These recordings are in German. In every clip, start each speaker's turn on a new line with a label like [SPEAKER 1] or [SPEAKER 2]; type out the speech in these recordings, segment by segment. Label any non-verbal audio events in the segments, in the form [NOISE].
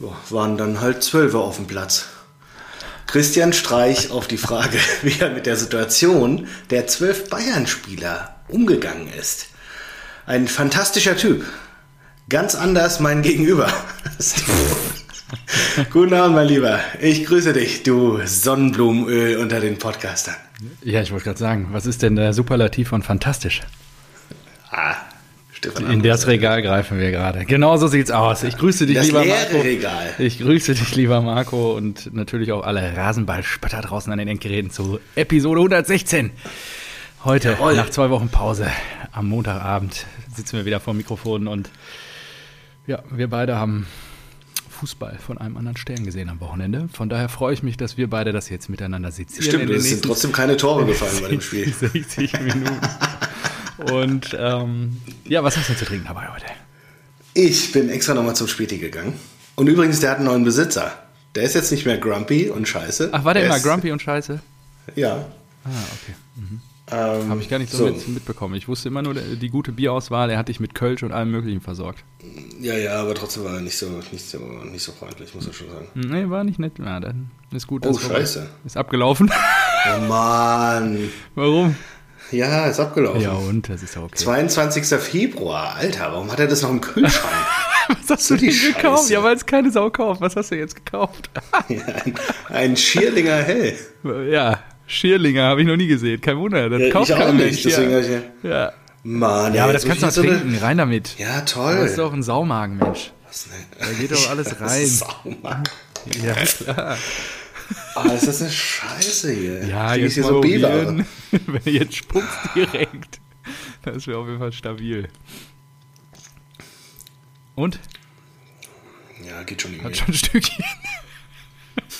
[SPEAKER 1] Ja, waren dann halt Zwölfer auf dem Platz. Christian Streich auf die Frage, [LAUGHS] wie er mit der Situation der zwölf Bayern-Spieler umgegangen ist. Ein fantastischer Typ. Ganz anders mein Gegenüber. [LAUGHS] Guten Abend, mein Lieber. Ich grüße dich, du Sonnenblumenöl unter den Podcastern.
[SPEAKER 2] Ja, ich wollte gerade sagen, was ist denn der Superlativ von fantastisch?
[SPEAKER 1] Ah, Stefan
[SPEAKER 2] In das Regal greifen wir gerade. Genau so sieht's aus. Ich grüße dich,
[SPEAKER 1] Das
[SPEAKER 2] lieber
[SPEAKER 1] leere
[SPEAKER 2] Marco.
[SPEAKER 1] Regal.
[SPEAKER 2] Ich grüße dich, lieber Marco, und natürlich auch alle Rasenballspötter draußen an den Endgeräten zu Episode 116. Heute,
[SPEAKER 1] Jawohl.
[SPEAKER 2] nach zwei Wochen Pause, am Montagabend, sitzen wir wieder vor dem Mikrofon und ja, wir beide haben Fußball von einem anderen Stern gesehen am Wochenende. Von daher freue ich mich, dass wir beide das jetzt miteinander sezieren. in
[SPEAKER 1] Stimmt,
[SPEAKER 2] den
[SPEAKER 1] es sind
[SPEAKER 2] nächsten
[SPEAKER 1] trotzdem keine Tore gefallen bei dem Spiel.
[SPEAKER 2] 60 [LAUGHS] Minuten. Und ähm, ja, was hast du zu trinken dabei heute?
[SPEAKER 1] Ich bin extra nochmal zum Späti gegangen. Und übrigens, der hat einen neuen Besitzer. Der ist jetzt nicht mehr grumpy und scheiße.
[SPEAKER 2] Ach, war der immer
[SPEAKER 1] ist-
[SPEAKER 2] grumpy und scheiße?
[SPEAKER 1] Ja.
[SPEAKER 2] Ah, okay.
[SPEAKER 1] Ähm,
[SPEAKER 2] Habe ich gar nicht so, Mit, mitbekommen. Ich wusste immer nur, der- die gute Bierauswahl, er hat dich mit Kölsch und allem Möglichen versorgt.
[SPEAKER 1] Ja, ja, aber trotzdem war er nicht so, nicht so, nicht so freundlich, muss ich schon sagen.
[SPEAKER 2] Hm, Nee, war nicht nett. Na, dann ist gut.
[SPEAKER 1] Oh,
[SPEAKER 2] ist vorbei.
[SPEAKER 1] scheiße.
[SPEAKER 2] Ist abgelaufen. [LAUGHS]
[SPEAKER 1] Oh Mann.
[SPEAKER 2] Warum?
[SPEAKER 1] Ja, ist abgelaufen.
[SPEAKER 2] Ja, oh. und das ist ja okay.
[SPEAKER 1] 22. Februar. Alter, warum hat er das noch im Kühlschrank?
[SPEAKER 2] [LAUGHS] Was hast
[SPEAKER 1] So
[SPEAKER 2] du
[SPEAKER 1] die
[SPEAKER 2] denn gekauft?
[SPEAKER 1] Scheiße.
[SPEAKER 2] Ja, weil es keine Sau kauft. Was hast du jetzt gekauft? [LAUGHS]
[SPEAKER 1] Ja, ein, ein Schierlinger Hell.
[SPEAKER 2] ja, Schierlinger habe ich noch nie gesehen. Kein Wunder, das
[SPEAKER 1] Ja,
[SPEAKER 2] kauft
[SPEAKER 1] ich auch
[SPEAKER 2] kein
[SPEAKER 1] nicht.
[SPEAKER 2] Mensch.
[SPEAKER 1] Deswegen
[SPEAKER 2] Ja.
[SPEAKER 1] hab ich ja.
[SPEAKER 2] Ja.
[SPEAKER 1] Mann,
[SPEAKER 2] ja,
[SPEAKER 1] ey,
[SPEAKER 2] aber das
[SPEAKER 1] jetzt
[SPEAKER 2] kannst du
[SPEAKER 1] muss
[SPEAKER 2] auch
[SPEAKER 1] ich so eine-
[SPEAKER 2] trinken. Rein damit.
[SPEAKER 1] Ja,
[SPEAKER 2] Du bist
[SPEAKER 1] toll. ne-
[SPEAKER 2] doch ein Saumagen, Mensch.
[SPEAKER 1] Da
[SPEAKER 2] geht
[SPEAKER 1] [LAUGHS]
[SPEAKER 2] doch alles rein.
[SPEAKER 1] Saumann.
[SPEAKER 2] Ja, klar.
[SPEAKER 1] Ah, ist das eine Scheiße hier?
[SPEAKER 2] Ja,
[SPEAKER 1] Krieg ich
[SPEAKER 2] jetzt
[SPEAKER 1] hier
[SPEAKER 2] mal
[SPEAKER 1] so Biber.
[SPEAKER 2] probieren. [LAUGHS] Wenn du jetzt spuckst direkt, das wäre auf jeden Fall stabil. Und?
[SPEAKER 1] Ja, geht schon
[SPEAKER 2] Hat
[SPEAKER 1] irgendwie.
[SPEAKER 2] schon ein Stückchen.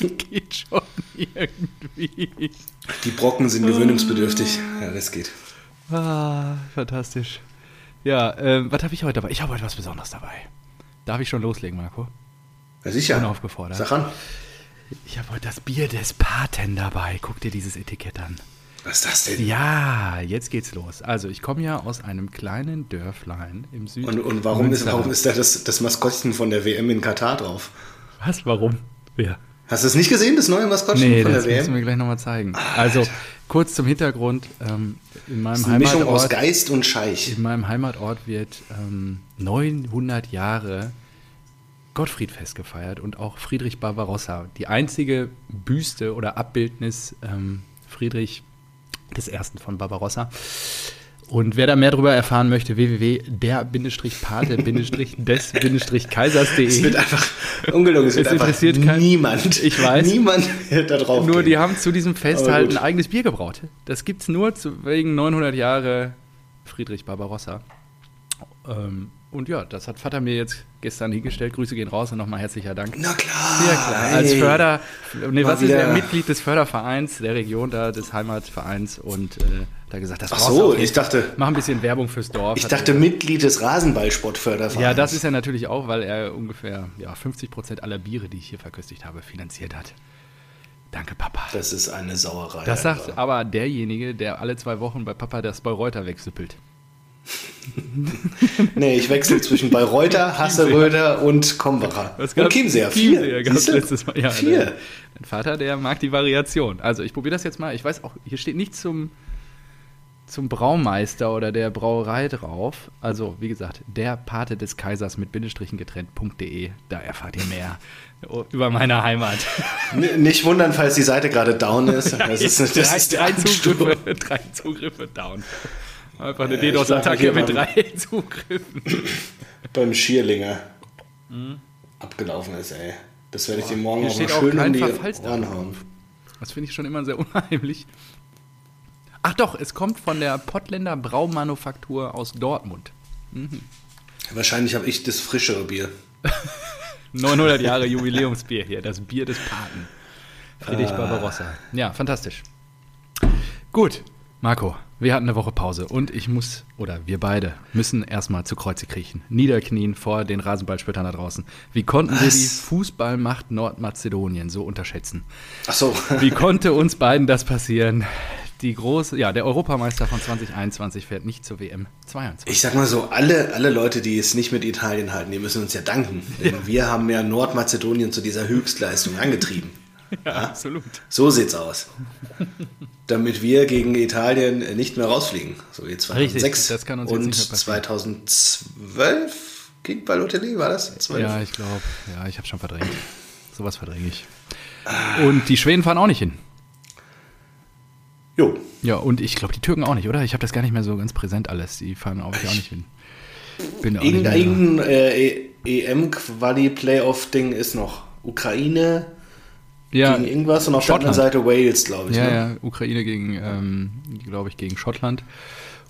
[SPEAKER 2] [LAUGHS] Geht schon irgendwie.
[SPEAKER 1] Die Brocken sind gewöhnungsbedürftig. Ja, das geht.
[SPEAKER 2] Ah, fantastisch. Ja, ähm, was habe ich heute dabei? Ich habe heute was Besonderes dabei. Darf ich schon loslegen, Marco?
[SPEAKER 1] Ja, sicher.
[SPEAKER 2] Unaufgefordert.
[SPEAKER 1] Sag an.
[SPEAKER 2] Ich habe heute das Bier des Paten dabei. Guck dir dieses Etikett an.
[SPEAKER 1] Was ist das denn?
[SPEAKER 2] Ja, jetzt geht's los. Also, ich komme ja aus einem kleinen Dörflein im Süden.
[SPEAKER 1] Und, und warum, ist, warum
[SPEAKER 2] Münsterland.
[SPEAKER 1] ist da das, das Maskottchen von der WM in Katar drauf?
[SPEAKER 2] Was? Warum? Wer?
[SPEAKER 1] Hast du es nicht gesehen, das neue Maskottchen
[SPEAKER 2] Nee,
[SPEAKER 1] von
[SPEAKER 2] das
[SPEAKER 1] der
[SPEAKER 2] müssen
[SPEAKER 1] WM?
[SPEAKER 2] wir gleich nochmal zeigen. Also, kurz zum Hintergrund. Ähm, in, meinem
[SPEAKER 1] Das ist eine Mischung aus
[SPEAKER 2] Heimatort,
[SPEAKER 1] Geist und Scheich.
[SPEAKER 2] in meinem Heimatort wird ähm, 900 Jahre Gottfriedfest gefeiert und auch Friedrich Barbarossa. Die einzige Büste oder Abbildnis ähm, Friedrich des Ersten von Barbarossa. Und wer da mehr darüber erfahren möchte,
[SPEAKER 1] Es
[SPEAKER 2] www.der-pate-des-kaisers.de
[SPEAKER 1] wird einfach ungelungen. Es, wird
[SPEAKER 2] Es interessiert
[SPEAKER 1] einfach
[SPEAKER 2] kein-
[SPEAKER 1] niemand.
[SPEAKER 2] Ich weiß.
[SPEAKER 1] Niemand wird da drauf.
[SPEAKER 2] Nur
[SPEAKER 1] gehen.
[SPEAKER 2] die haben zu diesem Fest
[SPEAKER 1] Aber
[SPEAKER 2] halt
[SPEAKER 1] gut.
[SPEAKER 2] ein eigenes Bier gebraut. Das gibt es nur zu, wegen 900 Jahre Friedrich Barbarossa. Ähm, und ja, das hat Vater mir jetzt gestern hingestellt. Grüße gehen raus und nochmal herzlicher Dank.
[SPEAKER 1] Na klar.
[SPEAKER 2] Ja klar,
[SPEAKER 1] ey.
[SPEAKER 2] als Förder, nee,
[SPEAKER 1] Mal
[SPEAKER 2] was ist er?
[SPEAKER 1] wieder.
[SPEAKER 2] Mitglied des Fördervereins der Region da, des Heimatvereins und äh, da gesagt, das
[SPEAKER 1] Ach
[SPEAKER 2] brauchst du
[SPEAKER 1] so,
[SPEAKER 2] auch nicht.
[SPEAKER 1] ich dachte-
[SPEAKER 2] Mach ein bisschen Werbung fürs Dorf.
[SPEAKER 1] Ich
[SPEAKER 2] Hat er
[SPEAKER 1] dachte Mitglied des Rasenballsportfördervereins.
[SPEAKER 2] ja, das ist er natürlich auch, weil er ungefähr ja, 50 Prozent aller Biere, die ich hier verköstigt habe, finanziert hat. Danke, Papa.
[SPEAKER 1] Das ist eine Sauerei.
[SPEAKER 2] Das sagt
[SPEAKER 1] einfach.
[SPEAKER 2] aber derjenige, der alle zwei Wochen bei Papa das Bayreuther wegsippelt.
[SPEAKER 1] Nee, ich wechsle zwischen
[SPEAKER 2] [LAUGHS]
[SPEAKER 1] Bayreuther, Hasseröder und Kombacher. Und Chiemseer.
[SPEAKER 2] Chiemseer
[SPEAKER 1] Vier.
[SPEAKER 2] gab's
[SPEAKER 1] Siehste?
[SPEAKER 2] letztes Mal. Ja,
[SPEAKER 1] Vier.
[SPEAKER 2] Der, dein Vater, der mag die Variation. Also ich probiere das jetzt mal. Ich weiß auch, hier steht nichts zum, zum Braumeister oder der Brauerei drauf. Also wie gesagt, der Pate des Kaisers mit Bindestrichen getrennt.de. E. Da erfahrt ihr mehr [LAUGHS] über meine Heimat.
[SPEAKER 1] N- Nicht wundern, falls die Seite gerade down
[SPEAKER 2] [LAUGHS]
[SPEAKER 1] ist. Das ist, das
[SPEAKER 2] drei,
[SPEAKER 1] ist der
[SPEAKER 2] drei,
[SPEAKER 1] Ansturm.
[SPEAKER 2] Zugriffe, drei Zugriffe down. Einfach eine
[SPEAKER 1] Ja, ich glaub,
[SPEAKER 2] DDoS-Attacke
[SPEAKER 1] hier
[SPEAKER 2] mit
[SPEAKER 1] waren-
[SPEAKER 2] drei [LAUGHS] Zugriffen.
[SPEAKER 1] beim Schierlinger abgelaufen ist, ey. Das werde ich dir morgen
[SPEAKER 2] Mhm. hier
[SPEAKER 1] auch mal
[SPEAKER 2] steht auch
[SPEAKER 1] schön
[SPEAKER 2] kein
[SPEAKER 1] um die
[SPEAKER 2] Verfallsdatum.
[SPEAKER 1] Ohren hauen.
[SPEAKER 2] Das finde ich schon immer sehr [LAUGHS] unheimlich. Ach doch, es kommt von der Pottländer Braumanufaktur aus Dortmund.
[SPEAKER 1] Wahrscheinlich habe ich das frischere Bier.
[SPEAKER 2] 900 Jahre Jubiläumsbier hier, das Bier des Paten. Friedrich Barbarossa. Ja, fantastisch. Gut, Marco, wir hatten eine Woche Pause und ich muss, oder wir beide, müssen erstmal zu Kreuze kriechen. Niederknien vor den Rasenballspöttern da draußen. Wie konnten wir
[SPEAKER 1] Was?
[SPEAKER 2] die Fußballmacht Nordmazedonien so unterschätzen?
[SPEAKER 1] Ach so.
[SPEAKER 2] Wie konnte uns beiden das passieren? Die große, ja, der Europameister von 2021 fährt nicht zur WM 22.
[SPEAKER 1] [LAUGHS] Ich sag mal so, alle, alle Leute, die es nicht mit Italien halten, die müssen uns ja
[SPEAKER 2] [LAUGHS]
[SPEAKER 1] danken. Denn wir haben ja Nordmazedonien zu dieser Höchstleistung angetrieben.
[SPEAKER 2] Ja,
[SPEAKER 1] Ah.
[SPEAKER 2] absolut.
[SPEAKER 1] So sieht's
[SPEAKER 2] [LAUGHS]
[SPEAKER 1] aus. Damit wir gegen Italien nicht mehr rausfliegen. So wie 2006
[SPEAKER 2] das kann uns jetzt
[SPEAKER 1] und
[SPEAKER 2] nicht mehr passieren.
[SPEAKER 1] 2012 gegen Balotelli war das? 12?
[SPEAKER 2] Ja, ich glaube, ja, ich habe schon verdrängt. Sowas verdränge ich. Und die Schweden fahren auch nicht hin.
[SPEAKER 1] Jo.
[SPEAKER 2] Ja, und ich glaube, die Türken auch nicht, oder? Ich habe das gar nicht mehr so ganz präsent alles. Die fahren auch, auch nicht hin. Bin da auch nicht mehr da.
[SPEAKER 1] Irgendein äh, EM-Quali-Playoff-Ding ist noch. Ukraine
[SPEAKER 2] ja,
[SPEAKER 1] gegen irgendwas und auf
[SPEAKER 2] Schottland.
[SPEAKER 1] der anderen Seite Wales, glaube ich.
[SPEAKER 2] Ja,
[SPEAKER 1] ne?
[SPEAKER 2] ja, Ukraine gegen, ähm, glaube ich, gegen Schottland.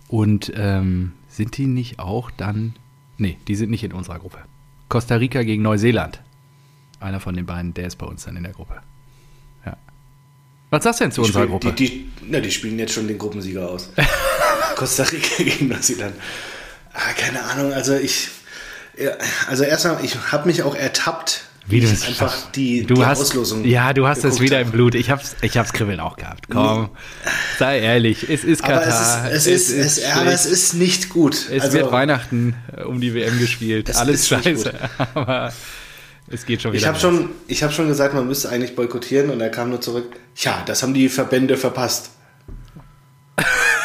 [SPEAKER 2] Und ähm, sind die nicht auch dann. Nee, die sind nicht in unserer Gruppe. Costa Rica gegen Neuseeland. Einer von den beiden, der ist bei uns dann in der Gruppe. Ja. Was sagst du denn zu
[SPEAKER 1] Die
[SPEAKER 2] unserer
[SPEAKER 1] spielen-
[SPEAKER 2] Gruppe?
[SPEAKER 1] Die, die, na, die spielen jetzt schon den Gruppensieger
[SPEAKER 2] [LAUGHS]
[SPEAKER 1] aus. Costa Rica gegen Neuseeland. Ah, keine Ahnung, also ich. ja, Also erstmal, ich habe mich auch ertappt,
[SPEAKER 2] Wie du
[SPEAKER 1] ich
[SPEAKER 2] es
[SPEAKER 1] einfach
[SPEAKER 2] schaffst.
[SPEAKER 1] die,
[SPEAKER 2] du
[SPEAKER 1] die
[SPEAKER 2] hast,
[SPEAKER 1] Auslosung.
[SPEAKER 2] Ja, du hast das
[SPEAKER 1] geguckt
[SPEAKER 2] wieder
[SPEAKER 1] habe.
[SPEAKER 2] im Blut. Ich hab's, ich hab's Kribbeln auch gehabt. Komm, sei ehrlich. Es ist
[SPEAKER 1] Aber
[SPEAKER 2] Katar.
[SPEAKER 1] es ist, es ist, es, aber es
[SPEAKER 2] schlecht.
[SPEAKER 1] ist nicht gut. Also
[SPEAKER 2] Es wird Weihnachten äh, um die WM gespielt.
[SPEAKER 1] Es
[SPEAKER 2] Alles
[SPEAKER 1] ist nicht
[SPEAKER 2] scheiße. [LAUGHS] Aber es geht schon wieder.
[SPEAKER 1] ich habe
[SPEAKER 2] los.
[SPEAKER 1] schon, ich hab schon gesagt, man müsste eigentlich boykottieren und er kam nur zurück, ja, das haben die Verbände verpasst.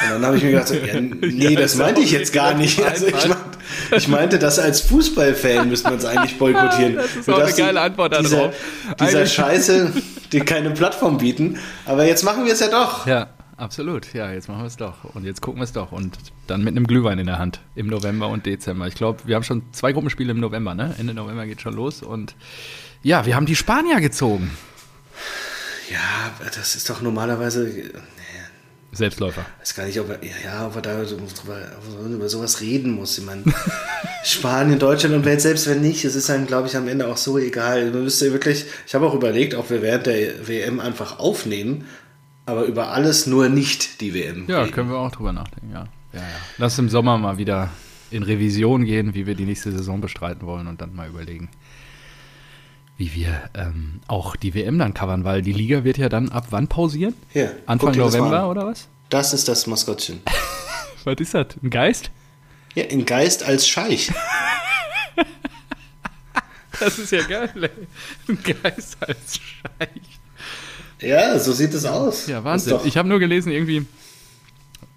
[SPEAKER 1] Und dann habe ich mir gedacht, so,
[SPEAKER 2] [LAUGHS]
[SPEAKER 1] ja, nee,
[SPEAKER 2] Ja,
[SPEAKER 1] das
[SPEAKER 2] ist
[SPEAKER 1] meinte
[SPEAKER 2] auch
[SPEAKER 1] ich jetzt
[SPEAKER 2] nicht
[SPEAKER 1] gar
[SPEAKER 2] so
[SPEAKER 1] nicht. Also ich,
[SPEAKER 2] einfach.
[SPEAKER 1] meinte, ich meinte, das als Fußballfan müsste man es
[SPEAKER 2] [LAUGHS]
[SPEAKER 1] eigentlich boykottieren.
[SPEAKER 2] Das ist
[SPEAKER 1] Nur,
[SPEAKER 2] auch eine
[SPEAKER 1] dass die-
[SPEAKER 2] geile Antwort da
[SPEAKER 1] dieser,
[SPEAKER 2] drauf.
[SPEAKER 1] Dieser
[SPEAKER 2] Eigentlich-
[SPEAKER 1] Scheiße,
[SPEAKER 2] [LAUGHS]
[SPEAKER 1] die keine Plattform bieten. Aber jetzt machen wir es ja doch.
[SPEAKER 2] Ja, absolut. Ja, jetzt machen wir es doch. Und jetzt gucken wir es doch. Und dann mit einem Glühwein in der Hand im November und Dezember. Ich glaube, wir haben schon zwei Gruppenspiele im November, ne? Ende November geht schon los. Und ja, wir haben die Spanier gezogen.
[SPEAKER 1] Ja, das ist doch normalerweise. nee,
[SPEAKER 2] Selbstläufer.
[SPEAKER 1] weiß gar nicht, ob er, ja, ja, ob er da so drüber, über sowas reden muss. Ich
[SPEAKER 2] [LAUGHS]
[SPEAKER 1] meine, Spanien, Deutschland und Welt, selbst wenn nicht, es ist einem, glaube ich, am Ende auch so egal. Man müsste wirklich, ich habe auch überlegt, ob wir während der WM einfach aufnehmen, aber über alles nur nicht die WM.
[SPEAKER 2] Ja,
[SPEAKER 1] reden.
[SPEAKER 2] können wir auch drüber nachdenken, ja. ja, ja. Lass im Sommer mal wieder in Revision gehen, wie wir die nächste Saison bestreiten wollen und dann mal überlegen, wie wir ähm, auch die WM dann covern, weil die Liga wird ja dann ab wann pausieren?
[SPEAKER 1] Hier,
[SPEAKER 2] Anfang
[SPEAKER 1] guck dir das mal
[SPEAKER 2] November
[SPEAKER 1] an.
[SPEAKER 2] oder was?
[SPEAKER 1] Das ist das Maskottchen.
[SPEAKER 2] Was ist das? Ein Geist?
[SPEAKER 1] Ja, in Geist als Scheich.
[SPEAKER 2] Das ist ja geil, ey. Ein Geist als Scheich.
[SPEAKER 1] Ja, so sieht es aus.
[SPEAKER 2] Ja, Wahnsinn.
[SPEAKER 1] Ist doch-
[SPEAKER 2] Ich habe nur gelesen, irgendwie,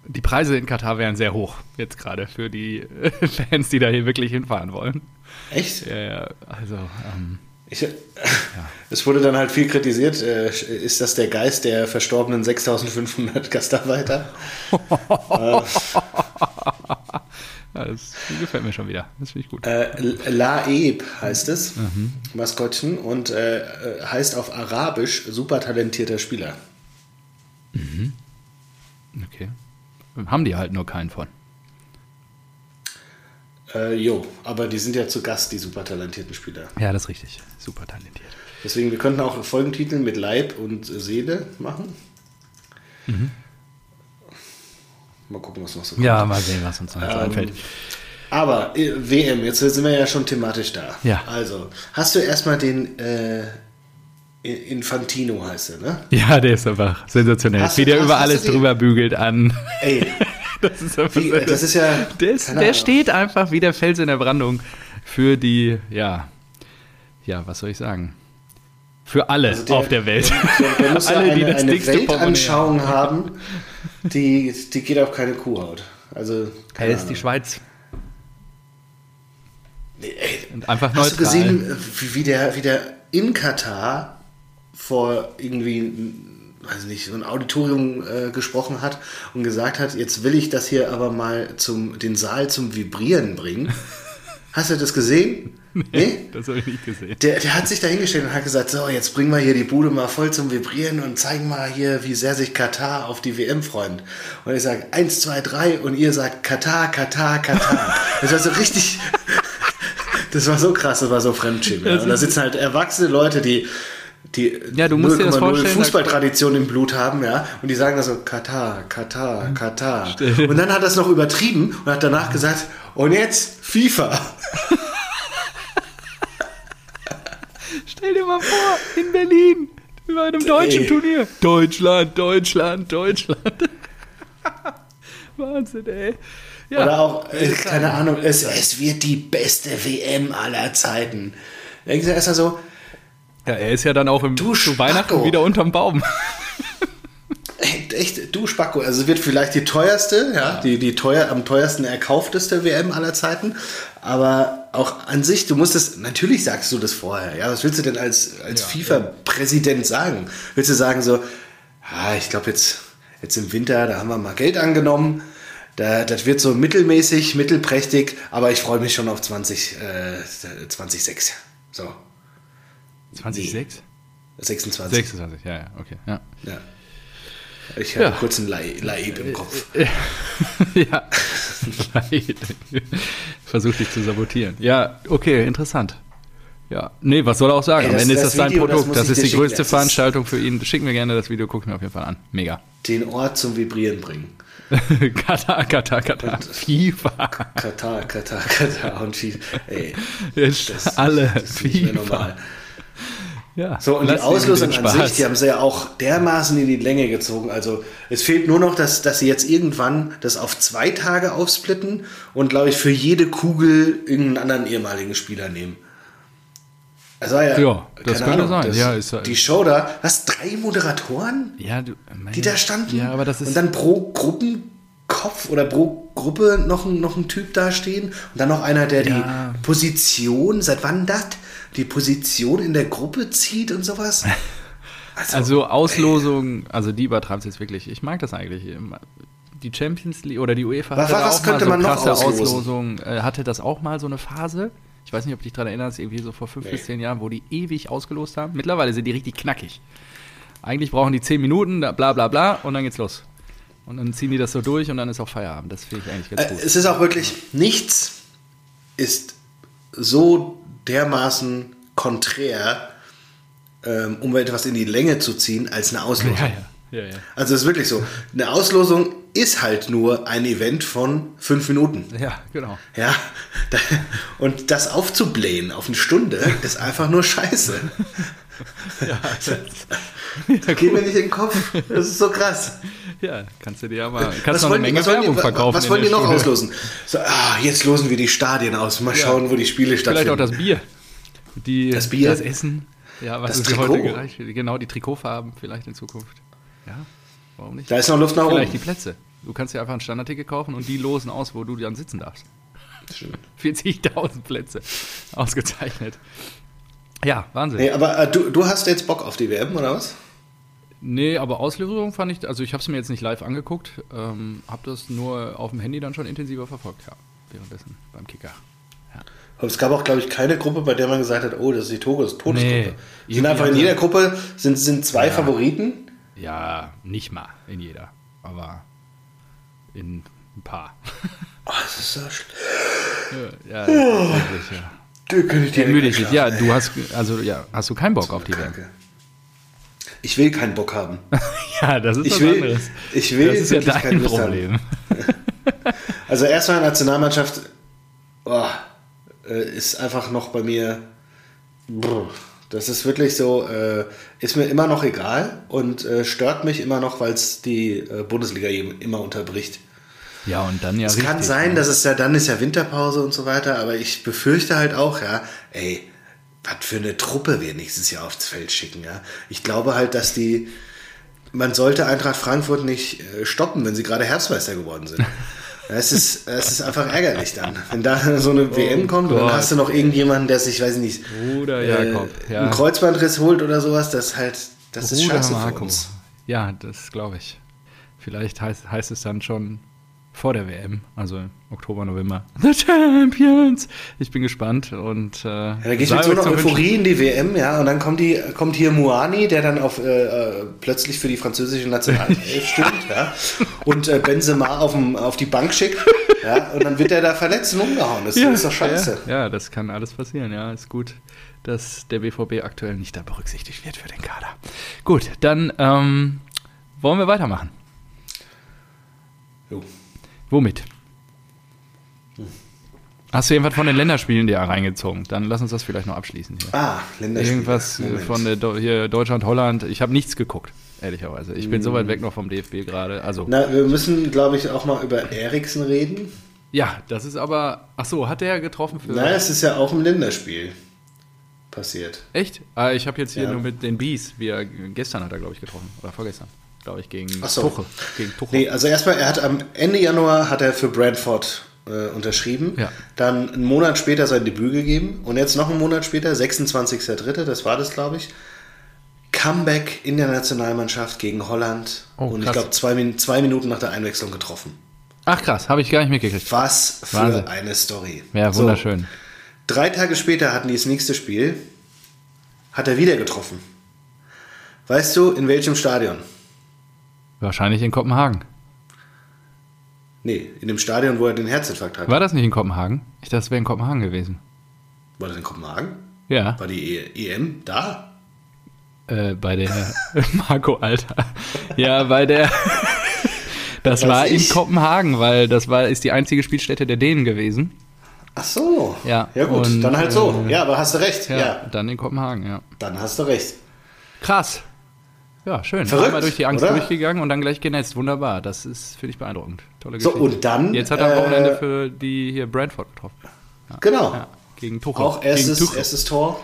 [SPEAKER 2] die Preise in Katar wären sehr hoch, jetzt gerade, für die äh, [LAUGHS] Fans, die da hier wirklich hinfahren wollen.
[SPEAKER 1] Echt?
[SPEAKER 2] Ja, ja, also, ähm,
[SPEAKER 1] Ich, [LAUGHS] Es wurde dann halt viel kritisiert. Äh, Ist das der Geist der verstorbenen 6500 Gastarbeiter?
[SPEAKER 2] ja, das gefällt mir schon wieder. Das finde ich gut.
[SPEAKER 1] Äh, Laeb heißt es, Maskottchen, und äh, äh, heißt auf Arabisch super talentierter Spieler.
[SPEAKER 2] Okay. Haben die halt nur keinen von.
[SPEAKER 1] Äh, jo, aber die sind ja zu Gast, die super talentierten Spieler.
[SPEAKER 2] Ja, das ist richtig. Super talentiert.
[SPEAKER 1] Deswegen, wir könnten auch Folgentitel mit Leib und äh, Seele machen. Mal gucken, was noch so kommt.
[SPEAKER 2] Mhm. Ja, mal sehen, was uns noch so einfällt.
[SPEAKER 1] Aber äh, WM, jetzt sind wir ja schon thematisch da.
[SPEAKER 2] Ja.
[SPEAKER 1] Also, hast du erstmal den äh, Infantino heißt er, ne?
[SPEAKER 2] Ja, der ist einfach sensationell.
[SPEAKER 1] Hast
[SPEAKER 2] Wie
[SPEAKER 1] du-
[SPEAKER 2] der
[SPEAKER 1] hast-
[SPEAKER 2] über
[SPEAKER 1] hast
[SPEAKER 2] alles
[SPEAKER 1] du die-
[SPEAKER 2] drüber bügelt an.
[SPEAKER 1] [LAUGHS] Ey,
[SPEAKER 2] Das ist einfach
[SPEAKER 1] wie, das ist ja.
[SPEAKER 2] Der, ist,
[SPEAKER 1] keine
[SPEAKER 2] der
[SPEAKER 1] Ahnung.
[SPEAKER 2] steht einfach wie der Fels in der Brandung für die, ja, ja, was soll ich sagen? Für alle
[SPEAKER 1] Also der-
[SPEAKER 2] auf
[SPEAKER 1] [LAUGHS]
[SPEAKER 2] der Welt.
[SPEAKER 1] Der, der muss ja
[SPEAKER 2] Alle, die
[SPEAKER 1] eine,
[SPEAKER 2] das
[SPEAKER 1] eine
[SPEAKER 2] dickste
[SPEAKER 1] Weltanschauung haben, die, die geht auf keine Kuhhaut. Also,
[SPEAKER 2] Er
[SPEAKER 1] keine
[SPEAKER 2] ist die
[SPEAKER 1] Ahnung.
[SPEAKER 2] Schweiz.
[SPEAKER 1] Ey,
[SPEAKER 2] Und einfach
[SPEAKER 1] Hast du
[SPEAKER 2] neutral.
[SPEAKER 1] gesehen, wie, wie, der, wie der in Katar vor irgendwie, weiß nicht, so ein Auditorium äh, gesprochen hat und gesagt hat, jetzt will ich das hier aber mal zum, den Saal zum Vibrieren
[SPEAKER 2] [LAUGHS]
[SPEAKER 1] bringen. Hast du das gesehen? nee?
[SPEAKER 2] Das habe ich nicht gesehen.
[SPEAKER 1] Der, der hat sich da hingestellt und hat gesagt, so, jetzt bringen wir hier die Bude mal voll zum Vibrieren und zeigen mal hier, wie sehr sich Katar auf die WM freut. Und ich sage, eins, zwei, drei und ihr sagt, Katar, Katar,
[SPEAKER 2] [LAUGHS]
[SPEAKER 1] Katar. Das war so richtig, das war so krass, das war so Fremdschämen. Und da sitzen halt erwachsene Leute, die die
[SPEAKER 2] Ja, du musst dir das
[SPEAKER 1] 0,0
[SPEAKER 2] vorstellen, da-
[SPEAKER 1] Fußballtradition im Blut haben, ja, und die sagen dann so, Katar, Katar, Katar. Und dann hat er es noch übertrieben und hat danach gesagt, und jetzt FIFA.
[SPEAKER 2] Stell dir mal vor, in Berlin. Wie bei einem deutschen
[SPEAKER 1] Ey.
[SPEAKER 2] Turnier. Deutschland, Deutschland, Deutschland. [LAUGHS] Wahnsinn, ey. Ja.
[SPEAKER 1] Oder auch, äh, keine Ahnung, es, es wird die beste WM aller Zeiten. Denken Sie erstmal so,
[SPEAKER 2] ja, er ist ja dann auch im,
[SPEAKER 1] Du
[SPEAKER 2] zu Weihnachten
[SPEAKER 1] Spacko.
[SPEAKER 2] wieder unterm Baum. [LAUGHS]
[SPEAKER 1] echt, echt, du Spacko, also es wird vielleicht die teuerste, ja, die, die teuer, am teuersten erkaufteste WM aller Zeiten, aber auch an sich, du musst es, natürlich sagst du das vorher, ja, was willst du denn als, als
[SPEAKER 2] Ja,
[SPEAKER 1] FIFA-Präsident sagen? Willst du sagen so, ah, ich glaube jetzt, jetzt im Winter, da haben wir mal Geld angenommen, da, das wird so mittelmäßig, mittelprächtig, aber ich freue mich schon auf 20, äh, 2006. So,
[SPEAKER 2] 26?
[SPEAKER 1] 26.
[SPEAKER 2] 26, ja, ja, okay. Ja.
[SPEAKER 1] Ja. Ich habe
[SPEAKER 2] Ja. Äh,
[SPEAKER 1] kurz einen Lai- Laib im Kopf.
[SPEAKER 2] [LAUGHS] ja. [LAUGHS] Versucht dich zu sabotieren. Ja, okay, interessant. Ja, nee, was soll er auch sagen?
[SPEAKER 1] Ey,
[SPEAKER 2] Am
[SPEAKER 1] das-
[SPEAKER 2] Ende ist das,
[SPEAKER 1] das
[SPEAKER 2] sein
[SPEAKER 1] Video, das
[SPEAKER 2] Produkt.
[SPEAKER 1] muss
[SPEAKER 2] Das,
[SPEAKER 1] ich
[SPEAKER 2] ist
[SPEAKER 1] dir
[SPEAKER 2] die
[SPEAKER 1] schicken,
[SPEAKER 2] größte
[SPEAKER 1] das ist-
[SPEAKER 2] Veranstaltung für ihn. Schick mir gerne das Video, guck ich mir auf jeden Fall an. Mega.
[SPEAKER 1] Den Ort zum Vibrieren bringen.
[SPEAKER 2] [LAUGHS] Katar, Katar, Katar. FIFA.
[SPEAKER 1] Katar, Katar, Katar und FIFA. Ey,
[SPEAKER 2] Jetzt
[SPEAKER 1] das ist-
[SPEAKER 2] alle
[SPEAKER 1] das ist nicht mehr
[SPEAKER 2] FIFA.
[SPEAKER 1] normal.
[SPEAKER 2] Ja,
[SPEAKER 1] So, und
[SPEAKER 2] lass
[SPEAKER 1] die
[SPEAKER 2] ihn mit dem
[SPEAKER 1] Auslösung an
[SPEAKER 2] Spaß.
[SPEAKER 1] sich, die haben sie ja auch dermaßen in die Länge gezogen. Also es fehlt nur noch, dass, dass sie jetzt irgendwann das auf zwei Tage aufsplitten und, glaube ich, für jede Kugel irgendeinen anderen ehemaligen Spieler nehmen. Also, ja,
[SPEAKER 2] Ja, das
[SPEAKER 1] keine
[SPEAKER 2] könnte sein.
[SPEAKER 1] Das,
[SPEAKER 2] Ja, ist halt-
[SPEAKER 1] die Show da, was, drei Moderatoren?
[SPEAKER 2] ja, du, mein-
[SPEAKER 1] die da standen.
[SPEAKER 2] Ja, aber das ist
[SPEAKER 1] und dann pro Gruppenkopf oder pro Gruppe noch ein, noch ein Typ dastehen. Und dann noch einer, der
[SPEAKER 2] Ja.
[SPEAKER 1] die Position, seit wann das? Die Position in der Gruppe zieht und
[SPEAKER 2] [LAUGHS]
[SPEAKER 1] sowas.
[SPEAKER 2] Also Auslosung, also die übertreibt es jetzt wirklich. Ich mag das eigentlich. Die Champions League oder die UEFA
[SPEAKER 1] Was-
[SPEAKER 2] hatte da
[SPEAKER 1] was
[SPEAKER 2] auch
[SPEAKER 1] könnte
[SPEAKER 2] mal
[SPEAKER 1] man
[SPEAKER 2] so
[SPEAKER 1] noch
[SPEAKER 2] krasse
[SPEAKER 1] auslosen?
[SPEAKER 2] Auslosungen. Äh, hatte das auch mal so eine Phase. Ich weiß nicht, ob du dich daran erinnerst, irgendwie so vor fünf
[SPEAKER 1] Nee.
[SPEAKER 2] bis zehn Jahren, wo die ewig ausgelost haben. Mittlerweile sind die richtig knackig. Eigentlich brauchen die zehn Minuten, da- bla bla bla, und dann geht's los. Und dann ziehen die das so durch und dann ist auch Feierabend. Das finde ich eigentlich ganz
[SPEAKER 1] Äh,
[SPEAKER 2] gut.
[SPEAKER 1] Es ist auch wirklich, nichts ist so dermaßen konträr, ähm, um etwas in die Länge zu ziehen, als eine Auslosung.
[SPEAKER 2] ja, ja.
[SPEAKER 1] Also es ist wirklich so. Eine Auslosung ist halt nur ein Event von fünf Minuten.
[SPEAKER 2] Ja, genau.
[SPEAKER 1] Ja, da, und das aufzublähen auf eine Stunde ist einfach nur scheiße. [LAUGHS] Geht mir nicht in den Kopf. Das ist so krass.
[SPEAKER 2] Ja, kannst du dir ja mal kannst noch
[SPEAKER 1] wollen-
[SPEAKER 2] eine Menge
[SPEAKER 1] was wollen die-
[SPEAKER 2] Werbung
[SPEAKER 1] wa-
[SPEAKER 2] verkaufen.
[SPEAKER 1] Was
[SPEAKER 2] in
[SPEAKER 1] wollen
[SPEAKER 2] der
[SPEAKER 1] die noch
[SPEAKER 2] Schule.
[SPEAKER 1] auslosen? So, ah, jetzt losen wir die Stadien aus. Mal schauen, wo die Spiele
[SPEAKER 2] Vielleicht
[SPEAKER 1] stattfinden.
[SPEAKER 2] auch das Bier. Die,
[SPEAKER 1] Das Bier.
[SPEAKER 2] Das Essen. Ja, was
[SPEAKER 1] Das
[SPEAKER 2] ist dir
[SPEAKER 1] Trikot.
[SPEAKER 2] heute gereicht? wird. Genau, die Trikotfarben vielleicht in Zukunft. Ja, warum nicht?
[SPEAKER 1] da ist noch Luft nach
[SPEAKER 2] vielleicht die
[SPEAKER 1] oben.
[SPEAKER 2] Plätze. Du kannst dir einfach ein Standardticket kaufen und die losen aus, wo du dann sitzen darfst. [LAUGHS]
[SPEAKER 1] Stimmt.
[SPEAKER 2] 40.000 Plätze. Ausgezeichnet. Ja, Wahnsinn.
[SPEAKER 1] Nee, aber äh, du, du hast jetzt Bock auf die WM, oder was?
[SPEAKER 2] Nee, aber Auslösung fand ich, also ich habe es mir jetzt nicht live angeguckt, ähm, habe das nur auf dem Handy dann schon intensiver verfolgt, ja. Währenddessen beim Kicker.
[SPEAKER 1] Aber es gab auch, glaube ich, keine Gruppe, bei der man gesagt hat, oh, das ist die Todes Todesgruppe.
[SPEAKER 2] Nee.
[SPEAKER 1] Sind einfach in jeder Gruppe sind, sind zwei Favoriten.
[SPEAKER 2] Ja, nicht mal in jeder, aber in ein paar.
[SPEAKER 1] Oh, das ist so schlimm.
[SPEAKER 2] Ja, das ist wirklich, ja.
[SPEAKER 1] Da könnte ich direkt
[SPEAKER 2] Müdigkeit. Ja,
[SPEAKER 1] einschlafen, ey.
[SPEAKER 2] du hast also ja, hast du keinen Bock auf die WM.
[SPEAKER 1] Kacke. Ich will keinen Bock haben.
[SPEAKER 2] [LAUGHS] Ja, das ist
[SPEAKER 1] Ich will, ich will
[SPEAKER 2] das ist ja
[SPEAKER 1] wirklich keine
[SPEAKER 2] dein
[SPEAKER 1] Lust haben.
[SPEAKER 2] Problem.
[SPEAKER 1] Also erstmal Nationalmannschaft boah, äh, ist einfach noch bei mir. brr. Das ist wirklich so, äh, ist mir immer noch egal und äh, stört mich immer noch, weil es die äh, Bundesliga je- immer unterbricht.
[SPEAKER 2] Ja, und dann ja
[SPEAKER 1] Es kann sein, dass es ja dann ist ja Winterpause und so weiter, aber ich befürchte halt auch, ja, ey, was für eine Truppe wir nächstes Jahr aufs Feld schicken, ja. Ich glaube halt, dass die, man sollte Eintracht Frankfurt nicht äh, stoppen, wenn sie gerade Herbstmeister geworden
[SPEAKER 2] [LAUGHS]
[SPEAKER 1] sind. Ja, Es ist, es ist einfach ärgerlich dann. Wenn da [LAUGHS] so eine WM kommt,
[SPEAKER 2] Oh Gott.
[SPEAKER 1] dann hast du noch irgendjemanden, der sich, weiß ich nicht,
[SPEAKER 2] Bruder
[SPEAKER 1] äh,
[SPEAKER 2] Jakob. ja.
[SPEAKER 1] einen Kreuzbandriss holt oder sowas, das halt, das ist
[SPEAKER 2] Bruder
[SPEAKER 1] scheiße für
[SPEAKER 2] Marco.
[SPEAKER 1] uns.
[SPEAKER 2] Ja, das glaube ich. Vielleicht heißt, heißt es dann schon vor der WM, also im Oktober, November. The Champions! Ich bin gespannt und äh,
[SPEAKER 1] Ja, da gehe ich
[SPEAKER 2] sei
[SPEAKER 1] mit so
[SPEAKER 2] euch
[SPEAKER 1] einer
[SPEAKER 2] zu wünschen.
[SPEAKER 1] Euphorie in die WM, ja, und dann kommt, die, kommt hier Muani, der dann auf, äh, äh, plötzlich für die französische Nationalelf
[SPEAKER 2] [LAUGHS]
[SPEAKER 1] stimmt, ja, und äh, Benzema auf, dem, auf die Bank schickt, ja, und dann wird er da verletzt und umgehauen. Das ist doch scheiße.
[SPEAKER 2] Ja, ja, das kann alles passieren. Ja, ist gut, dass der BVB aktuell nicht da berücksichtigt wird für den Kader. Gut, dann ähm, wollen wir weitermachen.
[SPEAKER 1] Jo.
[SPEAKER 2] Womit? Hast du irgendwas von den Länderspielen dir reingezogen? Dann lass uns das vielleicht noch abschließen. Hier.
[SPEAKER 1] Ah, Länderspiele.
[SPEAKER 2] Irgendwas äh,
[SPEAKER 1] Moment.
[SPEAKER 2] von der Do- hier Deutschland, Holland. Ich habe nichts geguckt, ehrlicherweise. Ich bin so
[SPEAKER 1] Hm.
[SPEAKER 2] weit weg noch vom DFB gerade. Also,
[SPEAKER 1] Na, wir müssen, glaube ich, auch mal über Eriksen reden.
[SPEAKER 2] ja, das ist aber. Ach so, hat der getroffen für.
[SPEAKER 1] Na, es ist ja auch im Länderspiel passiert.
[SPEAKER 2] Echt? Ah, ich habe jetzt hier
[SPEAKER 1] Ja.
[SPEAKER 2] nur mit den Bees. wie er- gestern hat er, glaube ich, getroffen. Oder vorgestern. Glaube ich, gegen
[SPEAKER 1] Ach so.
[SPEAKER 2] Tuchel. Gegen Tuchel.
[SPEAKER 1] Nee, also erstmal, er hat am Ende Januar hat er für Brentford äh, unterschrieben,
[SPEAKER 2] Ja.
[SPEAKER 1] dann einen Monat später sein Debüt gegeben und jetzt noch einen Monat später, 26.03., das war das, glaube ich, Comeback in der Nationalmannschaft gegen Holland
[SPEAKER 2] Oh,
[SPEAKER 1] und ich
[SPEAKER 2] krass.
[SPEAKER 1] glaube zwei, Min- zwei Minuten nach der Einwechslung getroffen.
[SPEAKER 2] Ach krass, habe ich gar nicht mitgekriegt.
[SPEAKER 1] Was für
[SPEAKER 2] Wahnsinn.
[SPEAKER 1] eine Story.
[SPEAKER 2] Ja,
[SPEAKER 1] So,
[SPEAKER 2] wunderschön.
[SPEAKER 1] Drei Tage später hatten die das nächste Spiel, hat er wieder getroffen. Weißt du, in welchem Stadion?
[SPEAKER 2] Wahrscheinlich in Kopenhagen.
[SPEAKER 1] Nee, in dem Stadion, wo er den Herzinfarkt hatte.
[SPEAKER 2] War das nicht in Kopenhagen? Ich dachte, das wäre in Kopenhagen gewesen.
[SPEAKER 1] War das in Kopenhagen?
[SPEAKER 2] Ja,
[SPEAKER 1] War die E- EM da?
[SPEAKER 2] äh,
[SPEAKER 1] [LAUGHS]
[SPEAKER 2] bei der Marco Alter. Ja, bei der. Das
[SPEAKER 1] Weiß
[SPEAKER 2] war
[SPEAKER 1] ich.
[SPEAKER 2] in Kopenhagen, weil das war ist die einzige Spielstätte der Dänen gewesen.
[SPEAKER 1] Ach so.
[SPEAKER 2] Ja,
[SPEAKER 1] Ja gut,
[SPEAKER 2] und,
[SPEAKER 1] dann halt so.
[SPEAKER 2] äh,
[SPEAKER 1] ja, aber hast du recht. Ja.
[SPEAKER 2] dann in Kopenhagen, ja.
[SPEAKER 1] dann hast du recht.
[SPEAKER 2] Krass. Ja, schön.
[SPEAKER 1] Verrückt,
[SPEAKER 2] Einmal durch die Angst
[SPEAKER 1] oder?
[SPEAKER 2] durchgegangen und dann gleich genetzt. Wunderbar. Das ist, finde ich, beeindruckend. Tolle
[SPEAKER 1] So,
[SPEAKER 2] Geschichte.
[SPEAKER 1] und dann,
[SPEAKER 2] Jetzt hat er am
[SPEAKER 1] äh,
[SPEAKER 2] Wochenende für die hier Brentford getroffen.
[SPEAKER 1] Genau.
[SPEAKER 2] Ja, gegen Tuchel.
[SPEAKER 1] Auch
[SPEAKER 2] gegen
[SPEAKER 1] erstes,
[SPEAKER 2] Tuchel.
[SPEAKER 1] erstes Tor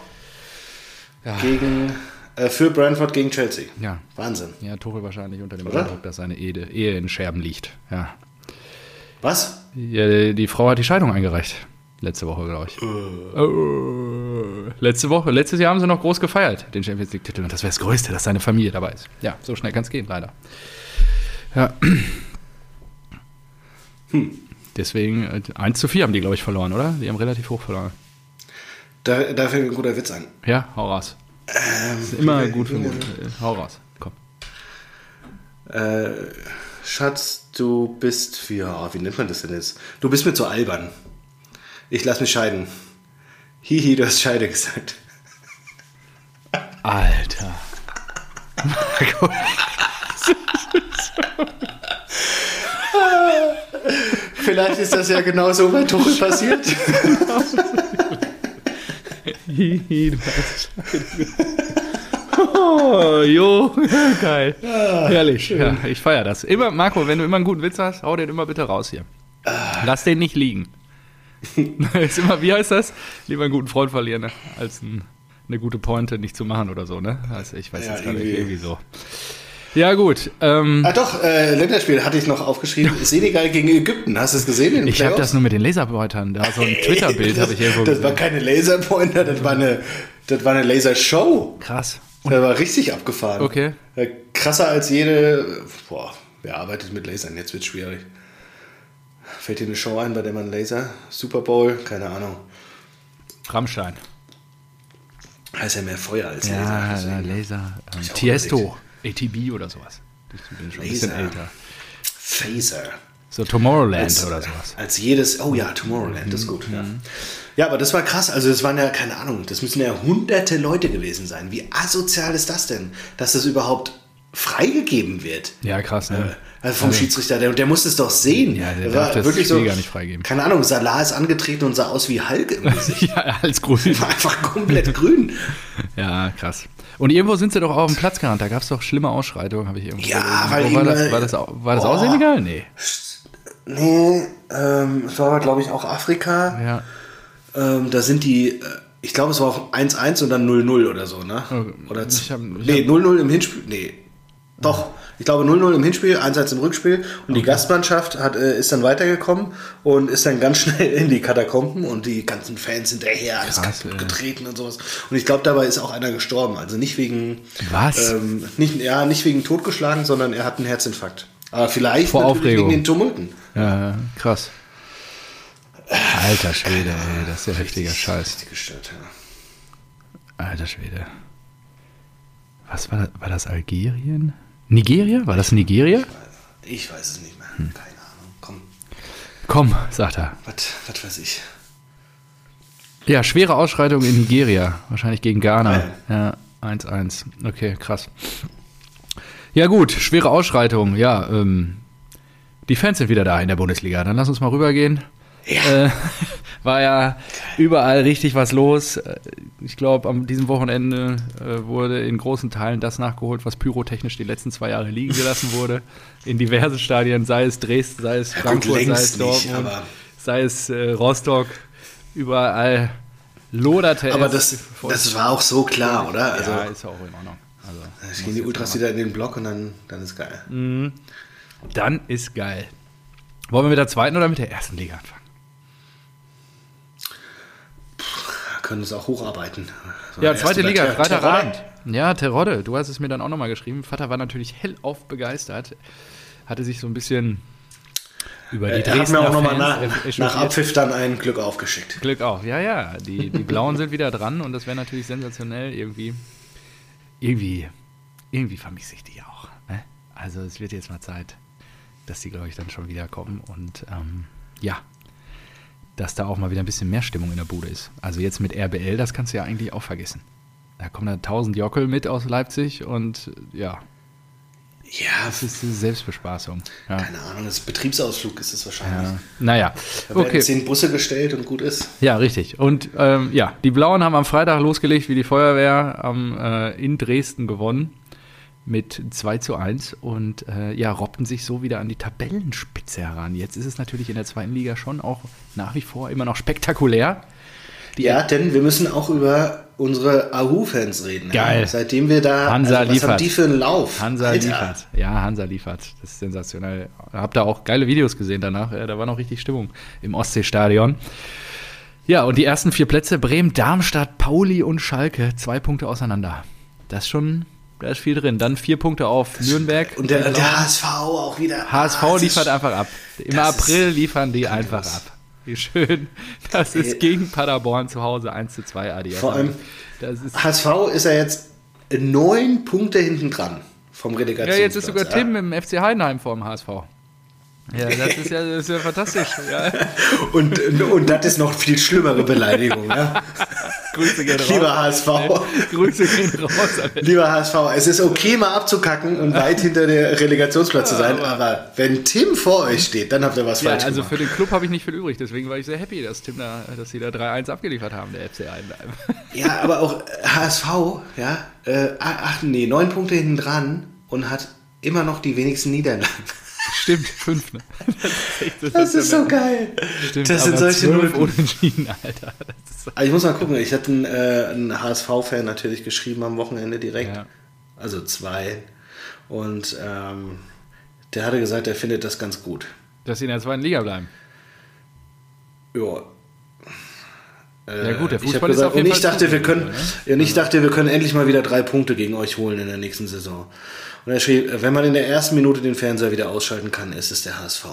[SPEAKER 1] gegen, äh, für Brentford gegen Chelsea.
[SPEAKER 2] Ja.
[SPEAKER 1] Wahnsinn.
[SPEAKER 2] Ja, Tuchel wahrscheinlich unter dem
[SPEAKER 1] Oder?
[SPEAKER 2] Eindruck, dass seine Ede, Ehe in Scherben liegt. Ja.
[SPEAKER 1] Was?
[SPEAKER 2] ja. Die Frau hat die Scheidung eingereicht. Letzte Woche, glaube ich. Oh. Letzte Woche, letztes Jahr haben sie noch groß gefeiert, den Champions League-Titel. Und das wäre das Größte, dass seine Familie dabei ist. Ja, so schnell kann es gehen, leider. Ja. Deswegen äh, 1 zu 4 haben die, glaube ich, verloren, oder? Die haben relativ hoch verloren.
[SPEAKER 1] Da, da fällt mir ein guter Witz an.
[SPEAKER 2] Ja, hau raus. ist immer gut für gut. Äh, Hau raus. Komm.
[SPEAKER 1] Äh, Schatz, du bist, ja, wie nennt man das denn jetzt? Du bist mir zu albern. Ich lass mich scheiden. Hihi, du hast Scheide gesagt. [LAUGHS]
[SPEAKER 2] Alter.
[SPEAKER 1] Vielleicht ist das ja genau so bei Tuchel passiert.
[SPEAKER 2] Hihi, du hast Oh, jo, geil.
[SPEAKER 1] Ah,
[SPEAKER 2] Herrlich. Ja, ich feiere das. Immer, Marco, wenn du immer einen guten Witz hast, hau den immer bitte raus hier. Lass den
[SPEAKER 1] [LAUGHS]
[SPEAKER 2] nicht liegen. ist immer, wie heißt das? Lieber einen guten Freund verlieren, ne? als ein, eine gute Pointe nicht zu machen oder so, ne? Also ich weiß
[SPEAKER 1] Ja,
[SPEAKER 2] jetzt gar nicht,
[SPEAKER 1] irgendwie.
[SPEAKER 2] irgendwie so. Ja, gut. Ähm,
[SPEAKER 1] Ah doch, äh, Länderspiel hatte ich noch aufgeschrieben.
[SPEAKER 2] [LAUGHS]
[SPEAKER 1] Senegal gegen Ägypten. Hast du es gesehen? in den
[SPEAKER 2] ich habe
[SPEAKER 1] Äh,
[SPEAKER 2] das
[SPEAKER 1] Playoffs?
[SPEAKER 2] nur mit den Laserbeutern. Da
[SPEAKER 1] [LAUGHS]
[SPEAKER 2] so ein Twitter-Bild habe ich irgendwo
[SPEAKER 1] Das war
[SPEAKER 2] gesehen.
[SPEAKER 1] keine Laserpointer, das war eine, das war eine Lasershow.
[SPEAKER 2] Krass.
[SPEAKER 1] Das war richtig abgefahren.
[SPEAKER 2] Okay.
[SPEAKER 1] Äh, Krasser als jede. Boah, wer arbeitet mit Lasern? Jetzt wird schwierig. Fällt dir eine Show ein, bei der man Laser? Super Bowl? Keine Ahnung.
[SPEAKER 2] Rammstein.
[SPEAKER 1] Da ist ja mehr Feuer als Laser.
[SPEAKER 2] Ja,
[SPEAKER 1] Deswegen.
[SPEAKER 2] Laser. Laser ähm,
[SPEAKER 1] ich auch
[SPEAKER 2] Tiesto, ATB oder sowas. Ich bin schon ein bisschen
[SPEAKER 1] Laser.
[SPEAKER 2] älter.
[SPEAKER 1] Phaser.
[SPEAKER 2] So Tomorrowland
[SPEAKER 1] als,
[SPEAKER 2] oder sowas.
[SPEAKER 1] Als jedes, oh ja, Tomorrowland, das ist gut. Ja. ja, aber das war krass. Also das waren ja, keine Ahnung, das müssen ja hunderte Leute gewesen sein. Wie asozial ist das denn, dass das überhaupt freigegeben wird?
[SPEAKER 2] Ja, krass, ne?
[SPEAKER 1] Also vom Schiedsrichter, der, der muss es doch sehen.
[SPEAKER 2] Ja, der
[SPEAKER 1] Er
[SPEAKER 2] darf das Spiel gar nicht freigeben.
[SPEAKER 1] Keine Ahnung, Salah ist angetreten und sah aus wie Hulk [LAUGHS] im Gesicht.
[SPEAKER 2] [LAUGHS] ja, als grün.
[SPEAKER 1] War einfach komplett grün.
[SPEAKER 2] Ja, krass. Und irgendwo sind sie doch auch auf dem Platz gerannt. Da gab es doch schlimme Ausschreitungen, habe ich irgendwo
[SPEAKER 1] Ja,
[SPEAKER 2] gelesen.
[SPEAKER 1] weil
[SPEAKER 2] Wo war,
[SPEAKER 1] ihm,
[SPEAKER 2] das,
[SPEAKER 1] äh,
[SPEAKER 2] war das, au- war das auch
[SPEAKER 1] boah.
[SPEAKER 2] Senegal? Nee.
[SPEAKER 1] Nee, ähm, es war aber, glaube ich, auch Afrika.
[SPEAKER 2] Ja.
[SPEAKER 1] Ähm, da sind die, äh, ich glaube, es war auch 1-1 und dann 0-0 oder so, ne?
[SPEAKER 2] Oh,
[SPEAKER 1] Oder
[SPEAKER 2] ich hab- ich
[SPEAKER 1] nee, 0-0 im Hinspiel. Nee. Doch, ich glaube 0-0 im Hinspiel, 1-1 im Rückspiel. Und die Gastmannschaft hat, äh, ist dann weitergekommen und ist dann ganz [LAUGHS] schnell in die Katakomben und die ganzen Fans hinterher, alles
[SPEAKER 2] Krass,
[SPEAKER 1] kaputt
[SPEAKER 2] ey.
[SPEAKER 1] getreten und sowas. Und ich glaube, dabei ist auch einer gestorben. Also nicht wegen.
[SPEAKER 2] Was?
[SPEAKER 1] Ähm, nicht, ja, nicht wegen totgeschlagen, sondern er hat einen Herzinfarkt. Aber vielleicht
[SPEAKER 2] Vor
[SPEAKER 1] natürlich
[SPEAKER 2] Aufregung.
[SPEAKER 1] wegen den Tumulten.
[SPEAKER 2] ja, krass. Alter Schwede, ey, das ist ja heftiger Scheiß.
[SPEAKER 1] Richtig gestört, ja.
[SPEAKER 2] Alter Schwede. Was war das? War das Algerien? Nigeria? War das Nigeria?
[SPEAKER 1] Ich weiß es nicht mehr.
[SPEAKER 2] Hm.
[SPEAKER 1] Keine Ahnung. Komm,
[SPEAKER 2] Komm, sagt er.
[SPEAKER 1] was, was weiß ich.
[SPEAKER 2] Ja, schwere Ausschreitung in Nigeria. Wahrscheinlich gegen Ghana.
[SPEAKER 1] Geil.
[SPEAKER 2] Ja, 1-1. Okay, krass. Ja, gut, schwere Ausschreitung. Ja, ähm, die Fans sind wieder da in der Bundesliga. Dann lass uns mal rübergehen Äh, [LAUGHS] war ja überall richtig was los. Äh, Ich glaube, an diesem Wochenende äh, wurde in großen Teilen das nachgeholt, was pyrotechnisch die letzten zwei Jahre liegen gelassen wurde. In diversen Stadien, sei es Dresden, sei es
[SPEAKER 1] Ja, gut,
[SPEAKER 2] Frankfurt, sei
[SPEAKER 1] längst
[SPEAKER 2] es
[SPEAKER 1] nicht,
[SPEAKER 2] Dortmund,
[SPEAKER 1] aber-
[SPEAKER 2] sei es äh, Rostock. Überall loderte
[SPEAKER 1] Aber
[SPEAKER 2] es.
[SPEAKER 1] das,
[SPEAKER 2] Voll-
[SPEAKER 1] das war auch so klar, oder? Also,
[SPEAKER 2] ja, ist ja auch in Ordnung. Also,
[SPEAKER 1] es gehen die Ultras wieder in den Block und dann, dann ist geil.
[SPEAKER 2] Hm. dann ist geil. Wollen wir mit der zweiten oder mit der ersten Liga anfangen?
[SPEAKER 1] Können uns auch hocharbeiten. So,
[SPEAKER 2] Ja,
[SPEAKER 1] erste
[SPEAKER 2] zweite
[SPEAKER 1] bei
[SPEAKER 2] Liga,
[SPEAKER 1] Ter-
[SPEAKER 2] Freitagabend. Ja, Terodde, du hast es mir dann auch nochmal geschrieben. Vater war natürlich hellauf begeistert. Hatte sich so ein bisschen über die
[SPEAKER 1] Terrotte. Er Äh, hat mir
[SPEAKER 2] Dresdner
[SPEAKER 1] auch nochmal
[SPEAKER 2] Äh, Fans Äh,
[SPEAKER 1] nach, nach
[SPEAKER 2] echauffiert.
[SPEAKER 1] Abpfiff dann ein Glück aufgeschickt.
[SPEAKER 2] Glück auf. Ja, ja, die, die Blauen sind wieder dran und das wäre natürlich sensationell irgendwie. Irgendwie, irgendwie vermisse ich die auch. Ne? Also es wird jetzt mal Zeit, dass die, glaube ich, dann schon wieder kommen und ähm, ja, dass da auch mal wieder ein bisschen mehr Stimmung in der Bude ist. Also jetzt mit RBL, das kannst du ja eigentlich auch vergessen. Da kommen dann 1000 Jockel mit aus Leipzig und äh, ja,
[SPEAKER 1] Ja,
[SPEAKER 2] das ist eine Selbstbespaßung. Ja.
[SPEAKER 1] keine Ahnung, das Betriebsausflug ist es wahrscheinlich.
[SPEAKER 2] Ja. Naja,
[SPEAKER 1] Da werden
[SPEAKER 2] okay.
[SPEAKER 1] zehn Busse gestellt und gut ist.
[SPEAKER 2] Ja, richtig. Und ähm, ja, die Blauen haben am Freitag losgelegt wie die Feuerwehr am, äh, in Dresden gewonnen mit 2 zu 1 und äh, ja, robbten sich so wieder an die Tabellenspitze heran. Jetzt ist es natürlich in der zweiten Liga schon auch nach wie vor immer noch spektakulär.
[SPEAKER 1] Ja, denn wir müssen auch über unsere AHU-Fans reden.
[SPEAKER 2] Geil.
[SPEAKER 1] Ja. Seitdem wir da. also
[SPEAKER 2] Hansa
[SPEAKER 1] was
[SPEAKER 2] liefert.
[SPEAKER 1] haben die für einen Lauf?
[SPEAKER 2] Hansa
[SPEAKER 1] Alter.
[SPEAKER 2] liefert. Ja, Hansa liefert. Das ist sensationell. Hab da auch geile Videos gesehen danach. Äh, Da war noch richtig Stimmung im Ostseestadion. Ja, und die ersten vier Plätze: Bremen, Darmstadt, Pauli und Schalke. Zwei Punkte auseinander. Das ist schon, da ist viel drin. Dann vier Punkte auf Nürnberg.
[SPEAKER 1] Und der, der HSV auch wieder.
[SPEAKER 2] HSV
[SPEAKER 1] Ah, das
[SPEAKER 2] liefert
[SPEAKER 1] ist-
[SPEAKER 2] einfach ab. Im
[SPEAKER 1] das
[SPEAKER 2] April liefern die einfach ab. Wie schön. Das ist
[SPEAKER 1] Ey.
[SPEAKER 2] gegen Paderborn zu Hause 1 zu 2 ADS.
[SPEAKER 1] Vor allem-
[SPEAKER 2] Das ist
[SPEAKER 1] HSV ist ja jetzt neun Punkte hinten dran vom
[SPEAKER 2] Ja,
[SPEAKER 1] Relegationsplatz.
[SPEAKER 2] jetzt ist sogar
[SPEAKER 1] ja.
[SPEAKER 2] Tim im FC Heidenheim vor dem HSV. Ja, das ist ja, das ist ja fantastisch. Ja.
[SPEAKER 1] Und, und das ist noch viel schlimmere Beleidigung.
[SPEAKER 2] [LAUGHS]
[SPEAKER 1] ja.
[SPEAKER 2] [LAUGHS] Grüße gehen raus.
[SPEAKER 1] Lieber HSV.
[SPEAKER 2] Grüße gehen [LAUGHS] raus.
[SPEAKER 1] Lieber HSV, es ist okay, mal abzukacken und weit hinter der Relegationsplatz zu sein, aber wenn Tim vor euch steht, dann habt ihr was
[SPEAKER 2] Ja,
[SPEAKER 1] falsch
[SPEAKER 2] also für
[SPEAKER 1] gemacht.
[SPEAKER 2] den Club habe ich nicht viel übrig, deswegen war ich sehr happy, dass Tim da, dass sie da 3-1 abgeliefert haben, der FC Heidenheim. [LAUGHS]
[SPEAKER 1] Ja, aber auch äh, HSV, ja, äh, ach nee, neun Punkte hinten dran und hat immer noch die wenigsten Niederlagen.
[SPEAKER 2] Stimmt, 5. Ne? Das ist,
[SPEAKER 1] Das ist so geil.
[SPEAKER 2] Stimmt,
[SPEAKER 1] das sind
[SPEAKER 2] aber
[SPEAKER 1] solche
[SPEAKER 2] 12
[SPEAKER 1] Null.
[SPEAKER 2] Unentschieden, Alter. Das ist,
[SPEAKER 1] Also ich muss mal gucken, ich hatte einen, äh, einen HSV-Fan natürlich geschrieben am Wochenende direkt.
[SPEAKER 2] Ja.
[SPEAKER 1] Also zwei. Und ähm, der hatte gesagt, er findet das ganz gut.
[SPEAKER 2] dass sie in der zweiten Liga bleiben.
[SPEAKER 1] Ja. Äh,
[SPEAKER 2] Ja gut, der
[SPEAKER 1] Ich hab
[SPEAKER 2] Fußball ist
[SPEAKER 1] gesagt,
[SPEAKER 2] auf jeden
[SPEAKER 1] und
[SPEAKER 2] Fall
[SPEAKER 1] ich dachte, wir können,
[SPEAKER 2] ne?
[SPEAKER 1] und ich dachte, wir können endlich mal wieder drei Punkte gegen euch holen in der nächsten Saison. Und er schrieb, wenn man in der ersten Minute den Fernseher wieder ausschalten kann, ist es der HSV.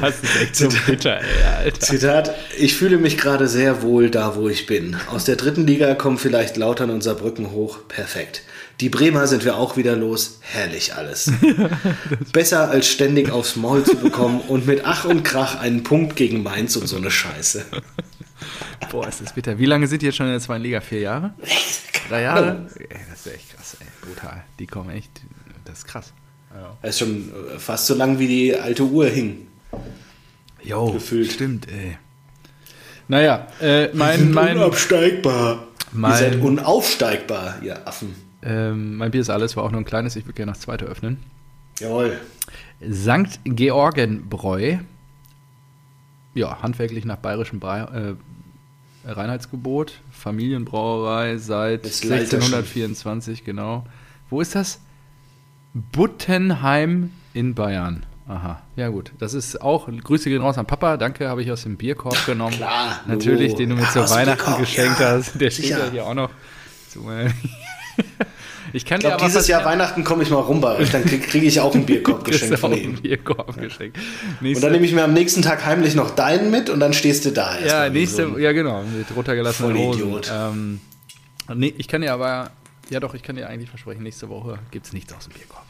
[SPEAKER 2] Das ist echt so bitter, ey, Alter.
[SPEAKER 1] Zitat, ich fühle mich gerade sehr wohl da, wo ich bin. Aus der dritten Liga kommen vielleicht Lautern und Saarbrücken hoch. Perfekt. Die Bremer sind wir auch wieder los. Herrlich
[SPEAKER 2] [LAUGHS]
[SPEAKER 1] alles. Besser als ständig aufs Maul zu bekommen und mit Ach und Krach einen Punkt gegen Mainz und so eine Scheiße.
[SPEAKER 2] Boah, ist das bitter. Wie lange sind die jetzt schon in der zweiten Liga? Vier Jahre? Drei Jahre? Ey, das ist echt krass, ey. Brutal. Die kommen echt. Das ist krass.
[SPEAKER 1] Das ist schon äh, fast so lang, wie die alte Uhr hing.
[SPEAKER 2] Jo,
[SPEAKER 1] Gefühlt.
[SPEAKER 2] stimmt, ey. Naja, äh, mein, mein,
[SPEAKER 1] unabsteigbar.
[SPEAKER 2] Mein-
[SPEAKER 1] Ihr seid unaufsteigbar, ihr Affen.
[SPEAKER 2] ähm, mein Bier ist alles, war auch nur ein kleines. Ich würde gerne das zweite öffnen.
[SPEAKER 1] Jawohl.
[SPEAKER 2] Sankt Georgenbräu. Ja, handwerklich nach bayerischem Brei, äh, Reinheitsgebot. Familienbrauerei seit
[SPEAKER 1] Das leitet schon.
[SPEAKER 2] 1624, genau. Wo ist das? Buttenheim in Bayern. Aha, ja gut. Das ist auch, Grüße gehen raus an Papa, danke, habe ich aus dem Bierkorb genommen.
[SPEAKER 1] klar,
[SPEAKER 2] Natürlich,
[SPEAKER 1] Logo.
[SPEAKER 2] den du mir
[SPEAKER 1] Ja,
[SPEAKER 2] zu
[SPEAKER 1] aus dem
[SPEAKER 2] Weihnachten
[SPEAKER 1] Bierkorb,
[SPEAKER 2] geschenkt
[SPEAKER 1] ja,
[SPEAKER 2] hast. Der steht
[SPEAKER 1] sicher.
[SPEAKER 2] ja hier auch noch.
[SPEAKER 1] [LAUGHS]
[SPEAKER 2] So, äh, Ich kann
[SPEAKER 1] Ich glaube,
[SPEAKER 2] dir aber
[SPEAKER 1] dieses
[SPEAKER 2] was-
[SPEAKER 1] Jahr Weihnachten komme ich mal rum bei euch, dann kriege krieg ich
[SPEAKER 2] [LAUGHS]
[SPEAKER 1] auch einen Bierkorb
[SPEAKER 2] Kriegst
[SPEAKER 1] geschenkt
[SPEAKER 2] du auch
[SPEAKER 1] von
[SPEAKER 2] einen
[SPEAKER 1] ihm.
[SPEAKER 2] Bierkorb geschenkt.
[SPEAKER 1] Und
[SPEAKER 2] Nächste-
[SPEAKER 1] dann nehme ich mir am nächsten Tag heimlich noch deinen mit und dann stehst du da.
[SPEAKER 2] Ja,
[SPEAKER 1] erstmal wie
[SPEAKER 2] nächste,
[SPEAKER 1] so ein-
[SPEAKER 2] ja genau, mit runtergelassenen Hosen.
[SPEAKER 1] Vollidiot.
[SPEAKER 2] Ähm, nee, ich kann dir aber, ja doch, ich kann dir eigentlich versprechen, nächste Woche gibt es nichts aus dem Bierkorb.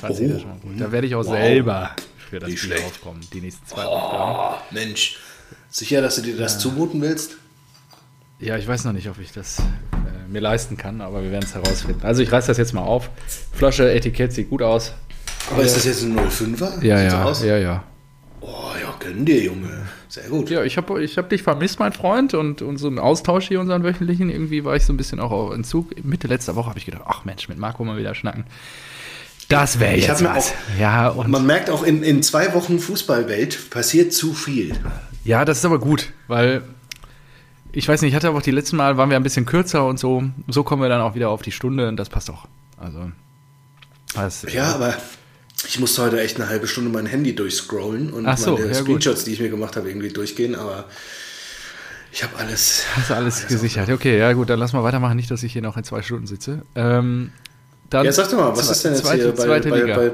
[SPEAKER 2] Fand ich
[SPEAKER 1] Oh.
[SPEAKER 2] das schon mal gut. Da werde ich auch
[SPEAKER 1] Wow.
[SPEAKER 2] selber für das
[SPEAKER 1] Nicht
[SPEAKER 2] Bier
[SPEAKER 1] schlecht.
[SPEAKER 2] aufkommen, die nächsten zwei Wochen.
[SPEAKER 1] Oh, Mensch. Sicher, dass du dir das zumuten willst?
[SPEAKER 2] Ja, ich weiß noch nicht, ob ich das äh, mir leisten kann, aber wir werden es herausfinden. Also ich reiß das jetzt mal auf. Flasche, Etikett sieht gut aus.
[SPEAKER 1] Aber ist das jetzt ein 05er?
[SPEAKER 2] Ja,
[SPEAKER 1] Sieht's
[SPEAKER 2] ja,
[SPEAKER 1] aus?
[SPEAKER 2] ja, ja.
[SPEAKER 1] Oh, ja, gönn dir, Junge. Sehr gut.
[SPEAKER 2] Ja, ich habe ich hab dich vermisst, mein Freund, und unseren Austausch hier, unseren wöchentlichen. Irgendwie war ich so ein bisschen auch auf Entzug. Mitte letzter Woche habe ich gedacht, ach Mensch, mit Marco mal wieder schnacken. Das wäre
[SPEAKER 1] Ich hab
[SPEAKER 2] jetzt
[SPEAKER 1] mir
[SPEAKER 2] was. ja, und,
[SPEAKER 1] Man merkt auch, in, in zwei Wochen Fußballwelt passiert zu viel.
[SPEAKER 2] ja, das ist aber gut, weil ich weiß nicht, ich hatte aber auch die letzten Mal, waren wir ein bisschen kürzer und so. So kommen wir dann auch wieder auf die Stunde und das passt auch. Also, das,
[SPEAKER 1] Ja, aber ich musste heute echt eine halbe Stunde mein Handy durchscrollen und
[SPEAKER 2] Ach so,
[SPEAKER 1] meine
[SPEAKER 2] ja, gut.
[SPEAKER 1] Screenshots, die ich mir gemacht habe, irgendwie durchgehen, aber ich habe alles.
[SPEAKER 2] Hast du alles gesichert? Okay, ja gut, dann lass mal weitermachen. Nicht, dass ich hier noch in zwei Stunden sitze. Ähm, dann
[SPEAKER 1] Ja, sag doch mal, was ist denn jetzt
[SPEAKER 2] zweite,
[SPEAKER 1] hier bei,
[SPEAKER 2] zweite
[SPEAKER 1] bei,
[SPEAKER 2] Liga?
[SPEAKER 1] bei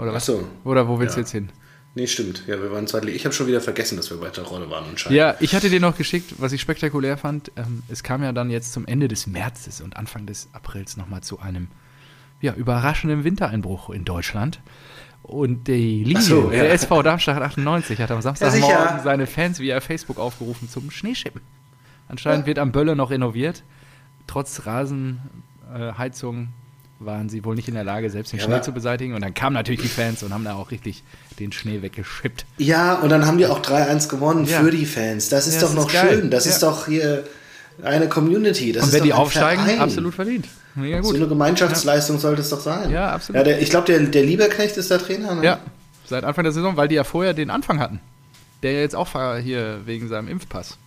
[SPEAKER 2] oder, was?
[SPEAKER 1] Ach so.
[SPEAKER 2] oder wo willst du
[SPEAKER 1] Ja.
[SPEAKER 2] jetzt hin?
[SPEAKER 1] Nee, stimmt. Ja, wir waren zweite Liga. Ich habe schon wieder vergessen, dass wir bei der Rolle waren anscheinend.
[SPEAKER 2] Ja, ich hatte dir noch geschickt, was ich spektakulär fand. Ähm, es kam ja dann jetzt zum Ende des Märzes und Anfang des Aprils nochmal zu einem ja, überraschenden Wintereinbruch in Deutschland. Und die Linie,
[SPEAKER 1] Ach so, ja.
[SPEAKER 2] der SV Darmstadt 98, hat am Samstagmorgen
[SPEAKER 1] sicher.
[SPEAKER 2] seine Fans via Facebook aufgerufen zum Schneeschippen. Anscheinend wird am Bölle noch renoviert. Trotz Rasenheizung waren sie wohl nicht in der Lage, selbst den
[SPEAKER 1] Ja,
[SPEAKER 2] Schnee
[SPEAKER 1] aber-
[SPEAKER 2] zu beseitigen. Und dann kamen natürlich die Fans und haben da auch richtig den Schnee weggeschippt.
[SPEAKER 1] Ja, und dann haben die auch 3-1 gewonnen
[SPEAKER 2] Ja.
[SPEAKER 1] für die Fans. Das ist
[SPEAKER 2] Ja,
[SPEAKER 1] doch
[SPEAKER 2] das
[SPEAKER 1] noch
[SPEAKER 2] ist geil.
[SPEAKER 1] schön. Das
[SPEAKER 2] Ja.
[SPEAKER 1] ist doch hier eine Community. Das
[SPEAKER 2] Und
[SPEAKER 1] ist
[SPEAKER 2] wenn
[SPEAKER 1] doch
[SPEAKER 2] die
[SPEAKER 1] ein
[SPEAKER 2] aufsteigen,
[SPEAKER 1] Verein.
[SPEAKER 2] absolut verdient. Mega gut.
[SPEAKER 1] So eine Gemeinschaftsleistung sollte es doch sein.
[SPEAKER 2] Ja, absolut.
[SPEAKER 1] Ja, der, ich glaube, der, der Lieberknecht ist der Trainer. Ne?
[SPEAKER 2] Ja, seit Anfang der Saison, weil die ja vorher den Anfang hatten. Der ja jetzt auch war hier wegen seinem Impfpass.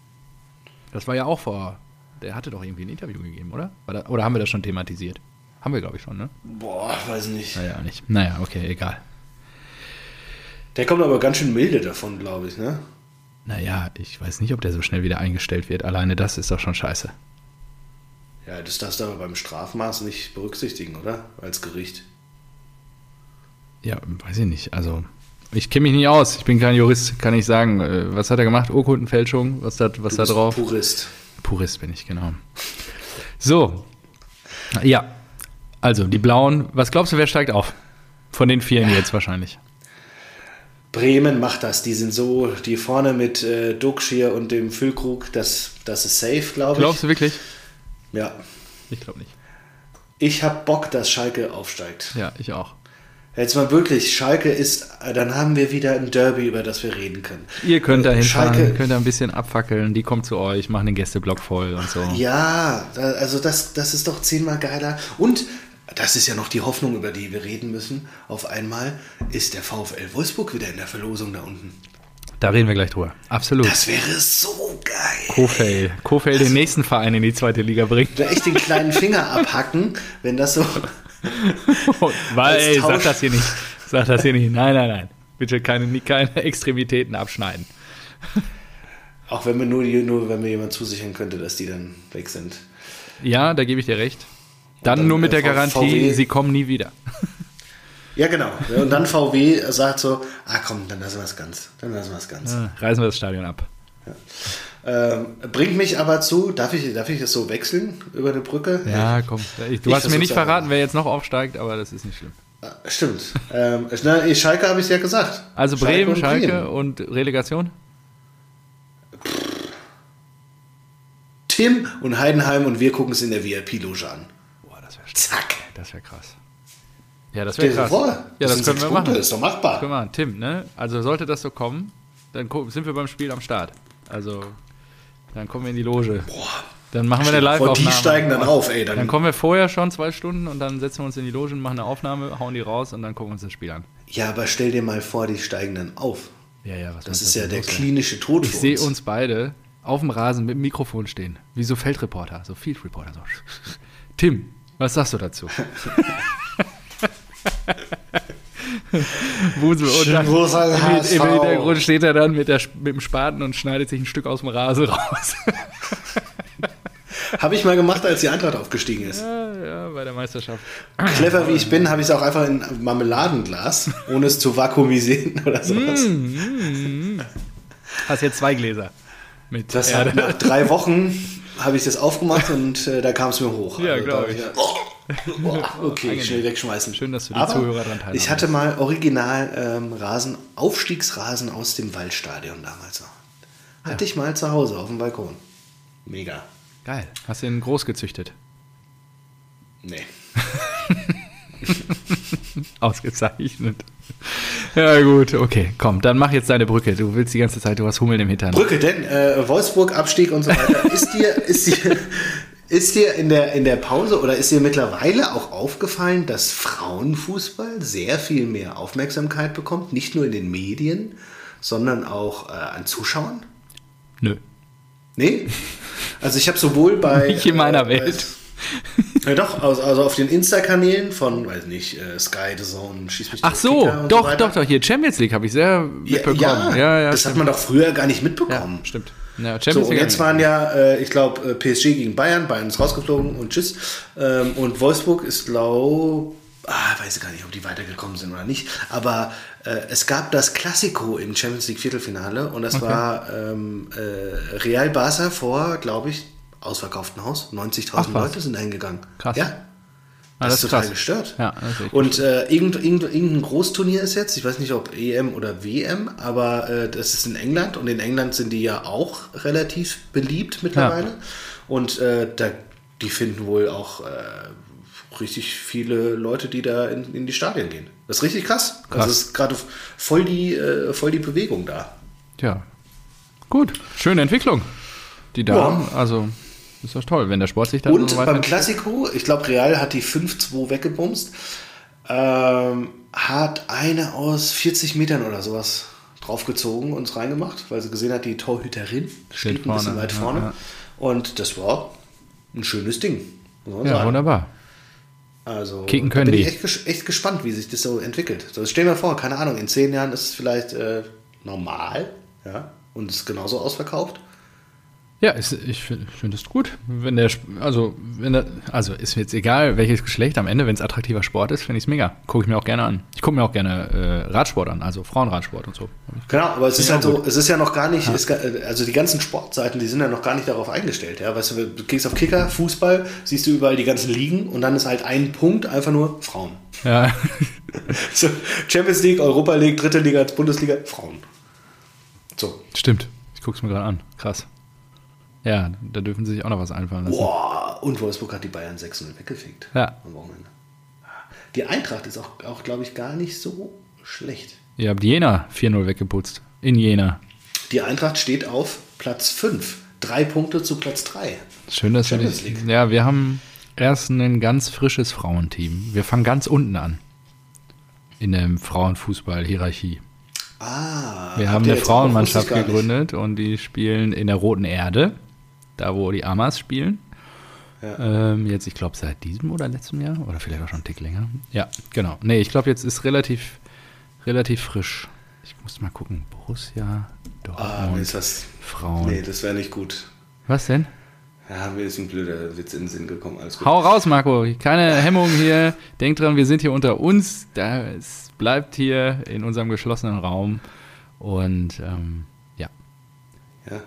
[SPEAKER 2] Das war ja auch vor. Der hatte doch irgendwie ein Interview gegeben, oder? War da, oder haben wir das schon thematisiert? Haben wir, glaube ich, schon, ne?
[SPEAKER 1] Boah, weiß nicht.
[SPEAKER 2] Naja, nicht. Naja, okay, egal.
[SPEAKER 1] Der kommt aber ganz schön milde davon, glaube ich. Ne?
[SPEAKER 2] Naja, ich weiß nicht, ob der so schnell wieder eingestellt wird. Alleine das ist doch schon scheiße.
[SPEAKER 1] Ja, das darfst du aber beim Strafmaß nicht berücksichtigen, oder? Als Gericht.
[SPEAKER 2] Ja, weiß ich nicht. Also, ich kenne mich nicht aus. Ich bin kein Jurist, kann ich sagen. Äh, Was hat er gemacht? Urkundenfälschung? Was, dat, was
[SPEAKER 1] Du
[SPEAKER 2] da
[SPEAKER 1] bist
[SPEAKER 2] drauf?
[SPEAKER 1] Purist.
[SPEAKER 2] Purist bin ich, genau. So. Ja. Also, die Blauen. Was glaubst du, wer steigt auf? Von den Vieren jetzt wahrscheinlich.
[SPEAKER 1] Bremen macht das. Die sind so, die vorne mit äh, Duxchir und dem Füllkrug, das, das ist safe, glaube ich.
[SPEAKER 2] Glaubst du wirklich?
[SPEAKER 1] Ja.
[SPEAKER 2] Ich glaube nicht.
[SPEAKER 1] Ich hab Bock, dass Schalke aufsteigt.
[SPEAKER 2] Ja, ich auch.
[SPEAKER 1] Jetzt mal wirklich, Schalke ist, äh, dann haben wir wieder ein Derby, über das wir reden können.
[SPEAKER 2] Ihr könnt da
[SPEAKER 1] Schalke-
[SPEAKER 2] hinfahren, könnt da ein bisschen abfackeln. Die kommen zu euch, machen den Gästeblock voll und so.
[SPEAKER 1] Ja, da- also das, das ist doch zehnmal geiler. Und das ist ja noch die Hoffnung, über die wir reden müssen. Auf einmal ist der VfL Wolfsburg wieder in der Verlosung da unten.
[SPEAKER 2] Da reden wir gleich drüber. Absolut.
[SPEAKER 1] Das wäre so geil.
[SPEAKER 2] Kofeld. Kofeld den nächsten Verein in die zweite Liga bringen.
[SPEAKER 1] Da echt den kleinen Finger abhacken, wenn das so.
[SPEAKER 2] [LAUGHS] Weil,
[SPEAKER 1] Als
[SPEAKER 2] ey, sag
[SPEAKER 1] Tausch-
[SPEAKER 2] das hier nicht. Sag das hier nicht. Nein, nein, nein. Bitte keine, keine Extremitäten abschneiden.
[SPEAKER 1] Auch wenn wir nur, nur wenn wir jemand zusichern könnte, dass die dann weg sind.
[SPEAKER 2] Ja, da gebe ich dir recht. Dann,
[SPEAKER 1] dann,
[SPEAKER 2] nur mit
[SPEAKER 1] äh,
[SPEAKER 2] der
[SPEAKER 1] V-
[SPEAKER 2] Garantie,
[SPEAKER 1] VW.
[SPEAKER 2] sie kommen nie wieder.
[SPEAKER 1] Ja, genau. Und dann VW sagt so: Ah, komm, dann lassen wir es ganz. Dann lassen wir es ganz.
[SPEAKER 2] Reißen wir das Stadion ab.
[SPEAKER 1] Ähm, bringt mich aber zu, darf ich, darf ich das so wechseln über eine Brücke?
[SPEAKER 2] Ja, komm. Ich, du
[SPEAKER 1] Ich
[SPEAKER 2] hast mir nicht
[SPEAKER 1] versuch's
[SPEAKER 2] verraten,
[SPEAKER 1] einfach.
[SPEAKER 2] wer jetzt noch aufsteigt, aber das ist nicht schlimm.
[SPEAKER 1] Ah, Stimmt. ähm, na, eh, Schalke habe ich ja gesagt.
[SPEAKER 2] Also Bremen,
[SPEAKER 1] und
[SPEAKER 2] Schalke, und Relegation?
[SPEAKER 1] Tim und Heidenheim und wir gucken es in der VIP-Loge an.
[SPEAKER 2] Boah, das wäre
[SPEAKER 1] Zack.
[SPEAKER 2] das wär krass. Ja, das
[SPEAKER 1] Stell
[SPEAKER 2] wäre
[SPEAKER 1] dir
[SPEAKER 2] krass.
[SPEAKER 1] vor,
[SPEAKER 2] ja, das
[SPEAKER 1] sind
[SPEAKER 2] können
[SPEAKER 1] sechs
[SPEAKER 2] wir
[SPEAKER 1] Punkte,
[SPEAKER 2] machen.
[SPEAKER 1] Das ist doch machbar.
[SPEAKER 2] Guck mal, Tim, ne? Also sollte das so kommen, dann gu- sind wir beim Spiel am Start. Also, dann kommen wir in die Loge. Dann machen wir eine
[SPEAKER 1] Boah, die steigen
[SPEAKER 2] Live-Aufnahme.
[SPEAKER 1] dann auf, ey. Dann,
[SPEAKER 2] Dann kommen wir vorher schon zwei Stunden und dann setzen wir uns in die Loge und machen eine Aufnahme, hauen die raus und dann gucken wir uns das Spiel an.
[SPEAKER 1] ja, aber stell dir mal vor, die steigen dann auf.
[SPEAKER 2] Ja, ja,
[SPEAKER 1] Das
[SPEAKER 2] was meinst du,
[SPEAKER 1] ist ja
[SPEAKER 2] was
[SPEAKER 1] der
[SPEAKER 2] los wäre?
[SPEAKER 1] klinische Tod
[SPEAKER 2] Ich
[SPEAKER 1] für
[SPEAKER 2] sehe
[SPEAKER 1] uns.
[SPEAKER 2] uns beide auf dem Rasen mit dem Mikrofon stehen, wie so Feldreporter, so Field Reporter. So. Tim, was sagst
[SPEAKER 1] [LAUGHS]
[SPEAKER 2] du dazu? Wusel und dann
[SPEAKER 1] Schön, wo ist ein
[SPEAKER 2] im,
[SPEAKER 1] HSV?
[SPEAKER 2] im Hintergrund steht er dann mit, der, mit dem Spaten und schneidet sich ein Stück aus dem
[SPEAKER 1] [LAUGHS]
[SPEAKER 2] Rasen raus.
[SPEAKER 1] Habe ich mal gemacht, als die Eintracht aufgestiegen ist.
[SPEAKER 2] ja, ja, bei der Meisterschaft.
[SPEAKER 1] Clever wie ich bin, habe ich es auch einfach in ein Marmeladenglas, ohne es zu vakuumisieren [LAUGHS] oder sowas.
[SPEAKER 2] Mm. Hast jetzt zwei Gläser mit
[SPEAKER 1] Das
[SPEAKER 2] Erde.
[SPEAKER 1] hat, nach drei Wochen habe ich das aufgemacht und äh, da kam es mir hoch.
[SPEAKER 2] Ja,
[SPEAKER 1] da
[SPEAKER 2] glaub
[SPEAKER 1] hab
[SPEAKER 2] ich.
[SPEAKER 1] gedacht, Oh, oh, okay,
[SPEAKER 2] Angenehm.
[SPEAKER 1] schnell wegschmeißen.
[SPEAKER 2] Schön, dass du die
[SPEAKER 1] Aber
[SPEAKER 2] Zuhörer dran teilhaben
[SPEAKER 1] Ich hatte mal original ähm, Rasen, Aufstiegsrasen aus dem Waldstadion damals. noch. Hatte ich mal zu Hause auf dem Balkon. Mega.
[SPEAKER 2] Geil. Hast ihn groß gezüchtet.
[SPEAKER 1] Nee.
[SPEAKER 2] Ausgezeichnet. Ja, gut, okay, komm, dann mach jetzt deine Brücke. Du willst die ganze Zeit, du hast Hummeln im Hintern.
[SPEAKER 1] Brücke, denn äh, Wolfsburg, Abstieg und so
[SPEAKER 2] [LAUGHS]
[SPEAKER 1] weiter. Ist dir, ist dir, ist dir in, der, in der Pause oder ist dir mittlerweile auch aufgefallen, dass Frauenfußball sehr viel mehr Aufmerksamkeit bekommt? Nicht nur in den Medien, sondern auch äh, an Zuschauern?
[SPEAKER 2] Nö.
[SPEAKER 1] Nee? Also ich habe sowohl bei...
[SPEAKER 2] [LAUGHS] Nicht in meiner
[SPEAKER 1] äh,
[SPEAKER 2] Welt.
[SPEAKER 1] Ja, doch, also, also auf den Insta-Kanälen von, weiß nicht, äh, Sky, The Zone, Schieß mich
[SPEAKER 2] Ach
[SPEAKER 1] tot,
[SPEAKER 2] so,
[SPEAKER 1] Kicker und
[SPEAKER 2] doch,
[SPEAKER 1] weiter.
[SPEAKER 2] doch, doch, hier Champions League habe ich sehr
[SPEAKER 1] Ja,
[SPEAKER 2] mitbekommen.
[SPEAKER 1] ja,
[SPEAKER 2] ja, ja
[SPEAKER 1] das
[SPEAKER 2] stimmt.
[SPEAKER 1] hat man doch früher gar nicht
[SPEAKER 2] ja,
[SPEAKER 1] mitbekommen.
[SPEAKER 2] stimmt. Ja,
[SPEAKER 1] So,
[SPEAKER 2] Champions
[SPEAKER 1] und
[SPEAKER 2] League.
[SPEAKER 1] jetzt waren ja, äh, ich glaube, PSG gegen Bayern, Bayern ist rausgeflogen und tschüss. Ähm, und Wolfsburg ist, glaube ah, weiß ich gar nicht, ob die weitergekommen sind oder nicht. Aber äh, es gab das Klassiko im Champions League Viertelfinale und das war ähm, äh, Real Barca vor, glaube ich, ausverkauften Haus. 90.000
[SPEAKER 2] Ach, was.
[SPEAKER 1] Leute sind eingegangen.
[SPEAKER 2] Krass.
[SPEAKER 1] Ja,
[SPEAKER 2] Ah,
[SPEAKER 1] das,
[SPEAKER 2] das
[SPEAKER 1] ist
[SPEAKER 2] ist
[SPEAKER 1] total
[SPEAKER 2] krass.
[SPEAKER 1] gestört.
[SPEAKER 2] Ja, das ist echt
[SPEAKER 1] und äh, irgend, irgend, irgendein Großturnier ist jetzt, ich weiß nicht ob EM oder WM, aber äh, das ist in England und in England sind die ja auch relativ beliebt mittlerweile. Und äh, da, die finden wohl auch äh, richtig viele Leute, die da in, in die Stadien gehen. Das ist richtig krass. krass. Also
[SPEAKER 2] Krass.
[SPEAKER 1] es ist gerade voll die, äh, voll die Bewegung da.
[SPEAKER 2] Tja. Gut, schöne Entwicklung. Die Damen, also ist doch toll, wenn der Sport sich dann
[SPEAKER 1] Und
[SPEAKER 2] so
[SPEAKER 1] beim
[SPEAKER 2] weiter.
[SPEAKER 1] Klassiko, ich glaube, Real hat die 5-2 weggebumst, ähm, hat eine aus 40 Metern oder sowas draufgezogen und es reingemacht, weil sie gesehen hat, die Torhüterin steht, ein bisschen
[SPEAKER 2] vorne,
[SPEAKER 1] weit
[SPEAKER 2] ja,
[SPEAKER 1] vorne.
[SPEAKER 2] ja.
[SPEAKER 1] Und das war ein schönes Ding. muss man
[SPEAKER 2] Ja,
[SPEAKER 1] sagen.
[SPEAKER 2] wunderbar.
[SPEAKER 1] Also
[SPEAKER 2] Kicken
[SPEAKER 1] da
[SPEAKER 2] können
[SPEAKER 1] bin
[SPEAKER 2] die.
[SPEAKER 1] ich echt, ges- echt gespannt, wie sich das so entwickelt. So, stell mir vor, keine Ahnung, in zehn Jahren ist es vielleicht äh, normal ja, und ist genauso ausverkauft.
[SPEAKER 2] Ja, ist, ich finde find das gut. Wenn der, Sp- also, wenn der, also ist mir jetzt egal, welches Geschlecht am Ende, wenn es attraktiver Sport ist, finde ich es mega. Gucke ich mir auch gerne an. Ich gucke mir auch gerne äh, Radsport an, also Frauenradsport und so.
[SPEAKER 1] Genau, aber es ist
[SPEAKER 2] Ja,
[SPEAKER 1] halt so,
[SPEAKER 2] gut.
[SPEAKER 1] es ist ja noch gar nicht, es ga- also die ganzen Sportseiten, die sind ja noch gar nicht darauf eingestellt. Ja? Weißt du, du gehst auf Kicker, Fußball, siehst du überall die ganzen Ligen und dann ist halt ein Punkt einfach nur Frauen. [LAUGHS]
[SPEAKER 2] Ja,
[SPEAKER 1] So, Champions League, Europa League, dritte Liga, Bundesliga, Frauen. So.
[SPEAKER 2] stimmt. Ich gucke es mir gerade an. Krass. Ja, da dürfen sie sich auch noch was einfallen lassen.
[SPEAKER 1] Boah, und Wolfsburg hat die Bayern 6-0 weggefegt
[SPEAKER 2] Ja.
[SPEAKER 1] am Wochenende. Die Eintracht ist auch, auch glaube ich, gar nicht so schlecht.
[SPEAKER 2] Ihr habt Jena 4-0 weggeputzt. In Jena.
[SPEAKER 1] Die Eintracht steht auf Platz 5. Drei Punkte zu Platz 3.
[SPEAKER 2] Schön, dass wir
[SPEAKER 1] Champions
[SPEAKER 2] dich. Ja, wir haben erst ein ganz frisches Frauenteam. Wir fangen ganz unten an. In der Frauenfußball-Hierarchie.
[SPEAKER 1] Ah,
[SPEAKER 2] Wir
[SPEAKER 1] habt
[SPEAKER 2] haben
[SPEAKER 1] ihr
[SPEAKER 2] eine
[SPEAKER 1] jetzt auch-
[SPEAKER 2] Frauenmannschaft
[SPEAKER 1] wusste ich gar nicht.
[SPEAKER 2] gegründet und die spielen in der Roten Erde, da wo die Amas spielen. Ähm, jetzt, ich glaube, seit diesem oder letztem Jahr oder vielleicht auch schon einen Tick länger. Ja, genau. Nee, ich glaube, jetzt ist relativ, relativ frisch. Ich muss mal gucken. Borussia,
[SPEAKER 1] Ah, mir
[SPEAKER 2] Dortmund,
[SPEAKER 1] ist das.
[SPEAKER 2] Frauen.
[SPEAKER 1] Nee, das wäre nicht gut.
[SPEAKER 2] Was denn?
[SPEAKER 1] Ja, mir ist ein blöder Witz in den Sinn gekommen. Alles gut.
[SPEAKER 2] Hau raus, Marco.
[SPEAKER 1] [LAUGHS]
[SPEAKER 2] Keine Hemmung hier. Denk dran, wir sind hier unter uns. Da- Es bleibt hier in unserem geschlossenen Raum. Und ähm, ja.
[SPEAKER 1] Ja.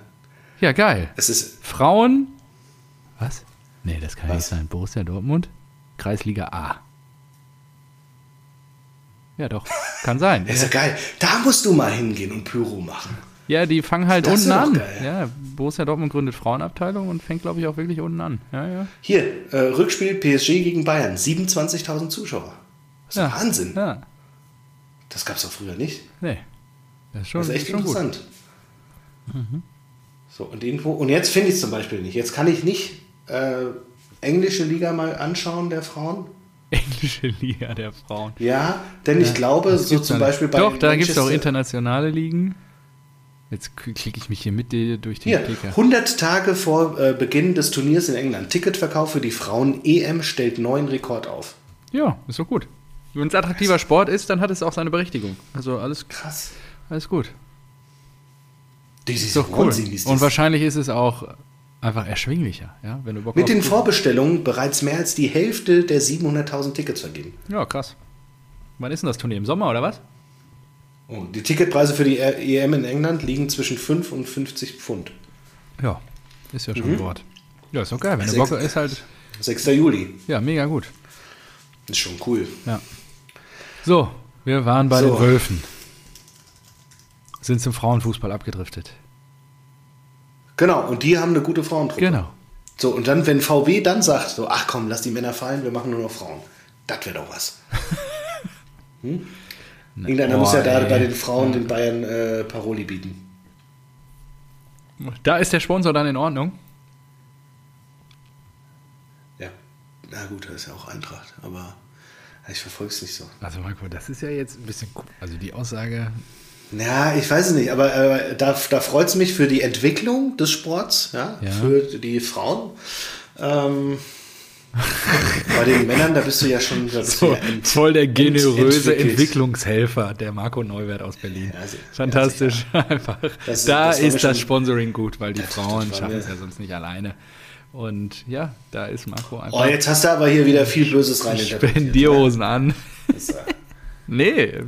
[SPEAKER 2] Ja, geil.
[SPEAKER 1] Es ist.
[SPEAKER 2] Frauen. Was? Nee, das kann ja nicht
[SPEAKER 1] Was?
[SPEAKER 2] sein. Borussia Dortmund, Kreisliga A. Ja, doch. Kann sein.
[SPEAKER 1] Ist [LAUGHS] ja geil. Da musst du mal hingehen und Pyro machen.
[SPEAKER 2] ja, die fangen halt
[SPEAKER 1] Das ist
[SPEAKER 2] unten
[SPEAKER 1] doch
[SPEAKER 2] an.
[SPEAKER 1] geil.
[SPEAKER 2] Ja, Borussia Dortmund gründet Frauenabteilung und fängt, glaube ich, auch wirklich unten an. Ja, ja.
[SPEAKER 1] Hier, äh, Rückspiel PSG gegen Bayern. 27.000 Zuschauer. Das ist
[SPEAKER 2] ja.
[SPEAKER 1] Wahnsinn.
[SPEAKER 2] Ja,
[SPEAKER 1] Das gab es doch früher nicht.
[SPEAKER 2] nee. Das ist schon,
[SPEAKER 1] Das ist echt
[SPEAKER 2] schon gut. Mhm.
[SPEAKER 1] interessant. So, und irgendwo. Und jetzt finde ich es zum Beispiel nicht. Jetzt kann ich nicht äh, englische Liga mal anschauen der Frauen.
[SPEAKER 2] [LAUGHS] Englische Liga der Frauen.
[SPEAKER 1] Ja, denn ich glaube, so zum Beispiel bei.
[SPEAKER 2] Doch, da gibt es auch
[SPEAKER 1] Manchester-
[SPEAKER 2] internationale Ligen. Jetzt k- klicke ich mich hier mit dir durch den
[SPEAKER 1] Hier,
[SPEAKER 2] Klicker.
[SPEAKER 1] 100 Tage vor äh, Beginn des Turniers in England. Ticketverkauf für die Frauen EM stellt neuen Rekord auf.
[SPEAKER 2] Ja, ist doch gut. Wenn es attraktiver Sport ist, dann hat es auch seine Berechtigung. Also alles,
[SPEAKER 1] Krass.
[SPEAKER 2] alles gut.
[SPEAKER 1] Die ist
[SPEAKER 2] Ist doch cool. Und wahrscheinlich ist es auch einfach erschwinglicher, ja, wenn du Bock
[SPEAKER 1] Mit
[SPEAKER 2] auf-
[SPEAKER 1] den Vorbestellungen bereits mehr als die Hälfte der 700.000 Tickets vergeben.
[SPEAKER 2] Ja, krass. Wann ist denn das Turnier? Im Sommer oder was?
[SPEAKER 1] Und Oh, die Ticketpreise für die E- EM in England liegen zwischen 5 und 50 Pfund.
[SPEAKER 2] Ja, Mhm. ist ja schon dort. Ja, ist doch geil. Wenn du
[SPEAKER 1] Sechs-
[SPEAKER 2] Bock ist halt,
[SPEAKER 1] 6. Juli.
[SPEAKER 2] ja, mega gut.
[SPEAKER 1] Ist schon cool.
[SPEAKER 2] Ja. So, wir waren bei
[SPEAKER 1] So.
[SPEAKER 2] den Wölfen. Sind zum Frauenfußball abgedriftet.
[SPEAKER 1] Genau, und die haben eine gute Frauentruppe.
[SPEAKER 2] Genau.
[SPEAKER 1] So, und dann, wenn
[SPEAKER 2] [LAUGHS]
[SPEAKER 1] VW dann sagt, so, ach komm, lass die Männer fallen, wir machen nur noch Frauen. Das wäre doch was. Hm? Irgendeiner
[SPEAKER 2] Boah,
[SPEAKER 1] muss ja da
[SPEAKER 2] ey.
[SPEAKER 1] bei den Frauen den Bayern äh, Paroli bieten.
[SPEAKER 2] Da ist der Sponsor dann in Ordnung.
[SPEAKER 1] Ja. Na gut, das ist ja auch Eintracht, aber ich verfolge es nicht so.
[SPEAKER 2] Also Marco, das ist ja jetzt ein bisschen cool. Also die Aussage,
[SPEAKER 1] Ja, ich weiß es nicht, aber äh, da, da freut es mich für die Entwicklung des Sports, ja,
[SPEAKER 2] Ja.
[SPEAKER 1] für die Frauen.
[SPEAKER 2] [LAUGHS]
[SPEAKER 1] Ähm, bei den Männern, da bist du ja schon da bist du
[SPEAKER 2] so,
[SPEAKER 1] ja ent-
[SPEAKER 2] [LAUGHS] voll der generöse
[SPEAKER 1] entwickelt.
[SPEAKER 2] Entwicklungshelfer, der Marco Neuwert aus Berlin.
[SPEAKER 1] Ja, sehr-
[SPEAKER 2] Fantastisch, einfach.
[SPEAKER 1] Das-
[SPEAKER 2] da
[SPEAKER 1] das war mir
[SPEAKER 2] ist das
[SPEAKER 1] schon-
[SPEAKER 2] Sponsoring gut, weil die Frauen
[SPEAKER 1] war
[SPEAKER 2] schaffen es
[SPEAKER 1] mir-
[SPEAKER 2] ja sonst nicht alleine. Und ja, da ist Marco
[SPEAKER 1] Oh,
[SPEAKER 2] [LAUGHS] einfach.
[SPEAKER 1] jetzt hast du aber hier wieder viel Böses rein.
[SPEAKER 2] Spendierhosen an.
[SPEAKER 1] Das, äh,
[SPEAKER 2] Nee,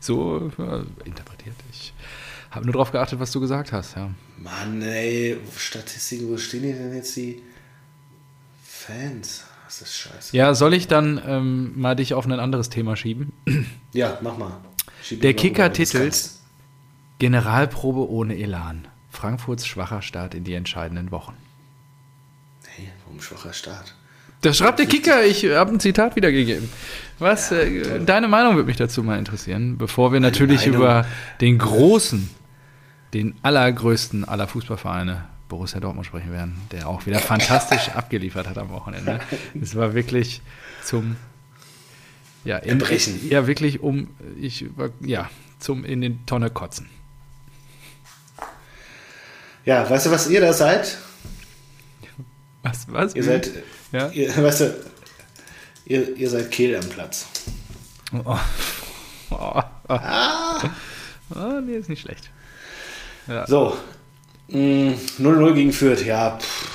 [SPEAKER 2] so ja, interpretiert. Ich habe nur darauf geachtet, was du gesagt hast. Ja.
[SPEAKER 1] Mann, ey, Statistiken, wo stehen die denn jetzt die Fans? Das ist scheiße.
[SPEAKER 2] ja, soll ich dann ähm, mal dich auf ein anderes Thema schieben?
[SPEAKER 1] Ja, mach mal. Schieb
[SPEAKER 2] Der
[SPEAKER 1] mich mal rüber, wenn du
[SPEAKER 2] Kicker-Titel-
[SPEAKER 1] kannst.
[SPEAKER 2] Generalprobe ohne Elan. Frankfurts schwacher Start in die entscheidenden Wochen.
[SPEAKER 1] Hey, warum schwacher Start?
[SPEAKER 2] Das schreibt der Kicker. Ich habe ein Zitat wiedergegeben. Was? äh, deine Meinung würde mich dazu mal interessieren, bevor wir natürlich
[SPEAKER 1] Meinung?
[SPEAKER 2] über den großen, den allergrößten aller Fußballvereine Borussia Dortmund sprechen werden, der auch
[SPEAKER 1] [LAUGHS]
[SPEAKER 2] wieder fantastisch abgeliefert hat am Wochenende. Es war wirklich zum ja, in,
[SPEAKER 1] Erbrechen.
[SPEAKER 2] Ja, wirklich um ich war- ja zum in den Tonne kotzen.
[SPEAKER 1] Ja, weißt du, was ihr da seid?
[SPEAKER 2] Was? Was?
[SPEAKER 1] Ihr seid,
[SPEAKER 2] Hm? Ja.
[SPEAKER 1] ihr, [LAUGHS] weißt du, ihr, ihr seid Kehl am Platz.
[SPEAKER 2] Oh. Oh.
[SPEAKER 1] Ah.
[SPEAKER 2] Oh, nee, ist nicht schlecht.
[SPEAKER 1] So, Mm, 0-0 gegen Fürth, ja. Pff.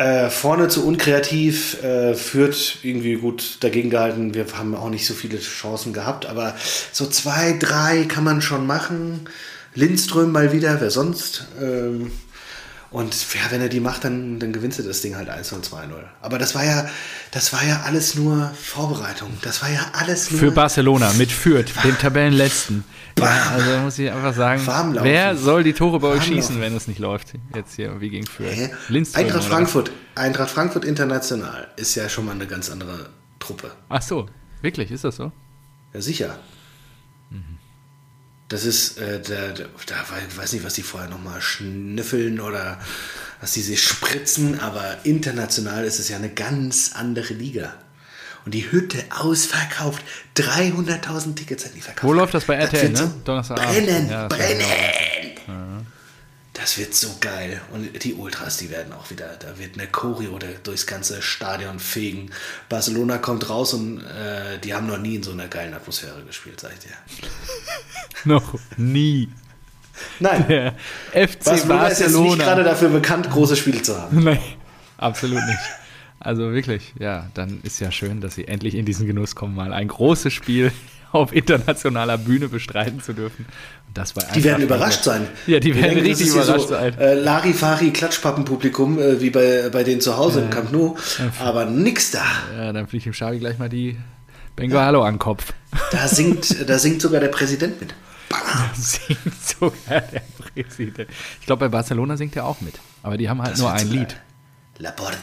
[SPEAKER 1] Äh, vorne zu unkreativ, äh, Fürth irgendwie gut dagegen gehalten. Wir haben auch nicht so viele Chancen gehabt, aber so zwei, drei kann man schon machen. Lindström mal wieder, wer sonst? Ähm, und ja, wenn er die macht, dann, dann gewinnst du das Ding halt 1-0, 2-0. Aber das war ja, das war ja alles nur Vorbereitung. Das war ja alles nur
[SPEAKER 2] Für Barcelona mit Fürth, dem Tabellenletzten. Ja, also muss ich einfach sagen,
[SPEAKER 1] Warm laufen.
[SPEAKER 2] wer soll die Tore bei euch
[SPEAKER 1] Warm
[SPEAKER 2] schießen,
[SPEAKER 1] laufen.
[SPEAKER 2] wenn es nicht läuft? Jetzt hier, wie gegen Fürth.
[SPEAKER 1] Hä?
[SPEAKER 2] Äh, Lindström,
[SPEAKER 1] Eintracht
[SPEAKER 2] oder?
[SPEAKER 1] Frankfurt. Eintracht Frankfurt International ist ja schon mal eine ganz andere Truppe.
[SPEAKER 2] Ach so, wirklich, ist das so?
[SPEAKER 1] Ja, sicher.
[SPEAKER 2] Mhm.
[SPEAKER 1] Das ist, äh, da, da, da wei- weiß nicht, was die vorher nochmal schnüffeln oder was die sich spritzen, aber international ist es ja eine ganz andere Liga. Und die Hütte ausverkauft. 300.000 Tickets hat die verkauft.
[SPEAKER 2] Wo läuft das bei RTL,
[SPEAKER 1] wird
[SPEAKER 2] ne?
[SPEAKER 1] So
[SPEAKER 2] Donnerstagabend.
[SPEAKER 1] brennen,
[SPEAKER 2] Ja, das
[SPEAKER 1] brennen.
[SPEAKER 2] weiß
[SPEAKER 1] Das wird so geil. Und die Ultras, die werden auch wieder, da wird eine Choreo da- durchs ganze Stadion fegen. Barcelona kommt raus und äh, die haben noch nie in so einer geilen Atmosphäre gespielt, sag ich dir.
[SPEAKER 2] Noch nie.
[SPEAKER 1] Nein, [LAUGHS]
[SPEAKER 2] Der FC
[SPEAKER 1] Barcelona ist jetzt nicht gerade
[SPEAKER 2] Barcelona.
[SPEAKER 1] dafür bekannt, große Spiele zu haben.
[SPEAKER 2] [LAUGHS] Nein, absolut nicht. Also wirklich, ja, dann ist ja schön, dass sie endlich in diesen Genuss kommen, mal ein großes Spiel [LAUGHS] auf internationaler Bühne bestreiten zu dürfen. Und das bei
[SPEAKER 1] Die werden
[SPEAKER 2] Eintracht
[SPEAKER 1] überrascht sein.
[SPEAKER 2] Ja, die werden
[SPEAKER 1] denken, das
[SPEAKER 2] richtig
[SPEAKER 1] ist hier
[SPEAKER 2] überrascht
[SPEAKER 1] so,
[SPEAKER 2] sein.
[SPEAKER 1] Äh, Larifari, Klatschpappenpublikum, äh, wie bei, bei denen zu Hause im Camp Nou. Aber nix da.
[SPEAKER 2] Ja, Äh, dann fliegt dem Schabi gleich mal die Bengalo an den [LAUGHS] Kopf.
[SPEAKER 1] Da singt, da singt sogar der Präsident mit.
[SPEAKER 2] Singt sogar der Präsident. Ich glaube, bei Barcelona singt er auch mit. Aber die haben halt nur
[SPEAKER 1] wird
[SPEAKER 2] ein
[SPEAKER 1] so
[SPEAKER 2] Lied.
[SPEAKER 1] geil. La Porta.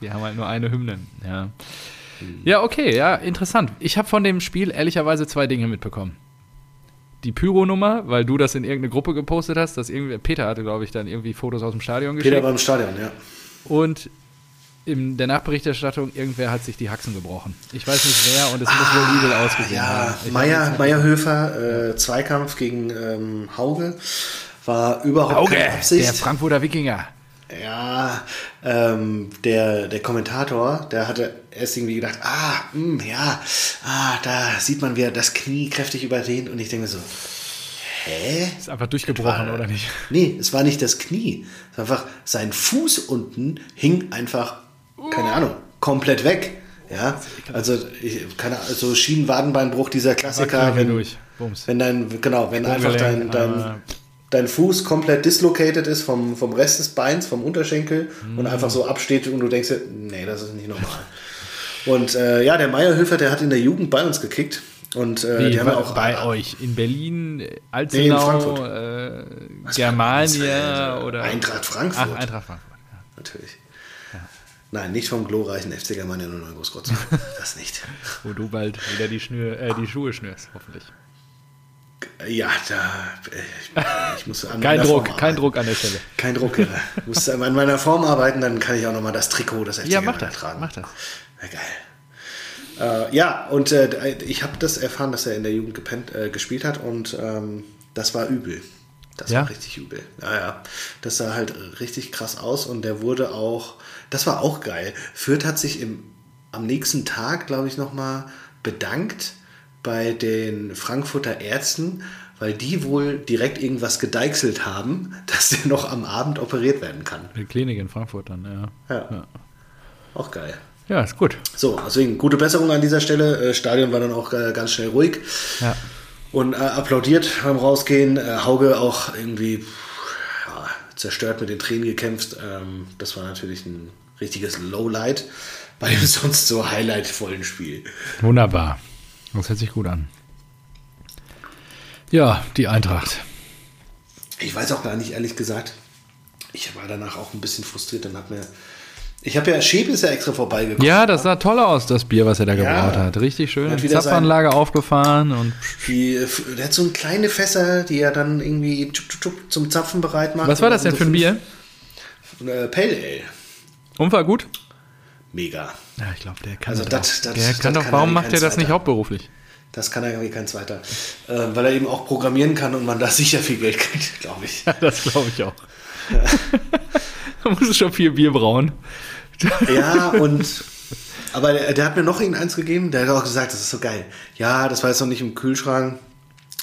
[SPEAKER 2] Die haben halt nur eine Hymne. Ja, ja okay, ja, interessant. Ich habe von dem Spiel ehrlicherweise zwei Dinge mitbekommen. Die Pyro-Nummer, weil du das in irgendeine Gruppe gepostet hast, dass irgendwie, Peter hatte, glaube ich, dann irgendwie Fotos aus dem Stadion geschickt.
[SPEAKER 1] Peter war im Stadion, ja.
[SPEAKER 2] Und in der Nachberichterstattung, irgendwer hat sich die Haxen gebrochen. Ich weiß nicht wer und es muss wohl übel ausgesehen
[SPEAKER 1] Ah, Ja,
[SPEAKER 2] haben. Ich halt hab
[SPEAKER 1] Meier,
[SPEAKER 2] jetzt-
[SPEAKER 1] Meierhöfer, äh, Zweikampf gegen ähm, Hauge war überhaupt keine
[SPEAKER 2] der
[SPEAKER 1] Absicht.
[SPEAKER 2] Frankfurter Wikinger.
[SPEAKER 1] ja, ähm, der, der Kommentator, der hatte erst irgendwie gedacht, ah, hm, ja, ah, da sieht man, wie er das Knie kräftig überdehnt und ich denke mir so, hä?
[SPEAKER 2] Ist einfach durchgebrochen, oder nicht?
[SPEAKER 1] Nee, es war nicht das Knie. Es war einfach sein Fuß unten hing einfach, keine Ahnung, komplett weg. Ja, also ich, keine Ahnung, so Schienenwadenbeinbruch dieser Klassiker,
[SPEAKER 2] Knöchel
[SPEAKER 1] wenn,
[SPEAKER 2] durch. Bums.
[SPEAKER 1] wenn dein, genau, wenn einfach dein,
[SPEAKER 2] Sprunggelenk,
[SPEAKER 1] dein,
[SPEAKER 2] ah.
[SPEAKER 1] dein Fuß komplett dislocated ist vom, vom Rest des Beins, vom Unterschenkel
[SPEAKER 2] Mm.
[SPEAKER 1] und einfach so absteht und du denkst, dir, nee, das ist nicht normal. Und äh, ja, der Meierhöfer, der hat in der Jugend bei uns gekickt. Und äh,
[SPEAKER 2] Wie,
[SPEAKER 1] die haben ja auch
[SPEAKER 2] bei euch in Berlin, äh,
[SPEAKER 1] Nee, in
[SPEAKER 2] Alzenau,
[SPEAKER 1] Frankfurt.
[SPEAKER 2] äh,
[SPEAKER 1] Was war das?
[SPEAKER 2] Germania
[SPEAKER 1] Äh,
[SPEAKER 2] oder
[SPEAKER 1] Eintracht Frankfurt.
[SPEAKER 2] Ach, Eintracht Frankfurt.
[SPEAKER 1] natürlich. Nein, nicht vom glorreichen FC Germania 09
[SPEAKER 2] [LAUGHS]
[SPEAKER 1] Großkotz. Das nicht.
[SPEAKER 2] Wo du bald wieder die, Schnür, äh, die Schuhe schnürst, hoffentlich.
[SPEAKER 1] Ja, da. äh, Ich, ich
[SPEAKER 2] [LAUGHS]
[SPEAKER 1] muss an
[SPEAKER 2] Kein
[SPEAKER 1] meiner
[SPEAKER 2] Druck,
[SPEAKER 1] Form
[SPEAKER 2] kein
[SPEAKER 1] arbeiten.
[SPEAKER 2] Druck an der Stelle.
[SPEAKER 1] Kein Druck, ja.
[SPEAKER 2] [LAUGHS]
[SPEAKER 1] Muss an meiner Form arbeiten, dann kann ich auch nochmal das Trikot, das FC
[SPEAKER 2] Ja,
[SPEAKER 1] Germania
[SPEAKER 2] mach das,
[SPEAKER 1] tragen.
[SPEAKER 2] mach das.
[SPEAKER 1] Ja, geil. Äh, ja, und äh, ich habe das erfahren, dass er in der Jugend gepennt, äh, gespielt hat und ähm, das war übel. Das
[SPEAKER 2] Ja?
[SPEAKER 1] war richtig übel. Ja, ja. Das sah halt richtig krass aus und der wurde auch, das war auch geil. Fürth hat sich im, am nächsten Tag, glaube ich, nochmal bedankt bei den Frankfurter Ärzten, weil die wohl direkt irgendwas gedeichselt haben, [LAUGHS] dass der noch am Abend operiert werden kann.
[SPEAKER 2] Eine Klinik in Frankfurt dann, ja.
[SPEAKER 1] Ja.
[SPEAKER 2] Ja,
[SPEAKER 1] Auch geil.
[SPEAKER 2] ja ist gut.
[SPEAKER 1] So, deswegen gute Besserung an dieser Stelle. Äh, Stadion war dann auch äh, ganz schnell ruhig
[SPEAKER 2] Ja.
[SPEAKER 1] und äh, applaudiert beim Rausgehen. Äh, Hauge auch irgendwie pff, ja, zerstört mit den Tränen gekämpft. Ähm, das war natürlich ein richtiges Lowlight bei dem [LAUGHS] sonst so highlightvollen Spiel.
[SPEAKER 2] Wunderbar. Das hört sich gut an. Ja, die Eintracht.
[SPEAKER 1] Ich weiß auch gar nicht, ehrlich gesagt. Ich war danach auch ein bisschen frustriert und hab mir. Ich habe ja, Schäbe ist ja extra vorbeigekommen.
[SPEAKER 2] Ja, das sah toll aus, das Bier, was er da
[SPEAKER 1] Ja.
[SPEAKER 2] gebraut hat. Richtig schön.
[SPEAKER 1] Hat
[SPEAKER 2] in
[SPEAKER 1] wieder sein-
[SPEAKER 2] Zapfanlage aufgefahren und
[SPEAKER 1] Die, äh, f- der hat so kleine Fässer, die er dann irgendwie tschuk, tschuk, tschuk zum Zapfen bereit macht.
[SPEAKER 2] Was war das denn für ein Bier?
[SPEAKER 1] Äh, Pale Ale.
[SPEAKER 2] Und war gut?
[SPEAKER 1] Mega.
[SPEAKER 2] Ja, ich glaube, der kann
[SPEAKER 1] Also das- das-
[SPEAKER 2] Der
[SPEAKER 1] das
[SPEAKER 2] kann doch,
[SPEAKER 1] kann
[SPEAKER 2] warum
[SPEAKER 1] eigentlich
[SPEAKER 2] macht er
[SPEAKER 1] kein
[SPEAKER 2] das nicht
[SPEAKER 1] Zweiter. [LAUGHS]
[SPEAKER 2] hauptberuflich?
[SPEAKER 1] Das kann er irgendwie kein zweiter. Äh, weil er eben auch programmieren kann und man da [LAUGHS] sicher viel Geld kriegt, glaube ich.
[SPEAKER 2] Das glaube ich auch. da [LAUGHS] muss schon viel Bier brauen.
[SPEAKER 1] Ja, und. Aber der, der hat mir noch irgendeins gegeben, der hat auch gesagt, das ist so geil. Ja, das war jetzt noch nicht im Kühlschrank.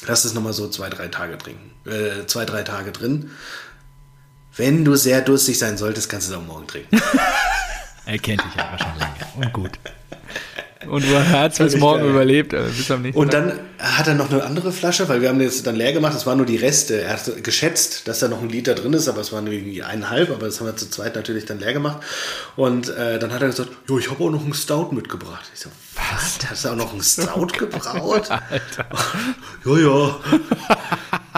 [SPEAKER 1] Lass es nochmal so zwei, drei Tage trinken. Äh, zwei, drei Tage drin. Wenn du sehr durstig sein solltest, kannst du es auch morgen trinken.
[SPEAKER 2] Er kennt dich ja schon lange. Und gut. Und du hast bis
[SPEAKER 1] Völlig
[SPEAKER 2] morgen
[SPEAKER 1] geil.
[SPEAKER 2] überlebt, aber bis am nächsten
[SPEAKER 1] Und
[SPEAKER 2] Tag.
[SPEAKER 1] dann hat er noch eine andere Flasche, weil wir haben die jetzt dann leer gemacht, es waren nur die Reste. Er hat geschätzt, dass da noch ein Liter drin ist, aber es waren irgendwie eineinhalb, aber das haben wir zu zweit natürlich dann leer gemacht. Und äh, dann hat er gesagt, jo, ich habe auch noch einen Stout mitgebracht. Ich so, was? Hast du auch noch einen Stout gebraut? [LAUGHS] jo, jo.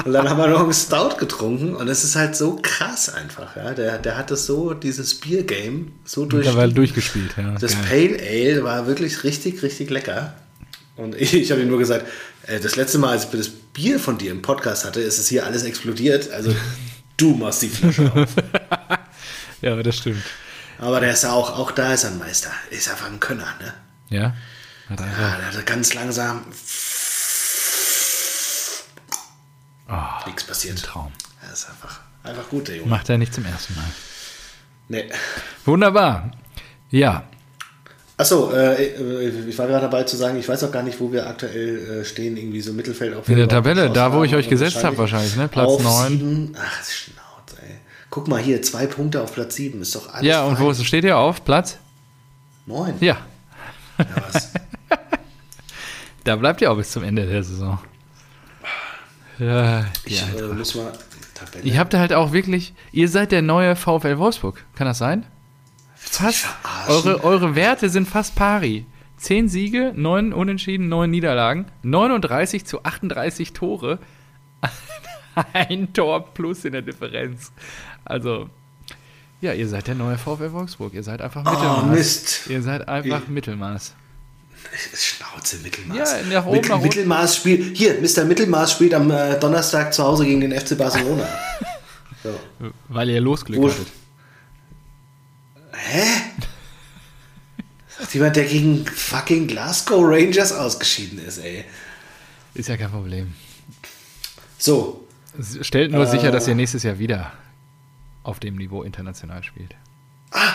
[SPEAKER 1] Und dann haben wir noch einen Stout getrunken und es ist halt so krass einfach. Ja? Der, der hat das so, dieses Bier-Game, so durch,
[SPEAKER 2] Mittlerweile durchgespielt, ja.
[SPEAKER 1] das
[SPEAKER 2] Geil.
[SPEAKER 1] Pale Ale war wirklich richtig, richtig lecker. Und [LAUGHS] ich, ich habe ihm nur gesagt, äh, das letzte Mal, als ich das Bier von dir im Podcast hatte, ist es hier alles explodiert.
[SPEAKER 2] [LAUGHS]
[SPEAKER 1] Also du machst die Flasche auf.
[SPEAKER 2] ja, aber das stimmt.
[SPEAKER 1] Aber der ist ja auch, auch da ist er ein Meister. Ist einfach ein Könner, ne?
[SPEAKER 2] Ja. Hat einfach-
[SPEAKER 1] Ja, der hat ganz langsam.
[SPEAKER 2] Ah,
[SPEAKER 1] Nichts passiert.
[SPEAKER 2] ein Traum.
[SPEAKER 1] Er ist einfach, einfach gut, der Junge.
[SPEAKER 2] Macht er nicht zum ersten Mal.
[SPEAKER 1] Nee.
[SPEAKER 2] Wunderbar. Ja.
[SPEAKER 1] Achso, äh, äh, ich war gerade dabei zu sagen, ich weiß auch gar nicht, wo wir aktuell äh, stehen, irgendwie so im Mittelfeld. Auf
[SPEAKER 2] In der Tabelle, da, wo ich euch gesetzt habe wahrscheinlich, ne? Platz neun.
[SPEAKER 1] Ach, Schnauze, ey. Guck mal hier, zwei Punkte auf Platz 7, ist doch alles
[SPEAKER 2] Ja,
[SPEAKER 1] [LAUGHS]
[SPEAKER 2] und wo steht ihr auf? Platz?
[SPEAKER 1] 9.
[SPEAKER 2] Ja.
[SPEAKER 1] Ja,
[SPEAKER 2] [LAUGHS]
[SPEAKER 1] was?
[SPEAKER 2] Da bleibt ihr auch bis zum Ende der Saison. Ja, die
[SPEAKER 1] Ich
[SPEAKER 2] Eintracht.
[SPEAKER 1] äh, muss mal... Tabelle.
[SPEAKER 2] Ihr habt halt auch wirklich, ihr seid der neue VfL Wolfsburg. Kann das sein? Fast.
[SPEAKER 1] verarschen?
[SPEAKER 2] Eure, eure Werte sind fast pari. 10 Siege, 9 Unentschieden, 9 Niederlagen, 39 zu 38 Tore. [LAUGHS] Ein Tor plus in der Differenz. Also, ja, ihr seid der neue VfL Wolfsburg. Ihr seid einfach Mittelmaß.
[SPEAKER 1] Oh, Mist.
[SPEAKER 2] Ihr seid einfach
[SPEAKER 1] Ich-
[SPEAKER 2] Mittelmaß.
[SPEAKER 1] [LAUGHS] Schnauze, Mittelmaß.
[SPEAKER 2] Ja, nach oben, nach unten.
[SPEAKER 1] Mittelmaß spielt... Hier, Mr. Mittelmaß spielt am äh, Donnerstag zu Hause gegen den FC
[SPEAKER 2] [LAUGHS]
[SPEAKER 1] Barcelona. so.
[SPEAKER 2] Weil ihr Losglück
[SPEAKER 1] Wo-
[SPEAKER 2] hattet.
[SPEAKER 1] Hä? Sagt jemand, der gegen fucking Glasgow Rangers ausgeschieden ist, ey.
[SPEAKER 2] Ist ja kein Problem.
[SPEAKER 1] So,
[SPEAKER 2] S- Stellt nur
[SPEAKER 1] Äh.
[SPEAKER 2] sicher, dass ihr nächstes Jahr wieder auf dem Niveau international spielt.
[SPEAKER 1] Ah.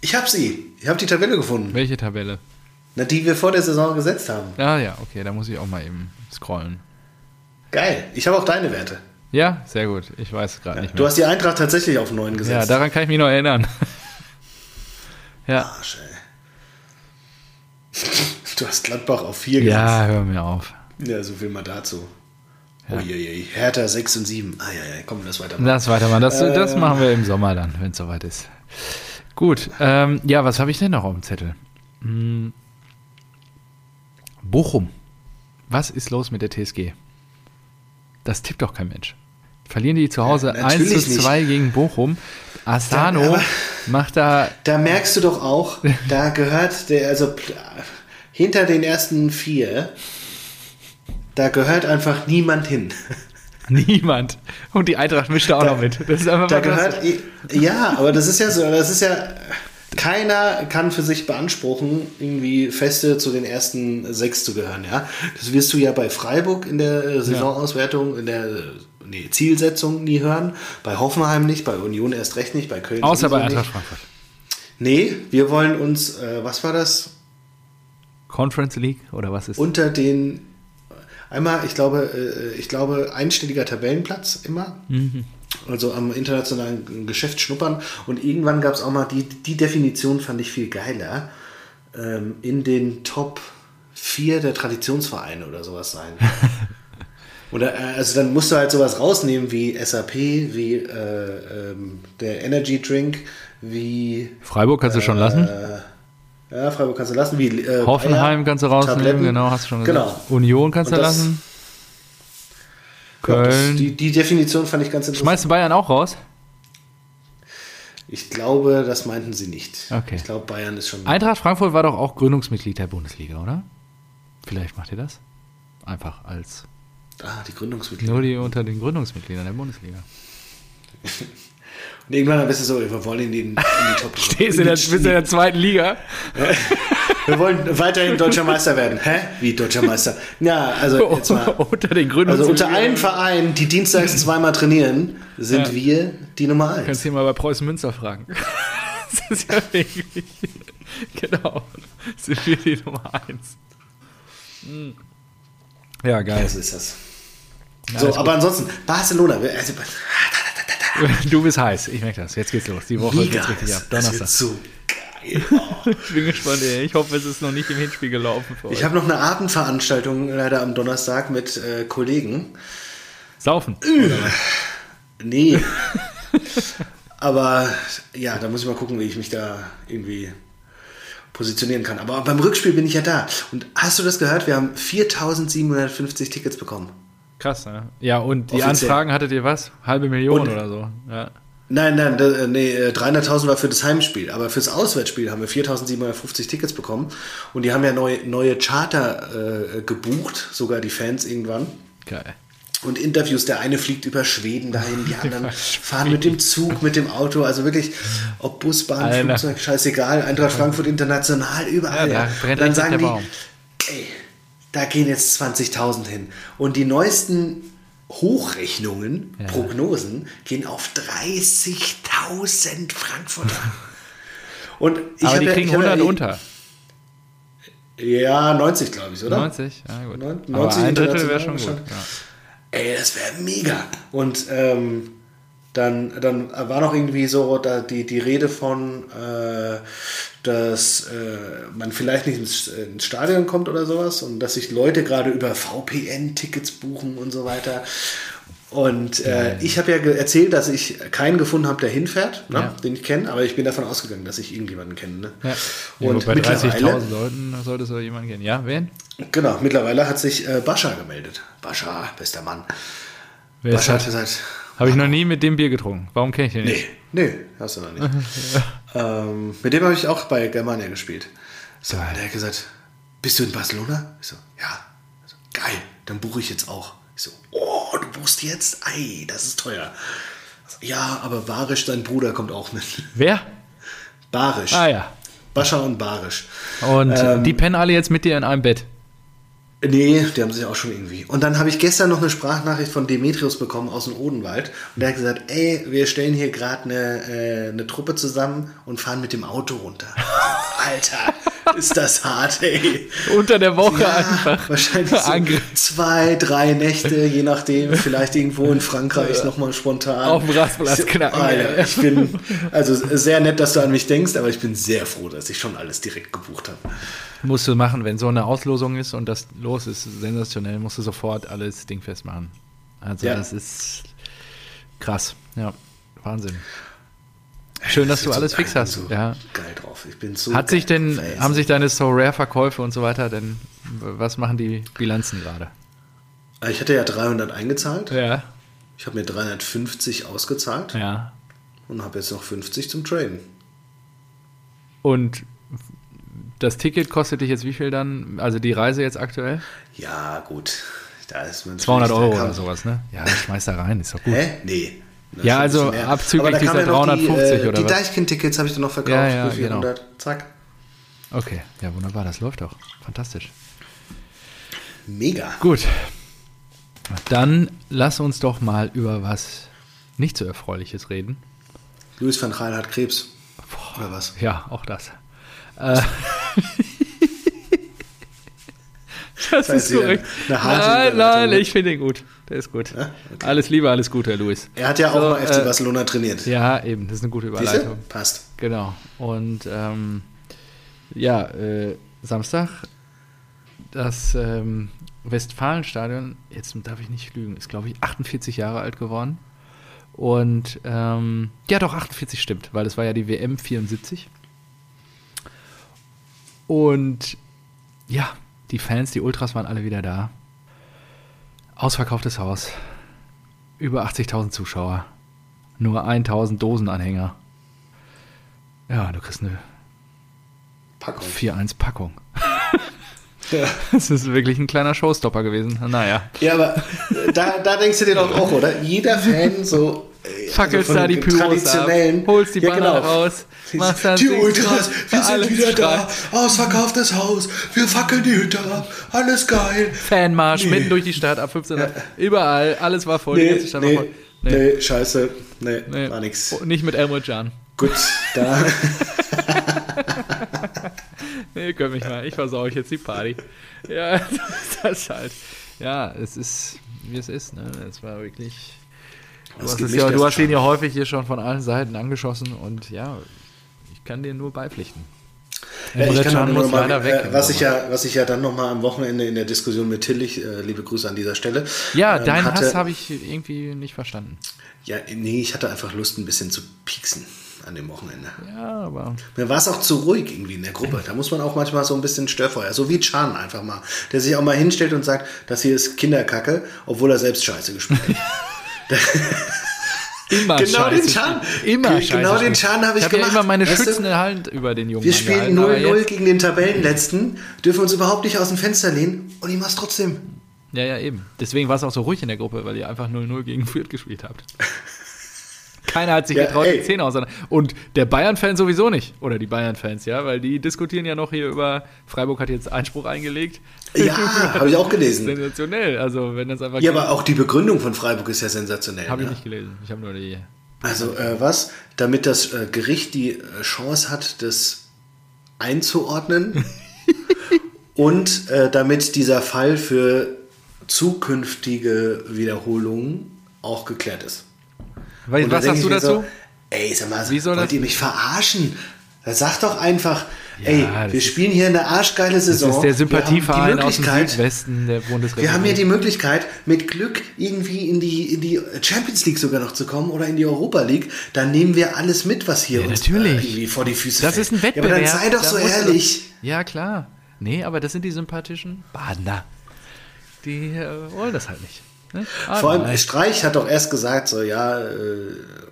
[SPEAKER 1] ich hab sie. Ich hab die Tabelle gefunden.
[SPEAKER 2] Welche Tabelle?
[SPEAKER 1] Na, die wir vor der Saison gesetzt haben.
[SPEAKER 2] Ah ja, okay, da muss ich auch mal eben scrollen.
[SPEAKER 1] Geil. Ich habe auch deine Werte.
[SPEAKER 2] Ja, sehr gut. Ich weiß gerade nicht
[SPEAKER 1] Du
[SPEAKER 2] mehr.
[SPEAKER 1] hast die Eintracht tatsächlich auf 9
[SPEAKER 2] Ja,
[SPEAKER 1] gesetzt.
[SPEAKER 2] daran kann ich mich noch erinnern. [LAUGHS] ja.
[SPEAKER 1] Arsch, ey. Du hast Gladbach auf 4
[SPEAKER 2] ja, hör mir auf.
[SPEAKER 1] gesetzt. Ja, so viel mal dazu.
[SPEAKER 2] Ja.
[SPEAKER 1] Uiuiui. Hertha 6 und 7. Ah, ja, ja, komm, lass weitermachen.
[SPEAKER 2] Lass weitermachen. Das,
[SPEAKER 1] Äh.
[SPEAKER 2] das machen wir im Sommer dann, wenn es soweit ist. Gut. Ähm, ja, was habe ich denn noch auf dem Zettel? Hm. Bochum. Was ist los mit der TSG? Das tippt doch kein Mensch. Verlieren die zu Hause
[SPEAKER 1] Ja,
[SPEAKER 2] 1
[SPEAKER 1] natürlich
[SPEAKER 2] zu 2 gegen Bochum. Asano
[SPEAKER 1] aber-
[SPEAKER 2] macht da.
[SPEAKER 1] Da merkst du doch auch, da gehört der, also pl- hinter den ersten vier, da gehört einfach niemand hin.
[SPEAKER 2] Niemand. Und die Eintracht mischt da auch noch mit. Das ist einfach
[SPEAKER 1] Da
[SPEAKER 2] mal krass.
[SPEAKER 1] gehört, ja, aber das ist ja so, das ist ja, keiner kann für sich beanspruchen, irgendwie feste zu den ersten sechs zu gehören, ja. Das wirst du ja bei Freiburg in der äh, Saisonauswertung, in der äh, nee, Zielsetzung nie hören, bei Hoffenheim nicht, bei Union erst recht nicht, bei Köln
[SPEAKER 2] Außer bei
[SPEAKER 1] sowieso
[SPEAKER 2] Eintracht
[SPEAKER 1] nicht.
[SPEAKER 2] Frankfurt.
[SPEAKER 1] Nee, wir wollen uns, äh, was war das?
[SPEAKER 2] Conference League oder was ist?
[SPEAKER 1] unter den einmal, ich glaube, äh, ich glaube, einstelliger Tabellenplatz immer. Also am internationalen Geschäft schnuppern. Und irgendwann gab es auch mal die, die Definition, fand ich viel geiler. Ähm, in den Top 4 der Traditionsvereine oder sowas sein. Oder, äh, also dann musst du halt sowas rausnehmen wie SAP, wie äh, ähm, der Energy Drink, wie
[SPEAKER 2] Freiburg kannst du
[SPEAKER 1] äh,
[SPEAKER 2] schon lassen.
[SPEAKER 1] ja, Freiburg kannst du lassen, wie äh,
[SPEAKER 2] Hoffenheim kannst du rausnehmen,
[SPEAKER 1] Tabletten.
[SPEAKER 2] genau, hast du schon gesagt.
[SPEAKER 1] Genau.
[SPEAKER 2] Union kannst
[SPEAKER 1] Und
[SPEAKER 2] du
[SPEAKER 1] das-
[SPEAKER 2] lassen.
[SPEAKER 1] Ja, das-
[SPEAKER 2] Köln.
[SPEAKER 1] die, die Definition fand ich ganz interessant.
[SPEAKER 2] Schmeißt du Bayern auch raus?
[SPEAKER 1] Ich glaube, das meinten sie nicht.
[SPEAKER 2] Okay.
[SPEAKER 1] Ich glaube, Bayern ist schon.
[SPEAKER 2] Eintracht Frankfurt war doch auch Gründungsmitglied der Bundesliga, oder? Vielleicht macht ihr das. Einfach als
[SPEAKER 1] Ah, die Gründungsmitglieder.
[SPEAKER 2] nur die unter den Gründungsmitgliedern der [LAUGHS] Bundesliga.
[SPEAKER 1] Und irgendwann am besten so, wir wollen in den, in die Top.
[SPEAKER 2] [LAUGHS] Stehst du in der, bist in der zweiten Liga?
[SPEAKER 1] Wir wollen weiterhin deutscher Meister werden. Hä? Wie deutscher Meister? Ja,
[SPEAKER 2] Oh,
[SPEAKER 1] also
[SPEAKER 2] [LAUGHS]
[SPEAKER 1] jetzt mal.
[SPEAKER 2] unter den
[SPEAKER 1] Also
[SPEAKER 2] Gründungsmitgliedern.
[SPEAKER 1] unter allen Vereinen, die dienstags zweimal trainieren, sind
[SPEAKER 2] Ja.
[SPEAKER 1] wir die Nummer eins.
[SPEAKER 2] Kannst du hier mal bei Preußen Münster [LAUGHS] fragen. das ist ja wirklich. genau. Sind wir die Nummer eins. Hm. Ja, geil.
[SPEAKER 1] Das ist das. so, aber ansonsten, Barcelona, wir- also,
[SPEAKER 2] [LAUGHS] Du bist heiß, ich merke das. Jetzt geht's los. Die Woche
[SPEAKER 1] Liga,
[SPEAKER 2] geht's richtig ab.
[SPEAKER 1] ist, das wird
[SPEAKER 2] Donnerstag.
[SPEAKER 1] so geil.
[SPEAKER 2] Ich bin gespannt, ey. Ich hoffe, es ist noch nicht im Hinspiel gelaufen für euch.
[SPEAKER 1] Ich habe noch eine Abendveranstaltung leider am Donnerstag mit äh, Kollegen.
[SPEAKER 2] Saufen. [LAUGHS]
[SPEAKER 1] Nee. Aber ja, da muss ich mal gucken, wie ich mich da irgendwie positionieren kann. Aber beim Rückspiel bin ich ja da. Und hast du das gehört? Wir haben 4750 Tickets bekommen.
[SPEAKER 2] Krass, ne? Ja, und die
[SPEAKER 1] Offiziell.
[SPEAKER 2] Anfragen hattet ihr was? Halbe Million
[SPEAKER 1] Und-
[SPEAKER 2] oder so. Ja.
[SPEAKER 1] Nein, nein, da, äh, nee, äh, 300.000 war für das Heimspiel, aber fürs Auswärtsspiel haben wir 4.750 Tickets bekommen und die haben ja neue, neue Charter äh, gebucht, sogar die Fans irgendwann.
[SPEAKER 2] Geil.
[SPEAKER 1] und Interviews. Der eine fliegt über Schweden dahin,
[SPEAKER 2] [LAUGHS]
[SPEAKER 1] die anderen fahren mit dem Zug, mit dem Auto. Also wirklich, ob Bus, Bahn,
[SPEAKER 2] Alter.
[SPEAKER 1] Flugzeug, scheißegal. Eintracht Frankfurt international, überall.
[SPEAKER 2] Ja, da
[SPEAKER 1] ja. Und
[SPEAKER 2] brennt
[SPEAKER 1] dann
[SPEAKER 2] richtig der
[SPEAKER 1] sagen die,
[SPEAKER 2] Baum.
[SPEAKER 1] ey, da gehen jetzt 20.000 hin. Und die neuesten Hochrechnungen,
[SPEAKER 2] Ja.
[SPEAKER 1] Prognosen, gehen auf 30.000 Frankfurter. Und ich
[SPEAKER 2] Aber
[SPEAKER 1] hab
[SPEAKER 2] die
[SPEAKER 1] ja-
[SPEAKER 2] kriegen
[SPEAKER 1] ich hab
[SPEAKER 2] 100
[SPEAKER 1] ja, eh
[SPEAKER 2] unter.
[SPEAKER 1] Ja, 90, glaube ich, oder?
[SPEAKER 2] 90? Ja, gut.
[SPEAKER 1] Neun-
[SPEAKER 2] Aber
[SPEAKER 1] 90
[SPEAKER 2] ein Drittel wäre schon
[SPEAKER 1] international
[SPEAKER 2] gut.
[SPEAKER 1] schon.
[SPEAKER 2] Ja.
[SPEAKER 1] Ey, das wäre mega. Und ähm, dann, dann war noch irgendwie so da die, die Rede von, äh, dass äh, man vielleicht nicht ins, ins Stadion kommt oder sowas und dass sich Leute gerade über VPN Tickets buchen und so weiter. Und äh, ich habe ja ge- erzählt, dass ich keinen gefunden habe, der hinfährt, ne?
[SPEAKER 2] Ja.
[SPEAKER 1] den ich kenne, aber ich bin davon ausgegangen, dass ich irgendjemanden kenne. Ne?
[SPEAKER 2] Ja.
[SPEAKER 1] Und
[SPEAKER 2] Und bei
[SPEAKER 1] mittlerweile,
[SPEAKER 2] 30.000 Leuten sollte so jemand gehen. Ja, wen?
[SPEAKER 1] genau, mittlerweile hat sich äh, Bascha gemeldet. Bascha, bester Mann.
[SPEAKER 2] Wer ist
[SPEAKER 1] Bascha hat
[SPEAKER 2] das?
[SPEAKER 1] gesagt,
[SPEAKER 2] Habe ich noch nie mit dem Bier getrunken. Warum kenne ich den nicht?
[SPEAKER 1] Nee, nee, hast du noch nicht. ähm, mit dem habe ich auch bei Germania gespielt. So, und er hat gesagt, bist du in Barcelona? Ich so, ja. Er So, Geil, dann buche ich jetzt auch. Ich so, oh, du buchst jetzt? Ei, das ist teuer. So, Ja, aber Barisch, dein Bruder, kommt auch mit. [LAUGHS]
[SPEAKER 2] Wer?
[SPEAKER 1] Barisch.
[SPEAKER 2] Ah ja.
[SPEAKER 1] Bascha und Barisch.
[SPEAKER 2] Und die pennen alle jetzt mit dir in einem Bett.
[SPEAKER 1] Nee, die haben sich auch schon irgendwie. Und dann habe ich gestern noch eine Sprachnachricht von Demetrius bekommen aus dem Odenwald. Und der hat gesagt, ey, wir stellen hier gerade eine, äh, eine Truppe zusammen und fahren mit dem Auto runter.
[SPEAKER 2] [LAUGHS]
[SPEAKER 1] Alter, ist das hart, ey.
[SPEAKER 2] Unter der Woche
[SPEAKER 1] Ja,
[SPEAKER 2] Oh, einfach.
[SPEAKER 1] wahrscheinlich so
[SPEAKER 2] Angriff.
[SPEAKER 1] zwei, drei Nächte, je nachdem, vielleicht irgendwo in Frankreich nochmal spontan.
[SPEAKER 2] Auf dem Rastplatz
[SPEAKER 1] Ich-
[SPEAKER 2] knacken,
[SPEAKER 1] Alter,
[SPEAKER 2] ey.
[SPEAKER 1] ich bin, also sehr nett, dass du an mich denkst, aber ich bin sehr froh, dass ich schon alles direkt gebucht habe.
[SPEAKER 2] Musst du machen, wenn so eine Auslosung ist und das los ist, sensationell, musst du sofort alles dingfest machen. Also
[SPEAKER 1] Ja.
[SPEAKER 2] das ist krass. Ja, Wahnsinn. Schön, dass du
[SPEAKER 1] Ich bin
[SPEAKER 2] alles
[SPEAKER 1] so-
[SPEAKER 2] fix
[SPEAKER 1] ich bin
[SPEAKER 2] hast.
[SPEAKER 1] Also So
[SPEAKER 2] Ja.
[SPEAKER 1] Geil drauf. Ich bin so
[SPEAKER 2] Hat sich
[SPEAKER 1] geil
[SPEAKER 2] denn,
[SPEAKER 1] drauf, ey.
[SPEAKER 2] haben sich deine So Rare Verkäufe und so weiter denn, was machen die Bilanzen gerade?
[SPEAKER 1] Äh, Ich hatte ja 300 eingezahlt.
[SPEAKER 2] Ja.
[SPEAKER 1] Ich habe mir 350 ausgezahlt.
[SPEAKER 2] Ja.
[SPEAKER 1] und habe jetzt noch 50 zum Traden.
[SPEAKER 2] Und das Ticket kostet dich jetzt wie viel dann? Also die Reise jetzt aktuell?
[SPEAKER 1] Ja, gut. Da ist man
[SPEAKER 2] 200 Euro oder sowas, ne? Ja, schmeiß da rein, ist doch gut.
[SPEAKER 1] Hä? Nee. Das
[SPEAKER 2] Ja,
[SPEAKER 1] ist ein bisschen
[SPEAKER 2] also
[SPEAKER 1] mehr.
[SPEAKER 2] abzüglich
[SPEAKER 1] Aber da
[SPEAKER 2] dieser
[SPEAKER 1] kamen ja noch
[SPEAKER 2] 350
[SPEAKER 1] die, äh,
[SPEAKER 2] oder
[SPEAKER 1] Die
[SPEAKER 2] was?
[SPEAKER 1] Deichkind-Tickets habe ich dann noch verkauft
[SPEAKER 2] Ja, ja, genau.
[SPEAKER 1] für 400. Zack.
[SPEAKER 2] Okay, ja wunderbar, das läuft doch. Fantastisch.
[SPEAKER 1] Mega.
[SPEAKER 2] Gut. Dann lass uns doch mal über was nicht so Erfreuliches reden.
[SPEAKER 1] Luis van Gaal hat Krebs. Oder was?
[SPEAKER 2] Ja, auch das. Äh, [LAUGHS] das
[SPEAKER 1] heißt,
[SPEAKER 2] ist korrekt.
[SPEAKER 1] eine- eine harte
[SPEAKER 2] nein, nein,
[SPEAKER 1] Überleitung, ne?
[SPEAKER 2] ich finde ihn gut. Der ist gut.
[SPEAKER 1] Ja?
[SPEAKER 2] Alles Liebe, alles Gute, Herr Luis.
[SPEAKER 1] Er hat ja auch
[SPEAKER 2] So,
[SPEAKER 1] mal FC
[SPEAKER 2] äh,
[SPEAKER 1] Barcelona trainiert.
[SPEAKER 2] Ja, eben, das ist eine gute
[SPEAKER 1] Siehst du?
[SPEAKER 2] Überleitung.
[SPEAKER 1] Passt.
[SPEAKER 2] Genau. Und ähm, ja, äh, Samstag, das ähm, Westfalenstadion, jetzt darf ich nicht lügen, ist glaube ich 48 Jahre alt geworden. Und ähm, ja, doch, 48 stimmt, weil das war ja die WM 74. Und ja, die Fans, die Ultras waren alle wieder da. Ausverkauftes Haus. Über 80.000 Zuschauer. Nur 1.000 Dosenanhänger. Ja, du kriegst eine [LAUGHS]
[SPEAKER 1] Packung.
[SPEAKER 2] 4-1-Packung.
[SPEAKER 1] Ja.
[SPEAKER 2] Das ist wirklich ein kleiner Showstopper gewesen. Naja.
[SPEAKER 1] Ja, aber äh, da, da denkst du dir doch auch, oder? Jeder Fan so. äh,
[SPEAKER 2] Fackelst
[SPEAKER 1] also von
[SPEAKER 2] da die
[SPEAKER 1] den
[SPEAKER 2] Pyros ab,
[SPEAKER 1] traditionellen- genau.
[SPEAKER 2] holst die Banner raus, machst dann
[SPEAKER 1] Die
[SPEAKER 2] Dings
[SPEAKER 1] Ultras,
[SPEAKER 2] drauf,
[SPEAKER 1] wir
[SPEAKER 2] alles
[SPEAKER 1] sind wieder da.
[SPEAKER 2] schreit.
[SPEAKER 1] Ausverkauftes Haus, wir fackeln die Hütte ab. Alles geil.
[SPEAKER 2] Fanmarsch
[SPEAKER 1] Nee.
[SPEAKER 2] mitten durch die Stadt ab 15 Uhr. Überall, alles war voll. die
[SPEAKER 1] Nee,
[SPEAKER 2] ganze Stadt war
[SPEAKER 1] nee,
[SPEAKER 2] voll.
[SPEAKER 1] nee, scheiße. Nee,
[SPEAKER 2] nee.
[SPEAKER 1] war nix.
[SPEAKER 2] Oh, Nicht mit Elmo Can.
[SPEAKER 1] Gut,
[SPEAKER 2] [LAUGHS]
[SPEAKER 1] da.
[SPEAKER 2] Nee, könnt mich mal. Ich versau euch jetzt die Party. Ja, [LAUGHS] das ist das halt. Ja, es ist, wie es ist. Ne? Es war wirklich. Du
[SPEAKER 1] Das
[SPEAKER 2] hast,
[SPEAKER 1] geht
[SPEAKER 2] es
[SPEAKER 1] nicht,
[SPEAKER 2] ja,
[SPEAKER 1] das
[SPEAKER 2] du hast
[SPEAKER 1] Schaf.
[SPEAKER 2] ihn ja häufig hier schon von allen Seiten angeschossen und ja, ich kann dir nur beipflichten.
[SPEAKER 1] Ja, ich
[SPEAKER 2] Emre
[SPEAKER 1] kann
[SPEAKER 2] Can
[SPEAKER 1] auch nur
[SPEAKER 2] muss
[SPEAKER 1] noch mal,
[SPEAKER 2] leider weg.
[SPEAKER 1] äh, was, ich ja, was ich ja dann nochmal am Wochenende in der Diskussion mit Tillich, äh, liebe Grüße an dieser Stelle.
[SPEAKER 2] ja,
[SPEAKER 1] ähm,
[SPEAKER 2] deinen
[SPEAKER 1] hatte,
[SPEAKER 2] Hass habe ich irgendwie nicht verstanden.
[SPEAKER 1] Ja, nee, ich hatte einfach Lust, ein bisschen zu pieksen an dem Wochenende.
[SPEAKER 2] Ja, aber.
[SPEAKER 1] Mir war es auch zu ruhig irgendwie in der Gruppe. Da muss man auch manchmal so ein bisschen Störfeuer, so wie Chan einfach mal, der sich auch mal hinstellt und sagt, das hier ist Kinderkacke, obwohl er selbst Scheiße
[SPEAKER 2] [LAUGHS]
[SPEAKER 1] gespielt hat.
[SPEAKER 2] Immer
[SPEAKER 1] Genau
[SPEAKER 2] scheiße
[SPEAKER 1] den
[SPEAKER 2] spielen.
[SPEAKER 1] Chan.
[SPEAKER 2] Immer
[SPEAKER 1] Ge-
[SPEAKER 2] scheiße
[SPEAKER 1] genau den
[SPEAKER 2] spielen.
[SPEAKER 1] Chan habe ich
[SPEAKER 2] hab ja
[SPEAKER 1] gemacht,
[SPEAKER 2] immer meine
[SPEAKER 1] weißt du?
[SPEAKER 2] schützende Hand über den Jungen.
[SPEAKER 1] Wir spielen
[SPEAKER 2] angehalten, aber
[SPEAKER 1] 0-0
[SPEAKER 2] jetzt-
[SPEAKER 1] gegen den Tabellenletzten, dürfen uns überhaupt nicht aus dem Fenster lehnen und ich mach's trotzdem.
[SPEAKER 2] Ja, ja, eben. Deswegen war es auch so ruhig in der Gruppe, weil ihr einfach 0-0 gegen Fürth gespielt
[SPEAKER 1] [LAUGHS]
[SPEAKER 2] habt. Keiner hat sich
[SPEAKER 1] Ja,
[SPEAKER 2] getraut,
[SPEAKER 1] ey.
[SPEAKER 2] die Zähne auseinander. Und der Bayern-Fan sowieso nicht. Oder die Bayern-Fans, ja, weil die diskutieren ja noch hier über. Freiburg hat jetzt Einspruch eingelegt.
[SPEAKER 1] Ja, habe ich auch
[SPEAKER 2] [LAUGHS]
[SPEAKER 1] gelesen.
[SPEAKER 2] Sensationell. Also, wenn das einfach.
[SPEAKER 1] Ja, aber auch die Begründung von Freiburg ist ja sensationell.
[SPEAKER 2] Habe ich
[SPEAKER 1] ne?
[SPEAKER 2] nicht gelesen. Ich habe nur die.
[SPEAKER 1] Also äh, was? Damit das äh, Gericht die äh, Chance hat, das
[SPEAKER 2] [LAUGHS]
[SPEAKER 1] einzuordnen und äh, damit dieser Fall für zukünftige Wiederholungen auch geklärt ist.
[SPEAKER 2] Weil,
[SPEAKER 1] Und da
[SPEAKER 2] was
[SPEAKER 1] denk
[SPEAKER 2] sagst
[SPEAKER 1] ich
[SPEAKER 2] du
[SPEAKER 1] mir
[SPEAKER 2] dazu?
[SPEAKER 1] So, ey, sag mal,
[SPEAKER 2] Wie soll
[SPEAKER 1] wollt
[SPEAKER 2] das-
[SPEAKER 1] ihr mich verarschen? Dann sag doch einfach, ey,
[SPEAKER 2] das
[SPEAKER 1] wir
[SPEAKER 2] ist-
[SPEAKER 1] spielen hier eine arschgeile
[SPEAKER 2] das
[SPEAKER 1] Saison.
[SPEAKER 2] ist der
[SPEAKER 1] wir haben
[SPEAKER 2] Sympathieverein
[SPEAKER 1] die
[SPEAKER 2] aus dem
[SPEAKER 1] Möglichkeit,
[SPEAKER 2] Südwesten der Bundesrepublik.
[SPEAKER 1] wir haben hier die Möglichkeit, mit Glück irgendwie in die, in die Champions League sogar noch zu kommen oder in die Europa League. Dann nehmen wir alles mit, was hier
[SPEAKER 2] Ja,
[SPEAKER 1] uns
[SPEAKER 2] natürlich.
[SPEAKER 1] äh, irgendwie vor die Füße
[SPEAKER 2] Das
[SPEAKER 1] fällt.
[SPEAKER 2] ist ein Wettbewerb.
[SPEAKER 1] Ja, aber dann sei doch
[SPEAKER 2] Da
[SPEAKER 1] so
[SPEAKER 2] musst du-
[SPEAKER 1] ehrlich.
[SPEAKER 2] Ja, klar. Nee, aber das sind die sympathischen Badener. Die äh, wollen das halt nicht. Ne? Ah,
[SPEAKER 1] Vor allem
[SPEAKER 2] nein.
[SPEAKER 1] Streich hat doch erst gesagt, so ja, äh,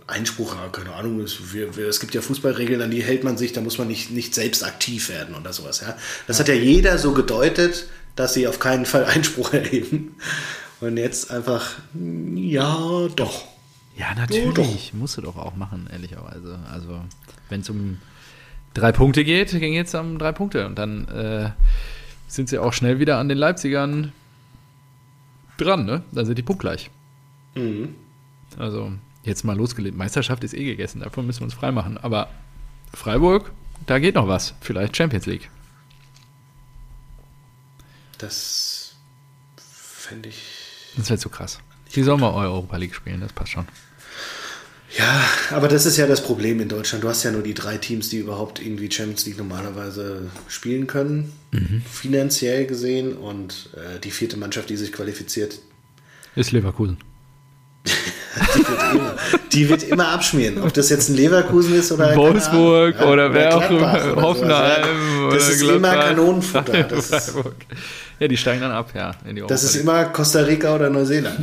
[SPEAKER 1] Einspruch, ja, keine Ahnung, es, wir, wir, es gibt ja Fußballregeln, an die hält man sich, da muss man nicht, nicht selbst aktiv werden oder sowas. Ja? Das hat ja jeder so gedeutet, dass sie auf keinen Fall [LAUGHS] Einspruch erheben. Und jetzt einfach, ja, doch.
[SPEAKER 2] ja, natürlich. Musst du doch auch machen, ehrlicherweise. Also, wenn es um drei Punkte geht, ging jetzt um drei Punkte. Und dann äh, sind sie auch schnell wieder an den Leipzigern dran, ne? Dann sind die punktgleich.
[SPEAKER 1] Mhm.
[SPEAKER 2] Also, jetzt mal losgelegt. Meisterschaft ist eh gegessen, davon müssen wir uns freimachen. Aber Freiburg, da geht noch was. Vielleicht Champions League.
[SPEAKER 1] Das fände ich.
[SPEAKER 2] Das wäre zu krass. Die sollen mal Europa League spielen, das passt schon.
[SPEAKER 1] Ja, aber das ist ja das Problem in Deutschland. Du hast ja nur die drei Teams, die überhaupt irgendwie Champions League normalerweise spielen können,
[SPEAKER 2] Mhm.
[SPEAKER 1] finanziell gesehen. Und äh, die vierte Mannschaft, die sich qualifiziert,
[SPEAKER 2] Ist Leverkusen.
[SPEAKER 1] die wird, immer, die wird immer abschmieren. Ob das jetzt ein Leverkusen ist oder keine
[SPEAKER 2] Wolfsburg
[SPEAKER 1] Ahnung, ja,
[SPEAKER 2] oder wer auch
[SPEAKER 1] Gladbach
[SPEAKER 2] immer,
[SPEAKER 1] oder sowas,
[SPEAKER 2] Hoffenheim
[SPEAKER 1] ja.
[SPEAKER 2] oder
[SPEAKER 1] Das ist
[SPEAKER 2] Gladbach.
[SPEAKER 1] immer Kanonenfutter. Das ist,
[SPEAKER 2] Freiburg. Ja, die steigen dann ab, ja. In die Europa
[SPEAKER 1] das ist
[SPEAKER 2] [LAUGHS] League.
[SPEAKER 1] immer Costa Rica oder Neuseeland.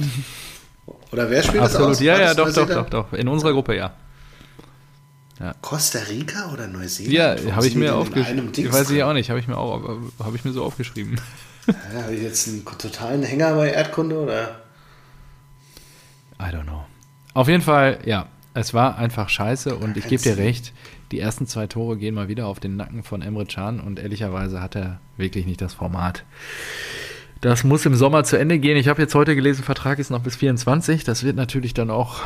[SPEAKER 1] Oder wer spielt das
[SPEAKER 2] Absolut,
[SPEAKER 1] aus?
[SPEAKER 2] ja,
[SPEAKER 1] War
[SPEAKER 2] ja,
[SPEAKER 1] das
[SPEAKER 2] doch, doch,
[SPEAKER 1] Neuseeland?
[SPEAKER 2] doch, doch. In unserer Gruppe, ja. Ja.
[SPEAKER 1] Costa Rica oder Neuseeland?
[SPEAKER 2] Ja,
[SPEAKER 1] Warum
[SPEAKER 2] habe ich
[SPEAKER 1] sind die
[SPEAKER 2] mir
[SPEAKER 1] denn in
[SPEAKER 2] aufgeschrieben.
[SPEAKER 1] einem Dings
[SPEAKER 2] Ich weiß ich
[SPEAKER 1] drin?
[SPEAKER 2] auch nicht, habe ich mir auch, habe ich mir so aufgeschrieben.
[SPEAKER 1] Ja, habe ich jetzt einen totalen Hänger bei Erdkunde oder?
[SPEAKER 2] I don't know. Auf jeden Fall, ja, es war einfach scheiße und ich
[SPEAKER 1] keinen
[SPEAKER 2] gebe dir
[SPEAKER 1] Sinn.
[SPEAKER 2] recht, die ersten zwei Tore gehen mal wieder auf den Nacken von Emre Can und ehrlicherweise hat er wirklich nicht das Format. Das muss im Sommer zu Ende gehen. Ich habe jetzt heute gelesen, Vertrag ist noch bis 24. Das wird natürlich dann auch.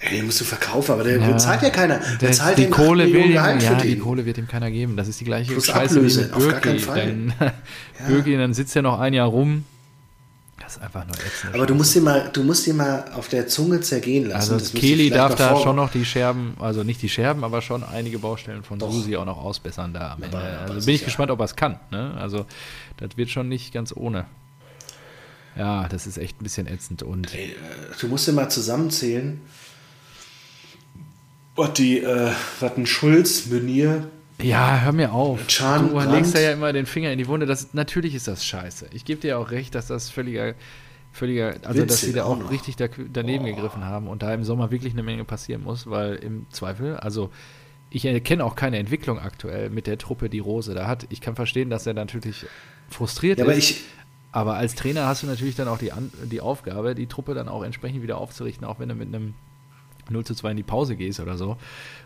[SPEAKER 1] Ey, den musst du verkaufen, aber der
[SPEAKER 2] Ja.
[SPEAKER 1] den zahlt ja keiner. Der
[SPEAKER 2] Das-
[SPEAKER 1] zahlt
[SPEAKER 2] die
[SPEAKER 1] den
[SPEAKER 2] Kohle will ihm,
[SPEAKER 1] Gehalt
[SPEAKER 2] ja,
[SPEAKER 1] für
[SPEAKER 2] die
[SPEAKER 1] den.
[SPEAKER 2] Kohle wird ihm keiner geben. Das ist die gleiche
[SPEAKER 1] Plus
[SPEAKER 2] Scheiße
[SPEAKER 1] Ablöse,
[SPEAKER 2] wie mit
[SPEAKER 1] auf gar
[SPEAKER 2] Bürki.
[SPEAKER 1] keinen Fall.
[SPEAKER 2] Dann, [LAUGHS] Bürki, dann sitzt er noch ein Jahr rum. Das ist einfach nur ätzend.
[SPEAKER 1] aber du musst ihn mal, du musst ihn mal auf der Zunge zergehen lassen.
[SPEAKER 2] Also
[SPEAKER 1] Das müsste
[SPEAKER 2] Kelly
[SPEAKER 1] vielleicht
[SPEAKER 2] darf
[SPEAKER 1] mal
[SPEAKER 2] da
[SPEAKER 1] vor-
[SPEAKER 2] schon noch die Scherben, also nicht die Scherben, aber schon einige Baustellen von Susi auch noch ausbessern da am Ende.
[SPEAKER 1] aber
[SPEAKER 2] Also bin ich
[SPEAKER 1] sicher.
[SPEAKER 2] gespannt, ob er es kann. Ne? Also das wird schon nicht ganz ohne. Ja, das ist echt ein bisschen ätzend und
[SPEAKER 1] Ey, äh, Du musst ihn mal zusammenzählen. Was die, äh, was ein Schulz, Menier,
[SPEAKER 2] ja, hör mir auf.
[SPEAKER 1] Can,
[SPEAKER 2] du
[SPEAKER 1] Brandt.
[SPEAKER 2] legst da ja immer den Finger in die Wunde. Das, natürlich ist das scheiße. Ich gebe dir auch recht, dass das völliger, völliger, also dass
[SPEAKER 1] Witzel
[SPEAKER 2] sie da
[SPEAKER 1] auch
[SPEAKER 2] auch
[SPEAKER 1] noch. Oh.
[SPEAKER 2] richtig da, daneben gegriffen haben und da im Sommer wirklich eine Menge passieren muss, weil im Zweifel, also ich erkenne auch keine Entwicklung aktuell mit der Truppe, die Rose da hat. Ich kann verstehen, dass er natürlich frustriert
[SPEAKER 1] Ja,
[SPEAKER 2] ist.
[SPEAKER 1] aber ich-
[SPEAKER 2] aber als Trainer hast du natürlich dann auch die, An die Aufgabe, die Truppe dann auch entsprechend wieder aufzurichten, auch wenn du mit einem 0 zu 2 in die Pause gehst oder so.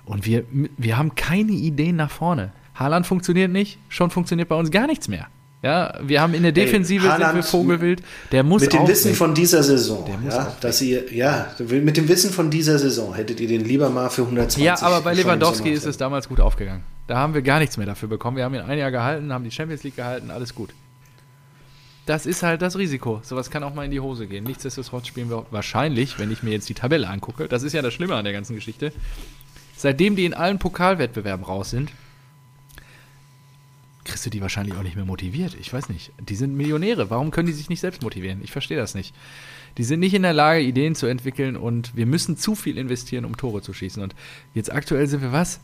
[SPEAKER 2] Und wir, wir haben keine Ideen nach vorne. Haaland funktioniert nicht, schon funktioniert bei uns gar nichts mehr. Ja, wir haben in der Defensive sind wir
[SPEAKER 1] Haaland
[SPEAKER 2] Vogelwild. Der muss
[SPEAKER 1] mit dem
[SPEAKER 2] auch
[SPEAKER 1] Wissen
[SPEAKER 2] weg.
[SPEAKER 1] von dieser Saison,
[SPEAKER 2] muss
[SPEAKER 1] ja,
[SPEAKER 2] auch
[SPEAKER 1] dass ihr, ja, mit dem Wissen von dieser Saison hättet ihr den lieber mal für 120.
[SPEAKER 2] Ja, aber bei
[SPEAKER 1] schon im
[SPEAKER 2] Lewandowski
[SPEAKER 1] Sommer
[SPEAKER 2] ist es damals gut aufgegangen. Da haben wir gar nichts mehr dafür bekommen. Wir haben ihn ein Jahr gehalten, haben die Champions League gehalten, alles gut. Das ist halt das Risiko. Sowas kann auch mal in die Hose gehen. Nichtsdestotrotz spielen wir wahrscheinlich, wenn ich mir jetzt die Tabelle angucke, das ist ja das Schlimme an der ganzen Geschichte, seitdem die in allen Pokalwettbewerben raus sind, kriegst du die wahrscheinlich auch nicht mehr motiviert. Ich weiß nicht. Die sind Millionäre. Warum können die sich nicht selbst motivieren? Ich verstehe das nicht. Die sind nicht in der Lage, Ideen zu entwickeln und wir müssen zu viel investieren, um Tore zu schießen. Und jetzt aktuell sind wir was?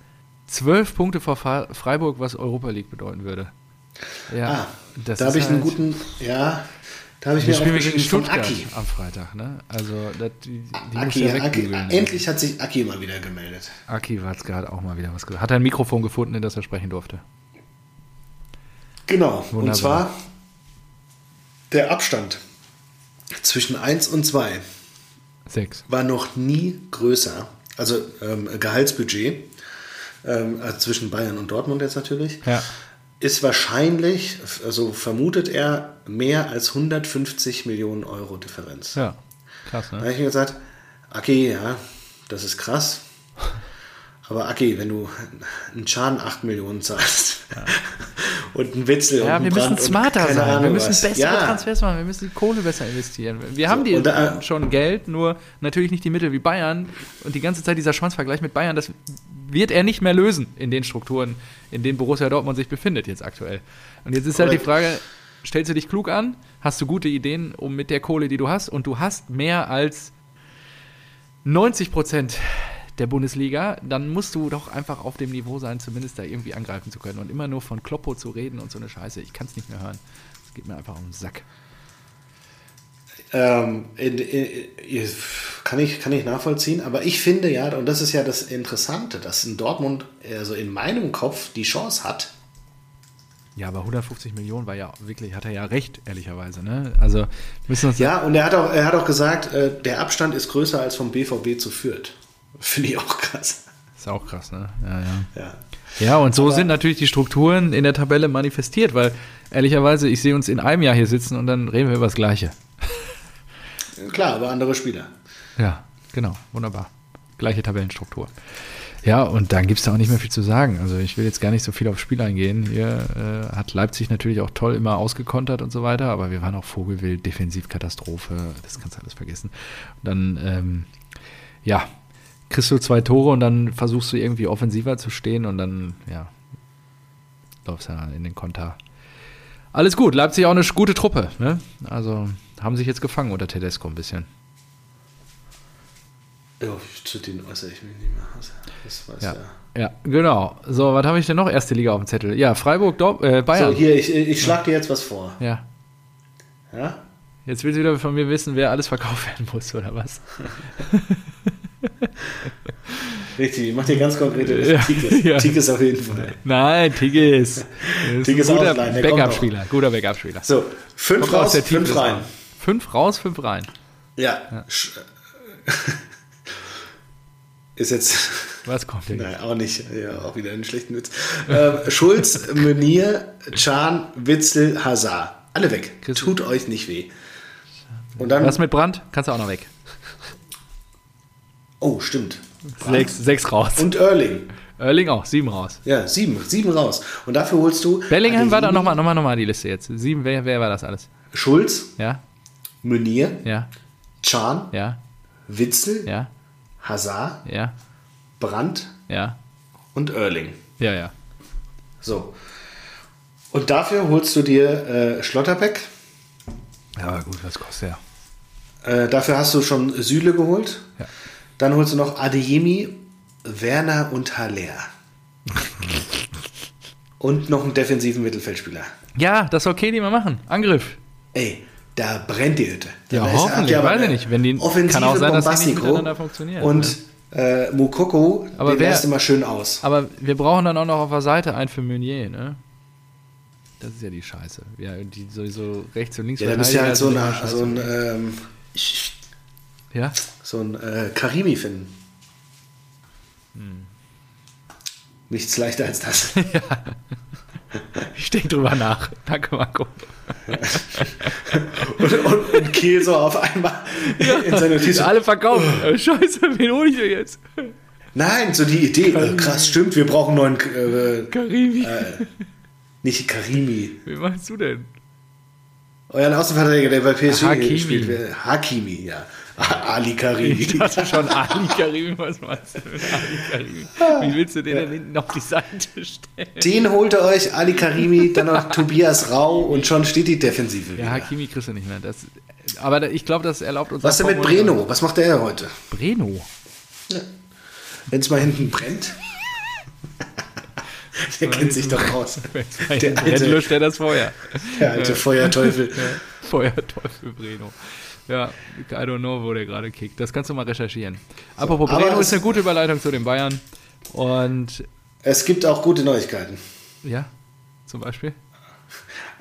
[SPEAKER 2] Zwölf Punkte vor Fa- Freiburg, was Europa League bedeuten würde. Ja,
[SPEAKER 1] Ah, da habe
[SPEAKER 2] ist
[SPEAKER 1] ich einen
[SPEAKER 2] halt-
[SPEAKER 1] guten, ja, da habe ich
[SPEAKER 2] Wir
[SPEAKER 1] mir
[SPEAKER 2] spielen wir gegen
[SPEAKER 1] aufgeschrieben von
[SPEAKER 2] Stuttgart
[SPEAKER 1] Aki.
[SPEAKER 2] am Freitag, ne? Also, das, die, die muss
[SPEAKER 1] Aki,
[SPEAKER 2] ja
[SPEAKER 1] ja, Aki,
[SPEAKER 2] wegbügeln.
[SPEAKER 1] endlich hat sich Aki mal wieder gemeldet.
[SPEAKER 2] Aki Watzke hat auch mal wieder was gesagt. Hat er ein Mikrofon gefunden, in das er sprechen durfte.
[SPEAKER 1] Genau,
[SPEAKER 2] Wunderbar.
[SPEAKER 1] und zwar der Abstand zwischen 1 und 2
[SPEAKER 2] Sechs.
[SPEAKER 1] war noch nie größer, also ähm, Gehaltsbudget ähm, also zwischen Bayern und Dortmund jetzt natürlich,
[SPEAKER 2] Ja.
[SPEAKER 1] ist wahrscheinlich, also vermutet er, mehr als 150 Millionen Euro Differenz.
[SPEAKER 2] Ja. Krass, ne?
[SPEAKER 1] Da habe ich mir gesagt, Aki, ja, das ist krass. Aber Aki, wenn du einen Schaden 8 Millionen zahlst und einen Witzel und
[SPEAKER 2] Ja,
[SPEAKER 1] einen
[SPEAKER 2] wir müssen
[SPEAKER 1] Brand und
[SPEAKER 2] smarter
[SPEAKER 1] keine
[SPEAKER 2] sein. wir
[SPEAKER 1] Ahnung
[SPEAKER 2] müssen
[SPEAKER 1] was.
[SPEAKER 2] bessere
[SPEAKER 1] ja,
[SPEAKER 2] Transfers machen. Wir müssen die Kohle besser investieren. Wir haben die
[SPEAKER 1] und äh, da-
[SPEAKER 2] schon Geld, nur natürlich nicht die Mittel wie Bayern. Und die ganze Zeit dieser Schwanzvergleich mit Bayern, das wird er nicht mehr lösen in den Strukturen, in denen Borussia Dortmund sich befindet jetzt aktuell. Und jetzt ist halt die Frage, stellst du dich klug an? Hast du gute Ideen, um mit der Kohle, die du hast? Und du hast mehr als 90 Prozent der Bundesliga, dann musst du doch einfach auf dem Niveau sein, zumindest da irgendwie angreifen zu können. Und immer nur von Kloppo zu reden und so eine Scheiße, ich kann es nicht mehr hören. Es geht mir einfach um den Sack.
[SPEAKER 1] Ähm, in, in, in, kann, ich, kann ich nachvollziehen, aber ich finde ja, und das ist ja das Interessante, dass in Dortmund, also in meinem Kopf, die Chance hat,
[SPEAKER 2] Ja, aber 150 Millionen war ja wirklich, hat er ja recht, ehrlicherweise. Ne? Also müssen uns
[SPEAKER 1] Ja, und er hat auch, er hat auch gesagt, äh, der Abstand ist größer als vom BVB zu Fürth. [LAUGHS] Finde ich auch krass.
[SPEAKER 2] ist auch krass, ne? Ja, ja.
[SPEAKER 1] Ja.
[SPEAKER 2] Ja, und so sind natürlich die Strukturen in der Tabelle manifestiert, weil ehrlicherweise, ich sehe uns in einem Jahr hier sitzen und dann reden wir über das Gleiche.
[SPEAKER 1] Klar, aber andere Spieler.
[SPEAKER 2] Ja, genau, wunderbar. Gleiche Tabellenstruktur. Ja, und dann gibt es da auch nicht mehr viel zu sagen. Also ich will jetzt gar nicht so viel aufs Spiel eingehen. Hier äh, hat Leipzig natürlich auch toll immer ausgekontert und so weiter, aber wir waren auch Vogelwild, Defensivkatastrophe, das kannst du alles vergessen. Und dann, ähm, ja, kriegst du zwei Tore und dann versuchst du irgendwie offensiver zu stehen und dann, ja, läufst du dann in den Konter. Alles gut, Leipzig auch eine gute Truppe, ne? Also haben sich jetzt gefangen unter Tedesco ein bisschen.
[SPEAKER 1] Ja, zu denen äußere ich mich nicht mehr. Also, Das weiß
[SPEAKER 2] Ja.
[SPEAKER 1] ja.
[SPEAKER 2] Ja, genau. So, was habe ich denn noch? Erste Liga auf dem Zettel. Ja, Freiburg, Dor äh, Bayern.
[SPEAKER 1] So, hier, ich, ich schlag dir jetzt was vor.
[SPEAKER 2] Ja.
[SPEAKER 1] Ja?
[SPEAKER 2] Jetzt willst du wieder von mir wissen, wer alles verkauft werden muss, oder was?
[SPEAKER 1] Richtig, mach dir ganz konkrete
[SPEAKER 2] Ja,
[SPEAKER 1] Tigges.
[SPEAKER 2] [LAUGHS] ja.
[SPEAKER 1] Tigges auf jeden Fall. [LAUGHS]
[SPEAKER 2] Nein, Tigges. Er ist
[SPEAKER 1] Tigges
[SPEAKER 2] ein guter
[SPEAKER 1] Outline, der kommt
[SPEAKER 2] Backup-Spieler. Guter Backup-Spieler.
[SPEAKER 1] So, fünf
[SPEAKER 2] Kommt aus
[SPEAKER 1] raus,
[SPEAKER 2] der
[SPEAKER 1] fünf
[SPEAKER 2] Teamliste.
[SPEAKER 1] rein.
[SPEAKER 2] Fünf raus, fünf rein.
[SPEAKER 1] Ja. Sch- [LAUGHS] Ist jetzt
[SPEAKER 2] Was kommt denn?
[SPEAKER 1] nein, auch nicht, ja, auch wieder einen schlechten Witz. Ähm, Schulz,
[SPEAKER 2] [LAUGHS]
[SPEAKER 1] Menier, Chan, Witzel, Hazard. Alle weg.
[SPEAKER 2] Chris-
[SPEAKER 1] Tut euch nicht weh. Und dann.
[SPEAKER 2] Was mit Brand? Kannst du auch noch weg.
[SPEAKER 1] Oh, stimmt.
[SPEAKER 2] Sechs, sechs raus.
[SPEAKER 1] Und Erling.
[SPEAKER 2] Erling auch, sieben raus.
[SPEAKER 1] Ja, sieben. Sieben raus. Und dafür holst du.
[SPEAKER 2] Bellingham war da
[SPEAKER 1] Adeline,
[SPEAKER 2] nochmal, nochmal, nochmal die Liste jetzt. Sieben, wer, wer war das alles?
[SPEAKER 1] Schulz,
[SPEAKER 2] Ja,
[SPEAKER 1] Menier,
[SPEAKER 2] ja,
[SPEAKER 1] Chan,
[SPEAKER 2] ja,
[SPEAKER 1] Witzel,
[SPEAKER 2] ja,
[SPEAKER 1] Hazard,
[SPEAKER 2] ja,
[SPEAKER 1] Brandt
[SPEAKER 2] ja,
[SPEAKER 1] und Erling.
[SPEAKER 2] ja, ja.
[SPEAKER 1] So. Und dafür holst du dir äh, Schlotterbeck.
[SPEAKER 2] Ja, gut, was kostet er?
[SPEAKER 1] Äh, dafür hast du schon Süle geholt.
[SPEAKER 2] Ja.
[SPEAKER 1] Dann holst du noch Adeyemi, Werner und Haller.
[SPEAKER 2] [LAUGHS]
[SPEAKER 1] und noch einen defensiven Mittelfeldspieler.
[SPEAKER 2] Ja, das soll Kelly mal machen. Angriff.
[SPEAKER 1] Ey, da brennt die Hütte. Da
[SPEAKER 2] Ja,
[SPEAKER 1] ist-
[SPEAKER 2] hoffentlich,
[SPEAKER 1] habt ihr aber
[SPEAKER 2] weiß ich
[SPEAKER 1] eine
[SPEAKER 2] nicht. Wenn die-
[SPEAKER 1] offensive
[SPEAKER 2] kann auch sein, dass die nicht
[SPEAKER 1] Bombastico
[SPEAKER 2] miteinander funktionieren, ne?
[SPEAKER 1] Und äh, Mukoko,
[SPEAKER 2] Aber
[SPEAKER 1] den
[SPEAKER 2] wer-
[SPEAKER 1] lässt du mal schön aus.
[SPEAKER 2] Aber wir brauchen dann auch noch auf der Seite einen für Meunier, ne? Das ist ja die Scheiße. Ja, die sowieso rechts und links
[SPEAKER 1] Ja, da müsst ihr halt so,
[SPEAKER 2] Verteidiger
[SPEAKER 1] eine,
[SPEAKER 2] sind
[SPEAKER 1] so ein,
[SPEAKER 2] immer scheiße.
[SPEAKER 1] ähm,
[SPEAKER 2] Ja?
[SPEAKER 1] so ein äh, Karimi finden.
[SPEAKER 2] Hm.
[SPEAKER 1] Nichts leichter als das.
[SPEAKER 2] Ich denke drüber nach. Danke, Marco.
[SPEAKER 1] und, und, und Kiel so auf einmal
[SPEAKER 2] [LAUGHS]
[SPEAKER 1] in seine
[SPEAKER 2] Die sind
[SPEAKER 1] Notizen.
[SPEAKER 2] alle verkauft. Äh, Scheiße, wen hole ich denn jetzt?
[SPEAKER 1] Nein, so die Idee, äh, krass, stimmt, wir brauchen neuen, äh,
[SPEAKER 2] Karimi.
[SPEAKER 1] nicht Karimi,
[SPEAKER 2] Wen meinst du denn?
[SPEAKER 1] euren Außenverteidiger, der bei PSG
[SPEAKER 2] Ah, Hakimi.
[SPEAKER 1] gespielt wird. Hakimi, ja. A- Ali
[SPEAKER 2] [LAUGHS]
[SPEAKER 1] Karimi.
[SPEAKER 2] Ich dachte schon Ali Karimi. Was meinst du mit Ali Karimi? Wie willst du den denn hinten auf die Seite stellen?
[SPEAKER 1] Den holt ihr euch, Ali Karimi, dann noch Tobias Rau und schon steht die Defensive.
[SPEAKER 2] Ja,
[SPEAKER 1] wieder.
[SPEAKER 2] Hakimi kriegst du nicht mehr. Das, aber da, ich glaube, das erlaubt uns...
[SPEAKER 1] Was denn mit Breno? Was macht der heute?
[SPEAKER 2] Breno?
[SPEAKER 1] Wenn es mal hinten
[SPEAKER 2] [LAUGHS]
[SPEAKER 1] brennt. der kennt sich doch aus.
[SPEAKER 2] Der
[SPEAKER 1] alte-
[SPEAKER 2] alte, löscht er das Feuer.
[SPEAKER 1] Der alte
[SPEAKER 2] [LAUGHS]
[SPEAKER 1] Feuerteufel.
[SPEAKER 2] Feuerteufel Breno. Ja, I don't know, wo der gerade kickt. Das kannst du mal recherchieren. Apropos
[SPEAKER 1] aber
[SPEAKER 2] Breno
[SPEAKER 1] es-
[SPEAKER 2] ist eine gute Überleitung zu den Bayern. Und
[SPEAKER 1] Es gibt auch gute Neuigkeiten.
[SPEAKER 2] ja, zum Beispiel.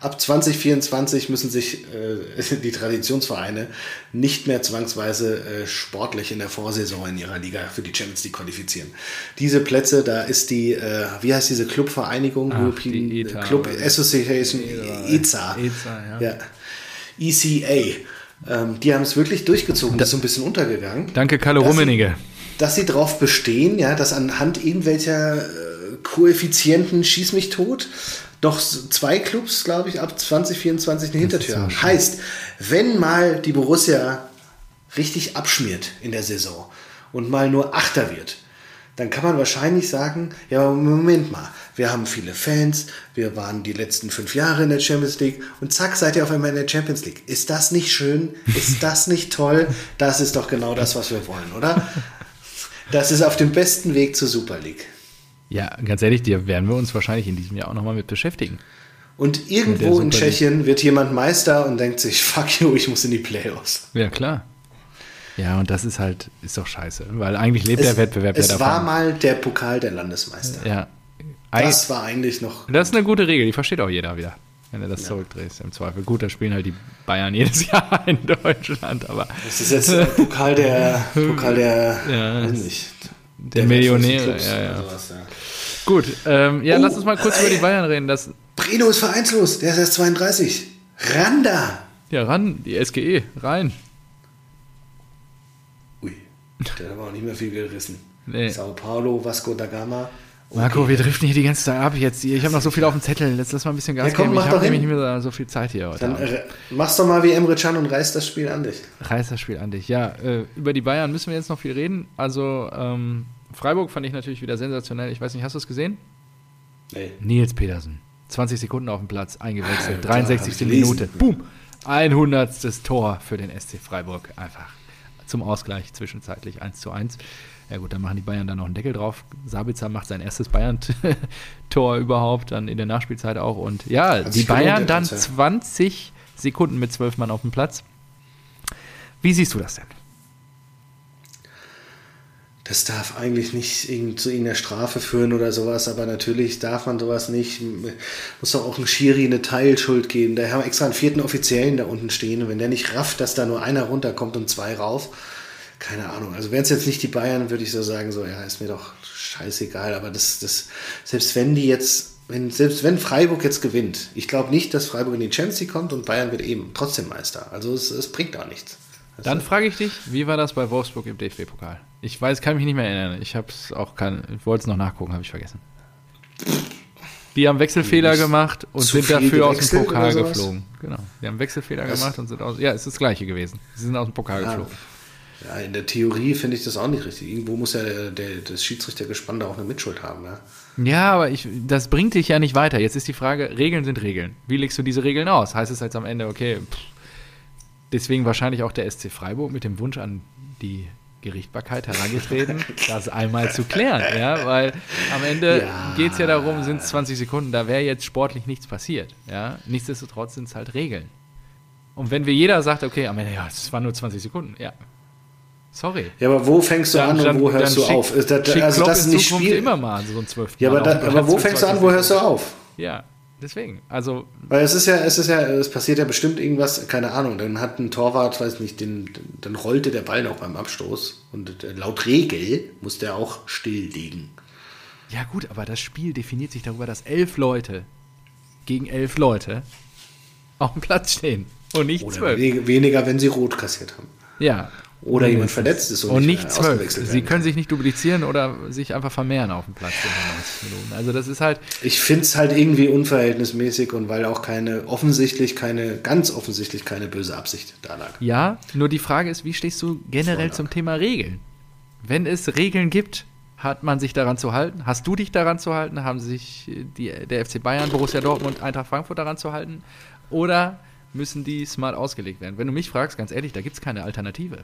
[SPEAKER 1] Ab 2024 müssen sich äh, [LAUGHS] die Traditionsvereine nicht mehr zwangsweise äh, sportlich in der Vorsaison in ihrer Liga für die Champions League qualifizieren. Diese Plätze, da ist die, äh, wie heißt diese Clubvereinigung?
[SPEAKER 2] Ach, die
[SPEAKER 1] äh,
[SPEAKER 2] ETA
[SPEAKER 1] Club
[SPEAKER 2] oder-
[SPEAKER 1] Association, EZA.
[SPEAKER 2] EZA, ja.
[SPEAKER 1] ja. ECA. Ähm, die haben es wirklich durchgezogen. Das ist so ein bisschen untergegangen
[SPEAKER 2] Danke, Kalle
[SPEAKER 1] Das-
[SPEAKER 2] Rummenigge.
[SPEAKER 1] dass sie darauf bestehen, ja, dass anhand irgendwelcher äh, Koeffizienten schieß mich tot noch s- zwei Clubs, glaube ich, ab 2024 eine Hintertür haben. Heißt, wenn mal die Borussia richtig abschmiert in der Saison und mal nur Achter wird, dann kann man wahrscheinlich sagen, ja, aber Moment mal, wir haben viele Fans, wir waren die letzten fünf Jahre in der Champions League und zack, seid ihr auf einmal in der Champions League. Ist das nicht schön? Ist das nicht toll? Das ist doch genau das, was wir wollen, oder? Das ist auf dem besten Weg zur Super League.
[SPEAKER 2] Ja, ganz ehrlich, dir werden wir uns wahrscheinlich in diesem Jahr auch nochmal mit beschäftigen.
[SPEAKER 1] Und
[SPEAKER 2] der
[SPEAKER 1] irgendwo
[SPEAKER 2] Super
[SPEAKER 1] in
[SPEAKER 2] League.
[SPEAKER 1] Tschechien wird jemand Meister und denkt sich, fuck you, ich muss in die Playoffs.
[SPEAKER 2] Ja, klar. Ja, und das ist halt, ist doch scheiße, weil eigentlich lebt
[SPEAKER 1] Es,
[SPEAKER 2] der Wettbewerb
[SPEAKER 1] es
[SPEAKER 2] ja davon.
[SPEAKER 1] war mal der Pokal der Landesmeister.
[SPEAKER 2] ja. Das
[SPEAKER 1] Das war eigentlich noch
[SPEAKER 2] Das ist eine gute Regel, die versteht auch jeder wieder, wenn du das zurückdrehst. Im Zweifel. Gut, da spielen halt die Bayern [LAUGHS] jedes Jahr in Deutschland, aber
[SPEAKER 1] Das ist jetzt der Pokal
[SPEAKER 2] [LAUGHS]
[SPEAKER 1] der Pokal der,
[SPEAKER 2] Ja,
[SPEAKER 1] weiß nicht,
[SPEAKER 2] der,
[SPEAKER 1] wertvollsten
[SPEAKER 2] Millionäre.
[SPEAKER 1] Clubs
[SPEAKER 2] Ja,
[SPEAKER 1] oder
[SPEAKER 2] ja.
[SPEAKER 1] sowas, ja.
[SPEAKER 2] Gut, ähm, ja,
[SPEAKER 1] Oh,
[SPEAKER 2] lass uns mal kurz
[SPEAKER 1] äh,
[SPEAKER 2] über die Bayern reden. Das,
[SPEAKER 1] Breno ist vereinslos, der ist erst 32. Randa!
[SPEAKER 2] ja, ran, die SGE, rein.
[SPEAKER 1] Ui, der hat aber auch nicht mehr viel gerissen.
[SPEAKER 2] Nee.
[SPEAKER 1] Sao Paulo, Vasco da Gama.
[SPEAKER 2] Marco, wir driften hier die ganze Zeit ab jetzt. hier. Ich habe noch so viel auf dem Zettel. Jetzt lass mal ein bisschen Gas
[SPEAKER 1] Ja, komm,
[SPEAKER 2] geben.
[SPEAKER 1] mach
[SPEAKER 2] Ich habe
[SPEAKER 1] doch hin.
[SPEAKER 2] nämlich nicht mehr so viel Zeit hier heute.
[SPEAKER 1] Dann
[SPEAKER 2] Abend.
[SPEAKER 1] äh, mach's doch mal wie Emre Can und reiß das Spiel an dich.
[SPEAKER 2] Reiß das Spiel an dich. Ja, äh, über die Bayern müssen wir jetzt noch viel reden. Also, ähm, Freiburg fand ich natürlich wieder sensationell. Ich weiß nicht, hast du es gesehen?
[SPEAKER 1] Nee.
[SPEAKER 2] Nils Petersen. 20 Sekunden auf dem Platz, eingewechselt,
[SPEAKER 1] Alter, hab
[SPEAKER 2] 63.
[SPEAKER 1] ich gelesen.
[SPEAKER 2] Minute. Boom! 100. Tor für den SC Freiburg. Einfach zum Ausgleich zwischenzeitlich 1 zu 1. Ja gut, dann machen die Bayern dann noch einen Deckel drauf. Sabitzer macht sein erstes Bayern-Tor [LAUGHS] überhaupt, dann in der Nachspielzeit auch. Und ja,
[SPEAKER 1] Hat
[SPEAKER 2] die
[SPEAKER 1] sich gelohnt,
[SPEAKER 2] Bayern
[SPEAKER 1] der
[SPEAKER 2] dann
[SPEAKER 1] Transfer.
[SPEAKER 2] 20 Sekunden mit 12 Mann auf dem Platz. Wie siehst du das denn?
[SPEAKER 1] das darf eigentlich nicht irgend- zu irgendeiner Strafe führen oder sowas, aber natürlich darf man sowas nicht. Muss doch auch ein Schiri eine Teilschuld geben. Da haben wir extra einen vierten Offiziellen da unten stehen und wenn der nicht rafft, dass da nur einer runterkommt und zwei rauf, keine Ahnung. Also wären es jetzt nicht die Bayern, würde ich so sagen, so, ja, ist mir doch scheißegal, aber das, das, selbst wenn die jetzt, wenn, selbst wenn Freiburg jetzt gewinnt, ich glaube nicht, dass Freiburg in die Champions League kommt und Bayern wird eben trotzdem Meister. Also es, es bringt auch nichts.
[SPEAKER 2] Dann frage ich dich, wie war das bei Wolfsburg im DFB-Pokal? Ich weiß, kann mich nicht mehr erinnern. Ich hab's auch kann, ich wollte es noch nachgucken, habe ich vergessen. Die haben Wechselfehler gemacht und
[SPEAKER 1] zu
[SPEAKER 2] sind
[SPEAKER 1] viel
[SPEAKER 2] dafür aus dem
[SPEAKER 1] gewechselt
[SPEAKER 2] Pokal
[SPEAKER 1] oder sowas?
[SPEAKER 2] geflogen. Genau. Die haben Wechselfehler
[SPEAKER 1] Das-
[SPEAKER 2] gemacht und sind aus. Ja, es ist das gleiche gewesen. Sie sind aus dem Pokal
[SPEAKER 1] Ja.
[SPEAKER 2] geflogen.
[SPEAKER 1] Ah. Ja, in der Theorie finde ich das auch nicht richtig. Irgendwo muss ja der, der, das Schiedsrichtergespann da auch eine Mitschuld haben. ne? Ja?
[SPEAKER 2] Ja, aber ich, das bringt dich ja nicht weiter. Jetzt ist die Frage, Regeln sind Regeln. Wie legst du diese Regeln aus? Heißt es jetzt am Ende, okay, pff, deswegen wahrscheinlich auch der SC Freiburg mit dem Wunsch an die Gerichtbarkeit herangetreten, das einmal zu klären, ja, weil am Ende
[SPEAKER 1] Ja.
[SPEAKER 2] geht es ja darum, sind es 20 Sekunden, da wäre jetzt sportlich nichts passiert, ja. Nichtsdestotrotz sind es halt Regeln. Und wenn wir jeder sagt, okay, am Ende, ja, es waren nur 20 Sekunden, ja. Sorry.
[SPEAKER 1] ja, aber wo fängst du
[SPEAKER 2] Dann-
[SPEAKER 1] an und
[SPEAKER 2] dann-
[SPEAKER 1] wo hörst
[SPEAKER 2] dann
[SPEAKER 1] du
[SPEAKER 2] schick-
[SPEAKER 1] auf? Ist das,
[SPEAKER 2] schick
[SPEAKER 1] also
[SPEAKER 2] Klopp
[SPEAKER 1] das
[SPEAKER 2] in
[SPEAKER 1] ist nicht
[SPEAKER 2] Zukunft
[SPEAKER 1] Spiel.
[SPEAKER 2] immer Genau, mal so ein zwölf.
[SPEAKER 1] ja, aber, da, aber wo fängst du an, wo hörst du auf?
[SPEAKER 2] Ja, deswegen. Also,
[SPEAKER 1] Weil es ist ja, es ist ja, es passiert ja bestimmt irgendwas, keine Ahnung. Dann hat ein Torwart, weiß nicht, den, dann rollte der Ball noch beim Abstoß und äh, laut Regel muss der auch stilllegen.
[SPEAKER 2] ja gut, aber das Spiel definiert sich darüber, dass elf Leute gegen elf Leute auf dem Platz stehen und nicht
[SPEAKER 1] Oder
[SPEAKER 2] zwölf.
[SPEAKER 1] we- weniger, wenn sie rot kassiert haben.
[SPEAKER 2] Ja.
[SPEAKER 1] Oder jemand
[SPEAKER 2] Mindestens.
[SPEAKER 1] verletzt ist und
[SPEAKER 2] Und
[SPEAKER 1] nicht
[SPEAKER 2] nicht
[SPEAKER 1] mehr
[SPEAKER 2] zwölf.
[SPEAKER 1] ausgewechselt
[SPEAKER 2] Sie
[SPEAKER 1] werden
[SPEAKER 2] können sich nicht duplizieren oder sich einfach vermehren auf dem Platz. in den 90 Minuten. Also das ist halt,
[SPEAKER 1] Ich finde es halt irgendwie unverhältnismäßig und weil auch keine offensichtlich, keine, ganz offensichtlich keine böse Absicht da lag.
[SPEAKER 2] ja, nur die Frage ist, wie stehst du generell zum Thema Regeln? Wenn es Regeln gibt, hat man sich daran zu halten? Hast du dich daran zu halten? Haben sich äh, die, der FC Bayern, Borussia Dortmund, Eintracht Frankfurt daran zu halten? Oder müssen die smart ausgelegt werden? Wenn du mich fragst, ganz ehrlich, da gibt es keine Alternative.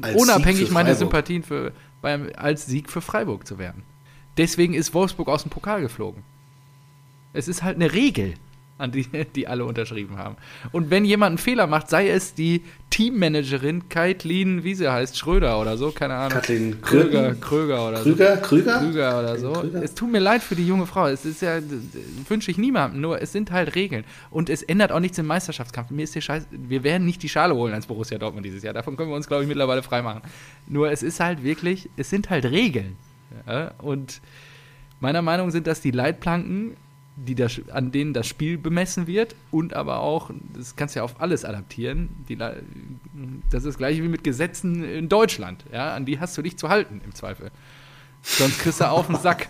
[SPEAKER 1] Als Sieg
[SPEAKER 2] Unabhängig
[SPEAKER 1] für
[SPEAKER 2] meiner
[SPEAKER 1] Freiburg.
[SPEAKER 2] Sympathien für, beim, als Sieg für Freiburg zu werden. Deswegen ist Wolfsburg aus dem Pokal geflogen. Es ist halt eine Regel, an die, [LAUGHS] die alle unterschrieben haben. Und wenn jemand einen Fehler macht, sei es die Teammanagerin Kaitlin, wie sie heißt, Schröder oder so, keine Ahnung.
[SPEAKER 1] Kathleen
[SPEAKER 2] Kröger,
[SPEAKER 1] Krücken?
[SPEAKER 2] Kröger oder
[SPEAKER 1] Krüger,
[SPEAKER 2] so.
[SPEAKER 1] Krüger?
[SPEAKER 2] Krüger oder so.
[SPEAKER 1] Krüger?
[SPEAKER 2] Es tut mir leid für die junge Frau. Es ist ja, wünsche ich niemandem, nur es sind halt Regeln. Und es ändert auch nichts im Meisterschaftskampf. Mir ist die Scheiß, wir werden nicht die Schale holen als Borussia Dortmund dieses Jahr. Davon können wir uns, glaube ich, mittlerweile freimachen. Nur es ist halt wirklich, es sind halt Regeln. Ja? Und meiner Meinung nach sind das die Leitplanken, die das, an denen das Spiel bemessen wird und aber auch, das kannst du ja auf alles adaptieren, die, Le- das ist das gleiche wie mit Gesetzen in Deutschland, ja, an die hast du dich zu halten im Zweifel. Sonst kriegst du auf den Sack.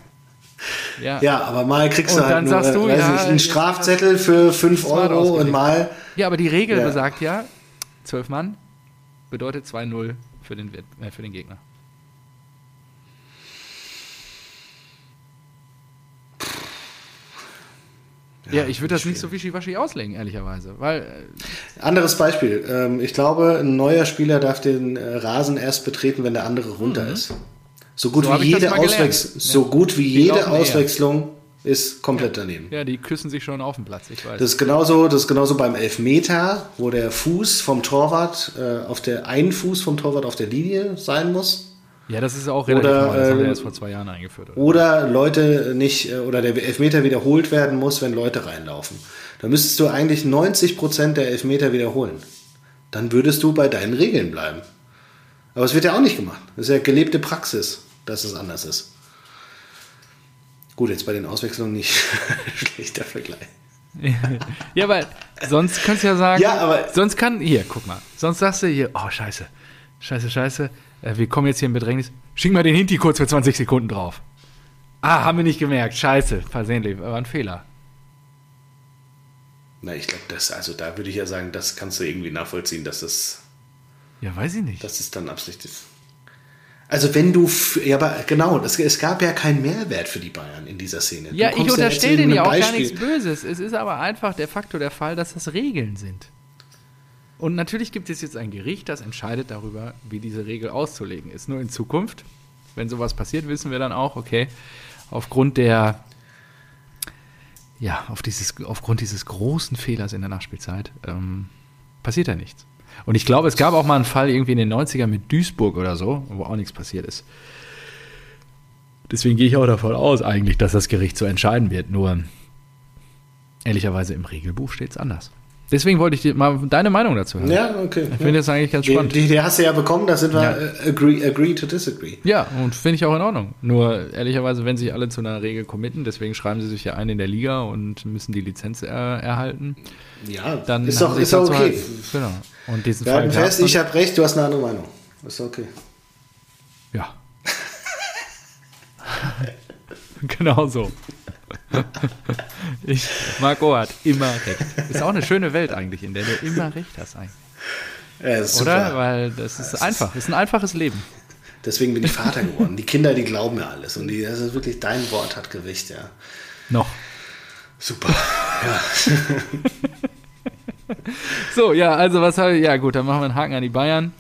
[SPEAKER 2] Ja,
[SPEAKER 1] Ja, aber mal kriegst
[SPEAKER 2] Und
[SPEAKER 1] du halt
[SPEAKER 2] dann sagst du,
[SPEAKER 1] weiß
[SPEAKER 2] ja,
[SPEAKER 1] nicht, einen
[SPEAKER 2] jetzt
[SPEAKER 1] Strafzettel für 5
[SPEAKER 2] smart
[SPEAKER 1] Euro und
[SPEAKER 2] ausgelegt.
[SPEAKER 1] mal.
[SPEAKER 2] Ja, aber die Regel
[SPEAKER 1] Ja.
[SPEAKER 2] besagt ja, zwölf Mann bedeutet 2-0 für den, Wett- äh, für den Gegner. Ja, ich würde das nicht so wischiwaschi auslegen, ehrlicherweise. Weil, äh,
[SPEAKER 1] Anderes Beispiel. Ähm, ich glaube, ein neuer Spieler darf den äh, Rasen erst betreten, wenn der andere runter ist. So gut
[SPEAKER 2] Mhm. So hab
[SPEAKER 1] wie
[SPEAKER 2] ich das
[SPEAKER 1] jede,
[SPEAKER 2] mal gelernt.
[SPEAKER 1] Auswechs so gut wie
[SPEAKER 2] Die
[SPEAKER 1] jede
[SPEAKER 2] laufen eher.
[SPEAKER 1] Auswechslung ist komplett daneben.
[SPEAKER 2] äh, ja, die küssen sich schon auf dem Platz, ich weiß.
[SPEAKER 1] Das ist genauso, das ist genauso beim Elfmeter, wo der Fuß vom Torwart äh, auf der einen Fuß vom Torwart auf der Linie sein muss.
[SPEAKER 2] ja, das ist auch relativ
[SPEAKER 1] Oder,
[SPEAKER 2] neu. Das haben wir
[SPEAKER 1] ähm,
[SPEAKER 2] erst vor zwei Jahren eingeführt. Oder?
[SPEAKER 1] Oder Leute nicht, äh, oder der Elfmeter wiederholt werden muss, wenn Leute reinlaufen. Da müsstest du eigentlich 90% der Elfmeter wiederholen. Dann würdest du bei deinen Regeln bleiben. Aber es wird ja auch nicht gemacht. Das ist ja gelebte Praxis, dass es anders ist. Gut, jetzt bei den Auswechslungen nicht. [LAUGHS] Schlechter Vergleich.
[SPEAKER 2] [LAUGHS] ja, weil sonst könntest du ja sagen,
[SPEAKER 1] Ja, aber-
[SPEAKER 2] sonst kann, hier, guck mal, sonst sagst du hier, oh, scheiße, scheiße, scheiße, äh, wir kommen jetzt hier in Bedrängnis, schick mal den Hinti kurz für 20 Sekunden drauf. Ah, haben wir nicht gemerkt, scheiße, versehentlich, war ein Fehler.
[SPEAKER 1] Na, ich glaube, das, also da würde ich ja sagen, das kannst du irgendwie nachvollziehen, dass das
[SPEAKER 2] Ja, weiß ich nicht.
[SPEAKER 1] dass es dann absichtlich ist. Also wenn du, f- ja aber genau, das, es gab ja keinen Mehrwert für die Bayern in dieser Szene. Du
[SPEAKER 2] ja, ich
[SPEAKER 1] kommst jetzt
[SPEAKER 2] unterstelle
[SPEAKER 1] mit
[SPEAKER 2] denen ja
[SPEAKER 1] einem
[SPEAKER 2] auch gar
[SPEAKER 1] Beispiel.
[SPEAKER 2] nichts Böses. Es ist aber einfach der Faktor der Fall, dass das Regeln sind. Und natürlich gibt es jetzt ein Gericht, das entscheidet darüber, wie diese Regel auszulegen ist. Nur in Zukunft, wenn sowas passiert, wissen wir dann auch, okay, aufgrund der ja, auf dieses, aufgrund dieses großen Fehlers in der Nachspielzeit ähm, passiert da nichts. Und ich glaube, es gab auch mal einen Fall irgendwie in den 90ern mit Duisburg oder so, wo auch nichts passiert ist. Deswegen gehe ich auch davon aus, eigentlich, dass das Gericht so entscheiden wird. Nur ehrlicherweise im Regelbuch steht es anders. Deswegen wollte ich dir mal deine Meinung dazu hören.
[SPEAKER 1] Ja, okay.
[SPEAKER 2] Ich finde das eigentlich ganz
[SPEAKER 1] Die,
[SPEAKER 2] spannend.
[SPEAKER 1] die, die hast du ja bekommen, da sind wir äh, agree, agree to disagree.
[SPEAKER 2] Ja, und finde ich auch in Ordnung. Nur ehrlicherweise, wenn sich alle zu einer Regel committen, deswegen schreiben sie sich ja ein in der Liga und müssen die Lizenz äh, erhalten,
[SPEAKER 1] Ja,
[SPEAKER 2] dann
[SPEAKER 1] ist doch,
[SPEAKER 2] haben sie
[SPEAKER 1] ist doch
[SPEAKER 2] dazu
[SPEAKER 1] okay.
[SPEAKER 2] Halt, genau. Und diesen
[SPEAKER 1] Wir
[SPEAKER 2] Fall
[SPEAKER 1] halten
[SPEAKER 2] gab's
[SPEAKER 1] fest, ich habe recht, du hast eine andere Meinung. Ist okay.
[SPEAKER 2] dann. Ja. [LAUGHS] genau so. ich, Marco hat immer recht. Ist auch eine schöne Welt eigentlich, in der du immer recht hast eigentlich.
[SPEAKER 1] Ja, ist
[SPEAKER 2] Oder?
[SPEAKER 1] super.
[SPEAKER 2] Weil das ist einfach. Ist ein einfaches Leben.
[SPEAKER 1] Deswegen bin ich Vater geworden. Die Kinder, die glauben ja alles. Und die, das ist wirklich dein Wort hat Gewicht, ja.
[SPEAKER 2] Noch.
[SPEAKER 1] Super. [LAUGHS] Ja.
[SPEAKER 2] So, ja, also was habe ich. Ja, gut, dann machen wir einen Haken an die Bayern.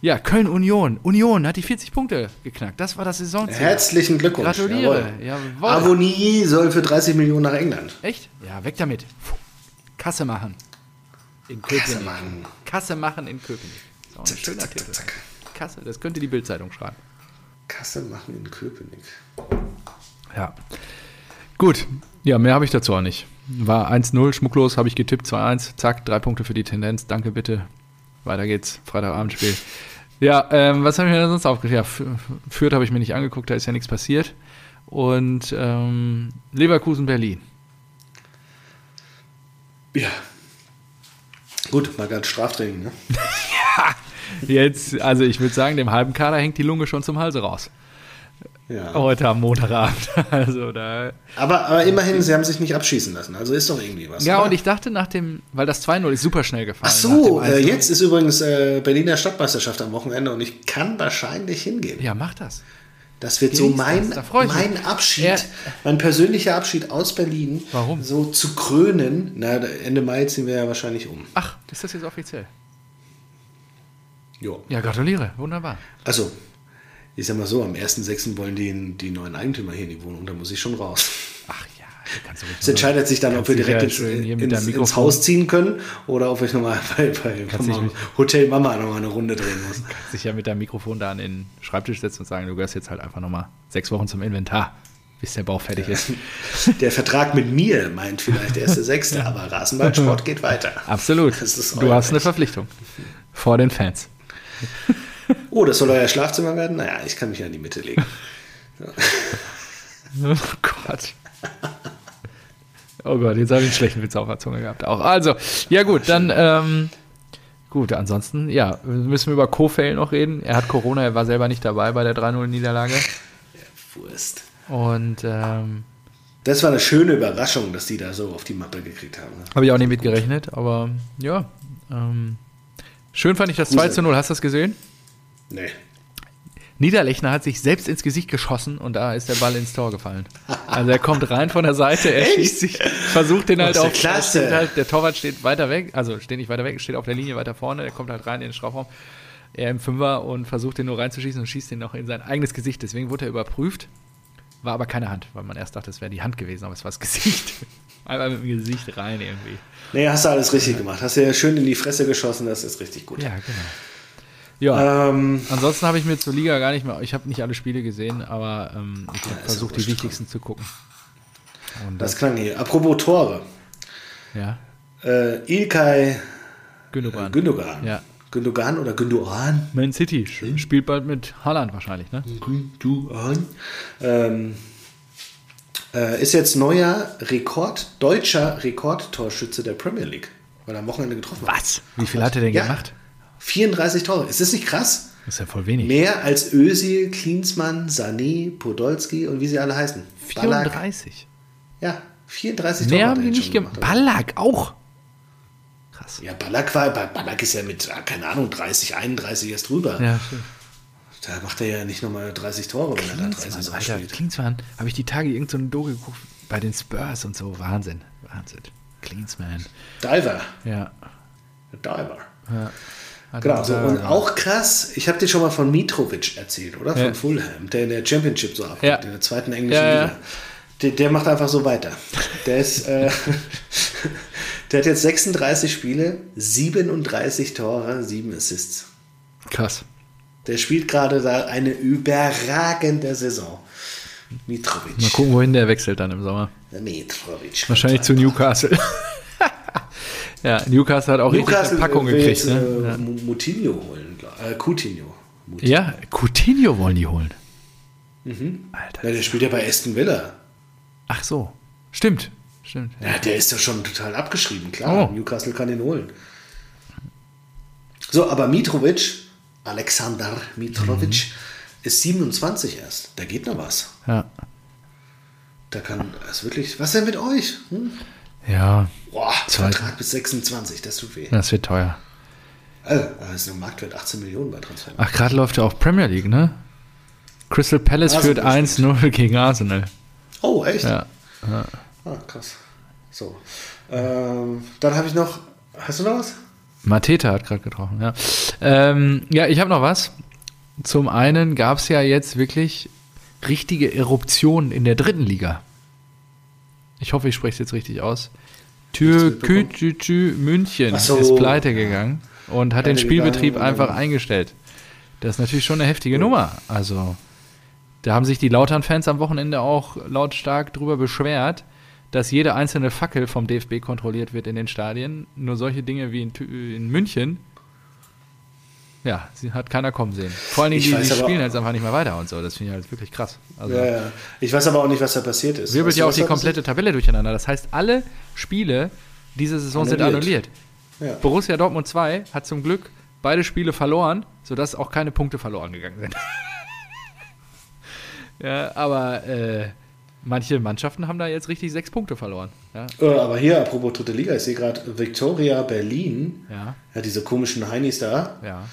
[SPEAKER 2] Ja, Köln Union. Union hat die 40 Punkte geknackt. Das war das Saisonziel.
[SPEAKER 1] Herzlichen Glückwunsch.
[SPEAKER 2] Gratuliere. Jawohl.
[SPEAKER 1] Jawohl. Avoni soll für 30 Millionen nach England.
[SPEAKER 2] Echt? Ja, weg damit. Kasse machen. In Köpenick.
[SPEAKER 1] Klasse, Mann.
[SPEAKER 2] Kasse machen in Köpenick. Ist auch ein
[SPEAKER 1] Zack,
[SPEAKER 2] schöner
[SPEAKER 1] zack,
[SPEAKER 2] Titel.
[SPEAKER 1] zack, zack.
[SPEAKER 2] Kasse, das könnte die Bildzeitung schreiben.
[SPEAKER 1] Kasse machen in Köpenick.
[SPEAKER 2] Ja. Gut. Ja, mehr habe ich dazu auch nicht. War 1-0, schmucklos, habe ich getippt, 2-1, zack, drei Punkte für die Tendenz, danke bitte. Weiter geht's, Freitagabendspiel. Ja, ähm, was habe ich mir denn sonst aufgeschrieben? Ja, Fü- Fürth habe ich mir nicht angeguckt, da ist ja nichts passiert. Und ähm, Leverkusen-Berlin.
[SPEAKER 1] Ja. Gut, mal ganz Straftraining, ne?
[SPEAKER 2] Jetzt, also ich würde sagen, dem halben Kader hängt die Lunge schon zum Halse raus.
[SPEAKER 1] Ja.
[SPEAKER 2] Heute am Montagabend. [LAUGHS] Also da
[SPEAKER 1] Aber, aber immerhin, sie haben sich nicht abschießen lassen. Also ist doch irgendwie was.
[SPEAKER 2] Ja,
[SPEAKER 1] oder?
[SPEAKER 2] und ich dachte nach dem, weil das 2-0 ist super schnell gefallen.
[SPEAKER 1] Ach so,
[SPEAKER 2] nach dem
[SPEAKER 1] äh,
[SPEAKER 2] 1-0.
[SPEAKER 1] jetzt ist übrigens äh, Berliner Stadtmeisterschaft am Wochenende und ich kann wahrscheinlich hingehen.
[SPEAKER 2] Ja, mach das.
[SPEAKER 1] Das wird so
[SPEAKER 2] Genieß
[SPEAKER 1] mein,
[SPEAKER 2] das, da freu ich mich.
[SPEAKER 1] mein Abschied,
[SPEAKER 2] Ja.
[SPEAKER 1] mein persönlicher Abschied aus Berlin
[SPEAKER 2] Warum?
[SPEAKER 1] so zu krönen. Na, Ende Mai ziehen wir ja wahrscheinlich um.
[SPEAKER 2] Ach, ist das jetzt offiziell?
[SPEAKER 1] Jo.
[SPEAKER 2] Ja, gratuliere. Wunderbar.
[SPEAKER 1] Also, ich sag mal so, am 1.6. wollen die, die neuen Eigentümer hier in die Wohnung, da muss ich schon raus.
[SPEAKER 2] Ach ja, du Also, kannst du
[SPEAKER 1] Es entscheidet sich dann, ob wir
[SPEAKER 2] dich
[SPEAKER 1] direkt
[SPEAKER 2] ja
[SPEAKER 1] ins,
[SPEAKER 2] schön hier mit
[SPEAKER 1] ins,
[SPEAKER 2] deinem Mikrofon-
[SPEAKER 1] ins Haus ziehen können oder ob ich nochmal bei, bei
[SPEAKER 2] dich
[SPEAKER 1] Mama, Hotel Mama nochmal eine Runde drehen muss.
[SPEAKER 2] Sich ja mit deinem Mikrofon da an den Schreibtisch setzen und sagen, du gehörst jetzt halt einfach nochmal sechs Wochen zum Inventar, bis der Bau
[SPEAKER 1] [LAUGHS]
[SPEAKER 2] fertig ist.
[SPEAKER 1] Der Vertrag mit mir meint vielleicht der erste
[SPEAKER 2] [LAUGHS]
[SPEAKER 1] Sechste, aber Rasenballsport geht weiter.
[SPEAKER 2] Absolut.
[SPEAKER 1] Das ist
[SPEAKER 2] Du
[SPEAKER 1] euer
[SPEAKER 2] hast eine
[SPEAKER 1] Recht.
[SPEAKER 2] Verpflichtung vor den Fans.
[SPEAKER 1] Oh, das soll euer Schlafzimmer werden? Naja, ich kann mich ja in die Mitte legen.
[SPEAKER 2] Oh Gott. Oh Gott, jetzt habe ich einen schlechten Witz auf der Zunge gehabt. Auch. Also, ja gut, dann ähm, gut, ansonsten, ja, müssen wir über Kofeld noch reden. Er hat Corona, er war selber nicht dabei bei der 3-0-Niederlage.
[SPEAKER 1] Wurst.
[SPEAKER 2] Und ähm,
[SPEAKER 1] Das war eine schöne Überraschung, dass die da so auf die Mappe gekriegt haben. ne?
[SPEAKER 2] habe ich auch nicht mitgerechnet, aber ja. Ähm, schön fand ich das 2 zu 0, hast du das gesehen?
[SPEAKER 1] Nee.
[SPEAKER 2] Niederlechner hat sich selbst ins Gesicht geschossen und da ist der Ball ins Tor gefallen. Also er kommt rein von der Seite, er schießt sich, versucht den halt
[SPEAKER 1] Aus der
[SPEAKER 2] auf.
[SPEAKER 1] Klasse.
[SPEAKER 2] steht Halt, der Torwart steht weiter weg, also steht nicht weiter weg, steht auf der Linie weiter vorne, der kommt halt rein in den Strafraum. Er im Fünfer und versucht den nur reinzuschießen und schießt den noch in sein eigenes Gesicht. Deswegen wurde er überprüft, war aber keine Hand, weil man erst dachte, es wäre die Hand gewesen, aber es war das Gesicht. Einmal mit dem Gesicht rein irgendwie.
[SPEAKER 1] Nee, hast du alles richtig gemacht. Hast du ja schön in die Fresse geschossen, das ist richtig gut.
[SPEAKER 2] Ja, genau. Ja.
[SPEAKER 1] Ähm,
[SPEAKER 2] Ansonsten habe ich mir zur Liga gar nicht mehr. Ich habe nicht alle Spiele gesehen, aber ähm, ich habe
[SPEAKER 1] ist
[SPEAKER 2] versucht,
[SPEAKER 1] ja
[SPEAKER 2] die
[SPEAKER 1] wurscht,
[SPEAKER 2] wichtigsten zu gucken. Und das,
[SPEAKER 1] das klang hier. Apropos Tore.
[SPEAKER 2] ja,
[SPEAKER 1] Äh, Ilkay Äh,
[SPEAKER 2] Gündogan.
[SPEAKER 1] Gündogan.
[SPEAKER 2] Ja.
[SPEAKER 1] Gündogan oder Gündogan?
[SPEAKER 2] Man City sch- spielt bald mit Haaland wahrscheinlich, ne?
[SPEAKER 1] Gündogan. Ähm, äh, ist jetzt neuer Rekord, deutscher Rekordtorschütze der Premier League. Weil er am Wochenende getroffen hat.
[SPEAKER 2] Was? Wie viel hat er denn
[SPEAKER 1] Ja.
[SPEAKER 2] gemacht?
[SPEAKER 1] 34 Tore. Ist das nicht krass?
[SPEAKER 2] Das ist ja voll wenig.
[SPEAKER 1] Mehr als Özil, Klinsmann, Sané, Podolski und wie sie alle heißen. Ballack.
[SPEAKER 2] 34.
[SPEAKER 1] Ja, 34
[SPEAKER 2] Mehr
[SPEAKER 1] Tore hat
[SPEAKER 2] haben
[SPEAKER 1] er
[SPEAKER 2] die
[SPEAKER 1] jetzt
[SPEAKER 2] nicht
[SPEAKER 1] schon
[SPEAKER 2] gemacht. Ballack auch. Krass.
[SPEAKER 1] Ja, Ballack, war, Ba- Ballack ist ja mit, ah, keine Ahnung, 30, 31 erst drüber.
[SPEAKER 2] Ja, stimmt.
[SPEAKER 1] Da macht er ja nicht nochmal 30 Tore, wenn er da 30
[SPEAKER 2] Klinsmann,
[SPEAKER 1] so
[SPEAKER 2] Alter,
[SPEAKER 1] spielt.
[SPEAKER 2] Klinsmann. Habe ich die Tage irgendeine so Doge geguckt bei den Spurs und so. Wahnsinn. Wahnsinn. Klinsmann.
[SPEAKER 1] Diver,
[SPEAKER 2] Ja.
[SPEAKER 1] Diver.
[SPEAKER 2] Hat
[SPEAKER 1] Genau,
[SPEAKER 2] uns
[SPEAKER 1] so.
[SPEAKER 2] da-
[SPEAKER 1] und auch krass, ich habe dir schon mal von Mitrovic erzählt, oder? Von
[SPEAKER 2] Ja.
[SPEAKER 1] Fulham, der in der Championship so abgeht,
[SPEAKER 2] Ja.
[SPEAKER 1] in der zweiten englischen
[SPEAKER 2] Ja, ja.
[SPEAKER 1] Liga. Der, der macht einfach so weiter. Der ist, äh, [LAUGHS] Der hat jetzt 36 Spiele, 37 Tore, 7 Assists.
[SPEAKER 2] Krass.
[SPEAKER 1] Der spielt gerade da eine überragende Saison. Mitrovic.
[SPEAKER 2] Mal gucken, wohin der wechselt dann im Sommer.
[SPEAKER 1] Mitrovic.
[SPEAKER 2] Wahrscheinlich zu Newcastle. [LAUGHS] ja, Newcastle hat auch richtig
[SPEAKER 1] Newcastle
[SPEAKER 2] eine Packung
[SPEAKER 1] will
[SPEAKER 2] gekriegt.
[SPEAKER 1] jetzt,
[SPEAKER 2] Ne?
[SPEAKER 1] Äh, Mu- Moutinho holen. glaub- Äh, Coutinho. Moutinho.
[SPEAKER 2] Ja, Coutinho wollen die holen.
[SPEAKER 1] Ja, Mhm.
[SPEAKER 2] Alter.
[SPEAKER 1] der spielt ja bei Aston Villa.
[SPEAKER 2] Ach so. Stimmt. Stimmt.
[SPEAKER 1] Ja, der ist ja schon total abgeschrieben, klar.
[SPEAKER 2] Oh.
[SPEAKER 1] Newcastle kann ihn holen. So, aber Mitrovic, Alexander Mitrovic,
[SPEAKER 2] Mhm.
[SPEAKER 1] ist 27 erst. Da geht noch was.
[SPEAKER 2] Ja.
[SPEAKER 1] Da kann es wirklich. Was denn mit euch? Hm?
[SPEAKER 2] ja,
[SPEAKER 1] Boah,
[SPEAKER 2] Zweite.
[SPEAKER 1] Vertrag bis 26, das tut weh.
[SPEAKER 2] das wird teuer.
[SPEAKER 1] Also, das ist ein Marktwert 18 Millionen bei Transfer.
[SPEAKER 2] Ach, gerade läuft ja auch Premier League, ne? Crystal Palace
[SPEAKER 1] Arsenal
[SPEAKER 2] führt 1-0 gegen Arsenal.
[SPEAKER 1] Oh, echt?
[SPEAKER 2] Ja.
[SPEAKER 1] Ah, krass. So. Ähm, dann habe ich noch. Hast du noch was?
[SPEAKER 2] Mateta hat gerade getroffen, ja. Ähm, ja, ich habe noch was. Zum einen gab es ja jetzt wirklich richtige Eruptionen in der dritten Liga. Ich hoffe, ich spreche es jetzt richtig aus.
[SPEAKER 1] mitbekommen.
[SPEAKER 2] Türkütütü München
[SPEAKER 1] Ach so.
[SPEAKER 2] ist pleite gegangen und hat den
[SPEAKER 1] Pleite
[SPEAKER 2] Spielbetrieb
[SPEAKER 1] gegangen.
[SPEAKER 2] einfach eingestellt. Das ist natürlich schon eine heftige Nummer. Also, da haben sich die Lautern-Fans am Wochenende auch lautstark drüber beschwert, dass jede einzelne Fackel vom DFB kontrolliert wird in den Stadien. Nur solche Dinge wie in, Tü- in München, ja, sie hat keiner kommen sehen. Vor allen Dingen,
[SPEAKER 1] Ich
[SPEAKER 2] die,
[SPEAKER 1] weiß
[SPEAKER 2] die
[SPEAKER 1] aber-
[SPEAKER 2] spielen jetzt einfach nicht mehr weiter und so. Das finde ich halt wirklich krass. Also,
[SPEAKER 1] Ja, ja. Ich weiß aber auch nicht, was da passiert ist.
[SPEAKER 2] wirbelt
[SPEAKER 1] Weißt du,
[SPEAKER 2] ja auch
[SPEAKER 1] was
[SPEAKER 2] die
[SPEAKER 1] da passiert?
[SPEAKER 2] komplette Tabelle durcheinander. Das heißt, alle Spiele dieser Saison sind
[SPEAKER 1] Annulliert. Ja.
[SPEAKER 2] annulliert. Borussia Dortmund 2 hat zum Glück beide Spiele verloren, sodass auch keine Punkte verloren gegangen sind. [LAUGHS] ja, aber äh, manche Mannschaften haben da jetzt richtig sechs Punkte verloren. Ja,
[SPEAKER 1] Äh, aber hier, apropos dritte Liga, ich sehe gerade Victoria Berlin.
[SPEAKER 2] ja,
[SPEAKER 1] Ja, diese komischen Heinis da.
[SPEAKER 2] ja.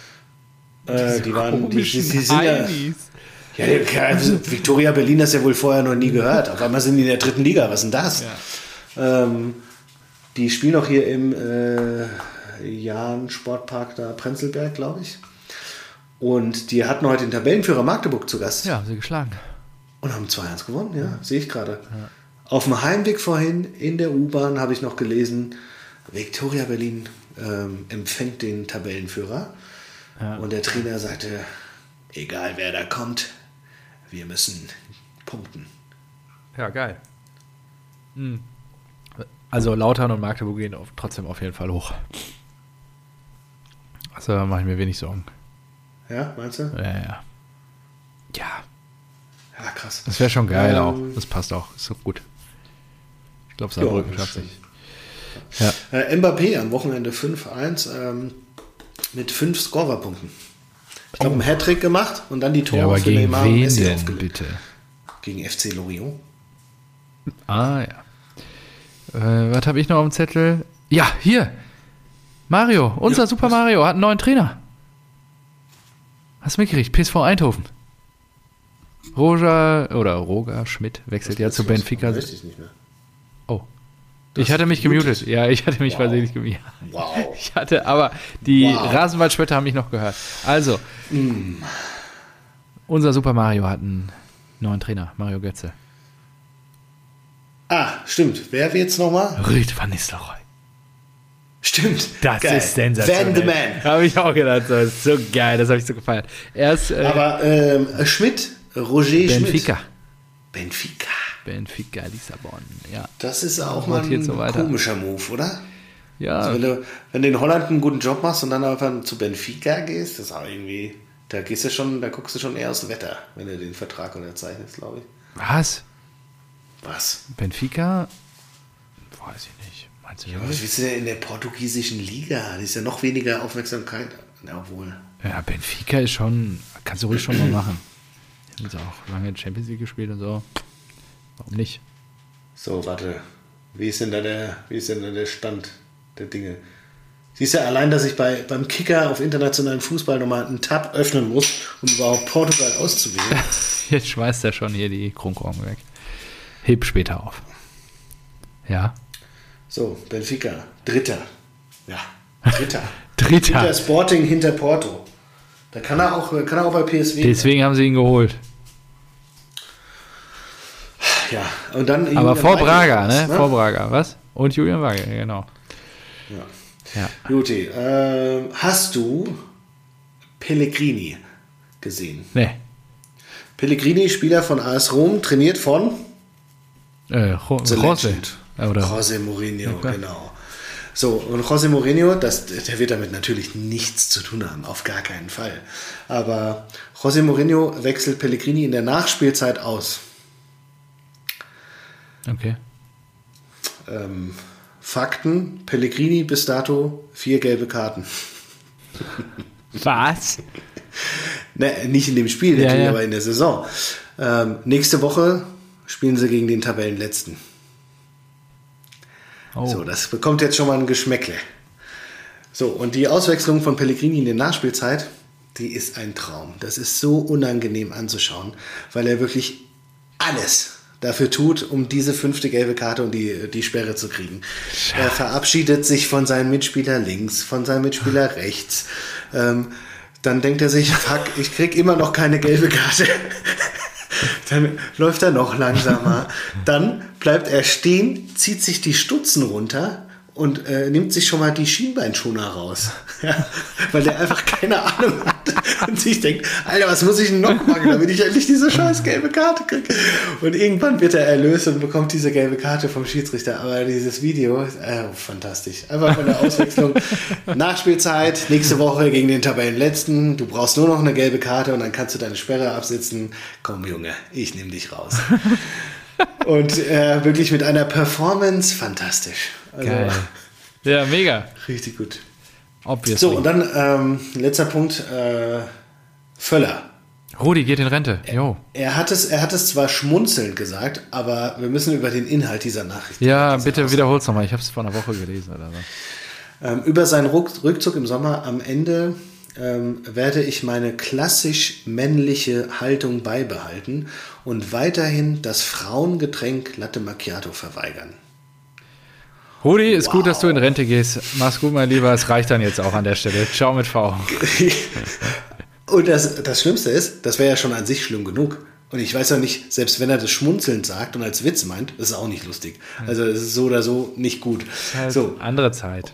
[SPEAKER 1] Äh, die waren, die, die, die
[SPEAKER 2] Komischen
[SPEAKER 1] sind ja,
[SPEAKER 2] Heinis.
[SPEAKER 1] ja, ja, also Victoria Berlin hast du ja wohl vorher noch nie gehört. Auf einmal sind die in der dritten Liga. Was ist denn das?
[SPEAKER 2] Ja.
[SPEAKER 1] Ähm, die spielen auch hier im äh, Jahn Sportpark da Prenzlberg, glaube ich. Und die hatten heute den Tabellenführer Magdeburg zu Gast.
[SPEAKER 2] ja, haben sie geschlagen.
[SPEAKER 1] Und haben 2-1 gewonnen, ja, sehe ich gerade. Auf dem Heimweg vorhin in der U-Bahn habe ich noch gelesen, Victoria Berlin ähm, empfängt den Tabellenführer. Und der Trainer sagte, egal wer da kommt, wir müssen punkten.
[SPEAKER 2] Ja, geil.
[SPEAKER 1] Hm.
[SPEAKER 2] Also Lautern und Magdeburg gehen auf, trotzdem auf jeden Fall hoch. Also da mache ich mir wenig Sorgen.
[SPEAKER 1] Ja, meinst du?
[SPEAKER 2] Ja, ja, ja. Ja,
[SPEAKER 1] Ja, krass.
[SPEAKER 2] das wäre schon geil
[SPEAKER 1] Ähm,
[SPEAKER 2] auch. Das passt auch. Ist so gut. Ich glaube,
[SPEAKER 1] Ja,
[SPEAKER 2] Saarbrücken schafft
[SPEAKER 1] stimmt.
[SPEAKER 2] sich. Ja.
[SPEAKER 1] Äh, Mbappé am Wochenende 5-1 ähm, mit 5 Scorerpunkten. Ich glaube, einen Hattrick gemacht und dann die Tore
[SPEAKER 2] Oh. ja, aber
[SPEAKER 1] für
[SPEAKER 2] gegen
[SPEAKER 1] Neymar und
[SPEAKER 2] wen
[SPEAKER 1] Messi
[SPEAKER 2] denn
[SPEAKER 1] aufgelegt.
[SPEAKER 2] bitte?
[SPEAKER 1] Gegen FC Lorient.
[SPEAKER 2] Ah, ja. Äh, was habe ich noch am Zettel? Ja, hier. Mario, unser
[SPEAKER 1] Ja,
[SPEAKER 2] Super Mario hat einen neuen Trainer. Hast du mitgekriegt? PSV Eindhoven. Roger oder Roger Schmidt wechselt ja zu
[SPEAKER 1] Das
[SPEAKER 2] Benfica.
[SPEAKER 1] Weiß ich nicht mehr.
[SPEAKER 2] Oh. Ich hatte mich gemutet. Ja, ich hatte mich
[SPEAKER 1] Wow.
[SPEAKER 2] versehentlich [LAUGHS] gemutet.
[SPEAKER 1] Wow.
[SPEAKER 2] Ich hatte, aber die
[SPEAKER 1] Wow. Mm.
[SPEAKER 2] Rasenwaldschwätter haben mich noch gehört. Also, unser Super Mario hat einen neuen Trainer, Mario Götze.
[SPEAKER 1] Ah, stimmt. Wer wird's nochmal?
[SPEAKER 2] Rüd van Nistelrooy.
[SPEAKER 1] Stimmt.
[SPEAKER 2] Das
[SPEAKER 1] Geil.
[SPEAKER 2] ist sensationell.
[SPEAKER 1] Van the Man.
[SPEAKER 2] Habe ich auch gedacht, das ist so geil, das habe ich so gefeiert. Erst äh,
[SPEAKER 1] Aber ähm, Schmidt, Roger Schmidt.
[SPEAKER 2] Benfica.
[SPEAKER 1] Benfica.
[SPEAKER 2] Benfica Lissabon, ja.
[SPEAKER 1] Das ist auch mal
[SPEAKER 2] Rotiert
[SPEAKER 1] ein
[SPEAKER 2] so weiter.
[SPEAKER 1] komischer Move, oder? Also
[SPEAKER 2] Ja,
[SPEAKER 1] Wenn, du, wenn du in Holland einen guten Job machst und dann einfach zu Benfica gehst, das ist auch irgendwie. Da gehst du schon, da guckst du schon eher aufs Wetter, wenn du den Vertrag unterzeichnest, glaube ich.
[SPEAKER 2] was?
[SPEAKER 1] Was?
[SPEAKER 2] Benfica? Weiß ich nicht. Meinst du
[SPEAKER 1] Was willst du denn in der portugiesischen Liga? Da ist ja noch weniger Aufmerksamkeit. Na wohl.
[SPEAKER 2] Ja, Benfica ist schon, kannst du ruhig schon mal machen. Die haben jetzt auch lange Champions League gespielt und so. Warum nicht? [LAUGHS]
[SPEAKER 1] So, warte. Wie ist denn da der, wie ist denn da der Stand der Dinge? Siehst du, allein, dass ich bei, beim Kicker auf internationalen Fußball nochmal einen Tab öffnen muss, um überhaupt Portugal auszuwählen.
[SPEAKER 2] Jetzt schmeißt er schon hier die Kronkorken weg. Heb später auf. Ja.
[SPEAKER 1] So, Benfica, Dritter. Ja, Dritter. Dritter
[SPEAKER 2] Dritter.
[SPEAKER 1] Sporting hinter Porto. Da kann er auch, kann er auch bei PSW.
[SPEAKER 2] Deswegen haben sie ihn geholt.
[SPEAKER 1] ja, und dann
[SPEAKER 2] Aber
[SPEAKER 1] Julian
[SPEAKER 2] vor
[SPEAKER 1] Weigel
[SPEAKER 2] Braga,
[SPEAKER 1] ist, ne?
[SPEAKER 2] ne? Vor Braga, was? Und Julian Wagner, genau. Ja.
[SPEAKER 1] Juti, ähm, hast du Pellegrini gesehen?
[SPEAKER 2] Nee.
[SPEAKER 1] Pellegrini, Spieler von AS Rom, trainiert von
[SPEAKER 2] Äh, jo
[SPEAKER 1] The
[SPEAKER 2] Jose.
[SPEAKER 1] Legend.
[SPEAKER 2] Äh, Oder
[SPEAKER 1] José Mourinho,
[SPEAKER 2] klar.
[SPEAKER 1] genau. So, und José Mourinho, das, der wird damit natürlich nichts zu tun haben, auf gar keinen Fall. Aber José Mourinho wechselt Pellegrini in der Nachspielzeit aus.
[SPEAKER 2] okay.
[SPEAKER 1] Ähm, Fakten, Pellegrini bis dato vier gelbe Karten.
[SPEAKER 2] Was?
[SPEAKER 1] Ne, nicht in dem Spiel,
[SPEAKER 2] Ja,
[SPEAKER 1] natürlich,
[SPEAKER 2] ja.
[SPEAKER 1] aber in der Saison. Ähm, nächste Woche spielen sie gegen den Tabellenletzten.
[SPEAKER 2] Oh.
[SPEAKER 1] So, das bekommt jetzt schon mal ein Geschmäckle. So, und die Auswechslung von Pellegrini in der Nachspielzeit, die ist ein Traum. Das ist so unangenehm anzuschauen, weil er wirklich alles dafür tut, um diese fünfte gelbe Karte und die, die Sperre zu kriegen. Er verabschiedet sich von seinem Mitspieler links, von seinem Mitspieler rechts. Ähm, dann denkt er sich, fuck, ich krieg immer noch keine gelbe Karte. Dann läuft er noch langsamer. Dann bleibt er stehen, zieht sich die Stutzen runter und äh, nimmt sich schon mal die Schienbeinschoner raus. [LAUGHS] Ja, weil der einfach keine Ahnung hat und sich denkt, Alter, was muss ich denn noch machen, damit ich endlich diese scheiß gelbe Karte kriege? [LAUGHS] Und irgendwann wird er erlöst und bekommt diese gelbe Karte vom Schiedsrichter. Aber dieses Video ist äh, fantastisch. Einfach von der Auswechslung. Nachspielzeit, nächste Woche gegen den Tabellenletzten. Du brauchst nur noch eine gelbe Karte und dann kannst du deine Sperre absitzen. Komm, Junge, ich nehme dich raus. Und äh, wirklich mit einer Performance fantastisch. Also,
[SPEAKER 2] Geil. Ja, mega.
[SPEAKER 1] Richtig gut.
[SPEAKER 2] Obviously.
[SPEAKER 1] So, und dann ähm, letzter Punkt, äh, Völler.
[SPEAKER 2] Rudi geht in Rente. Jo.
[SPEAKER 1] Er hat, es, er hat es zwar schmunzelnd gesagt, aber wir müssen über den Inhalt dieser Nachricht.
[SPEAKER 2] Ja, bitte wiederhol's nochmal. Ich hab's vor einer Woche gelesen oder so.
[SPEAKER 1] Ähm, über seinen Ruck, Rückzug im Sommer am Ende ähm, werde ich meine klassisch männliche Haltung beibehalten und weiterhin das Frauengetränk Latte Macchiato verweigern.
[SPEAKER 2] Rudi, ist gut, dass du in Rente gehst. Mach's gut, mein Lieber. Es reicht dann jetzt auch an der Stelle. Ciao mit V.
[SPEAKER 1] Und das, das Schlimmste ist, das wäre ja schon an sich schlimm genug. Und ich weiß ja nicht, selbst wenn er das schmunzelnd sagt und als Witz meint, ist es auch nicht lustig.
[SPEAKER 2] Hm.
[SPEAKER 1] Also es ist so oder so nicht gut. So,
[SPEAKER 2] Andere Zeit.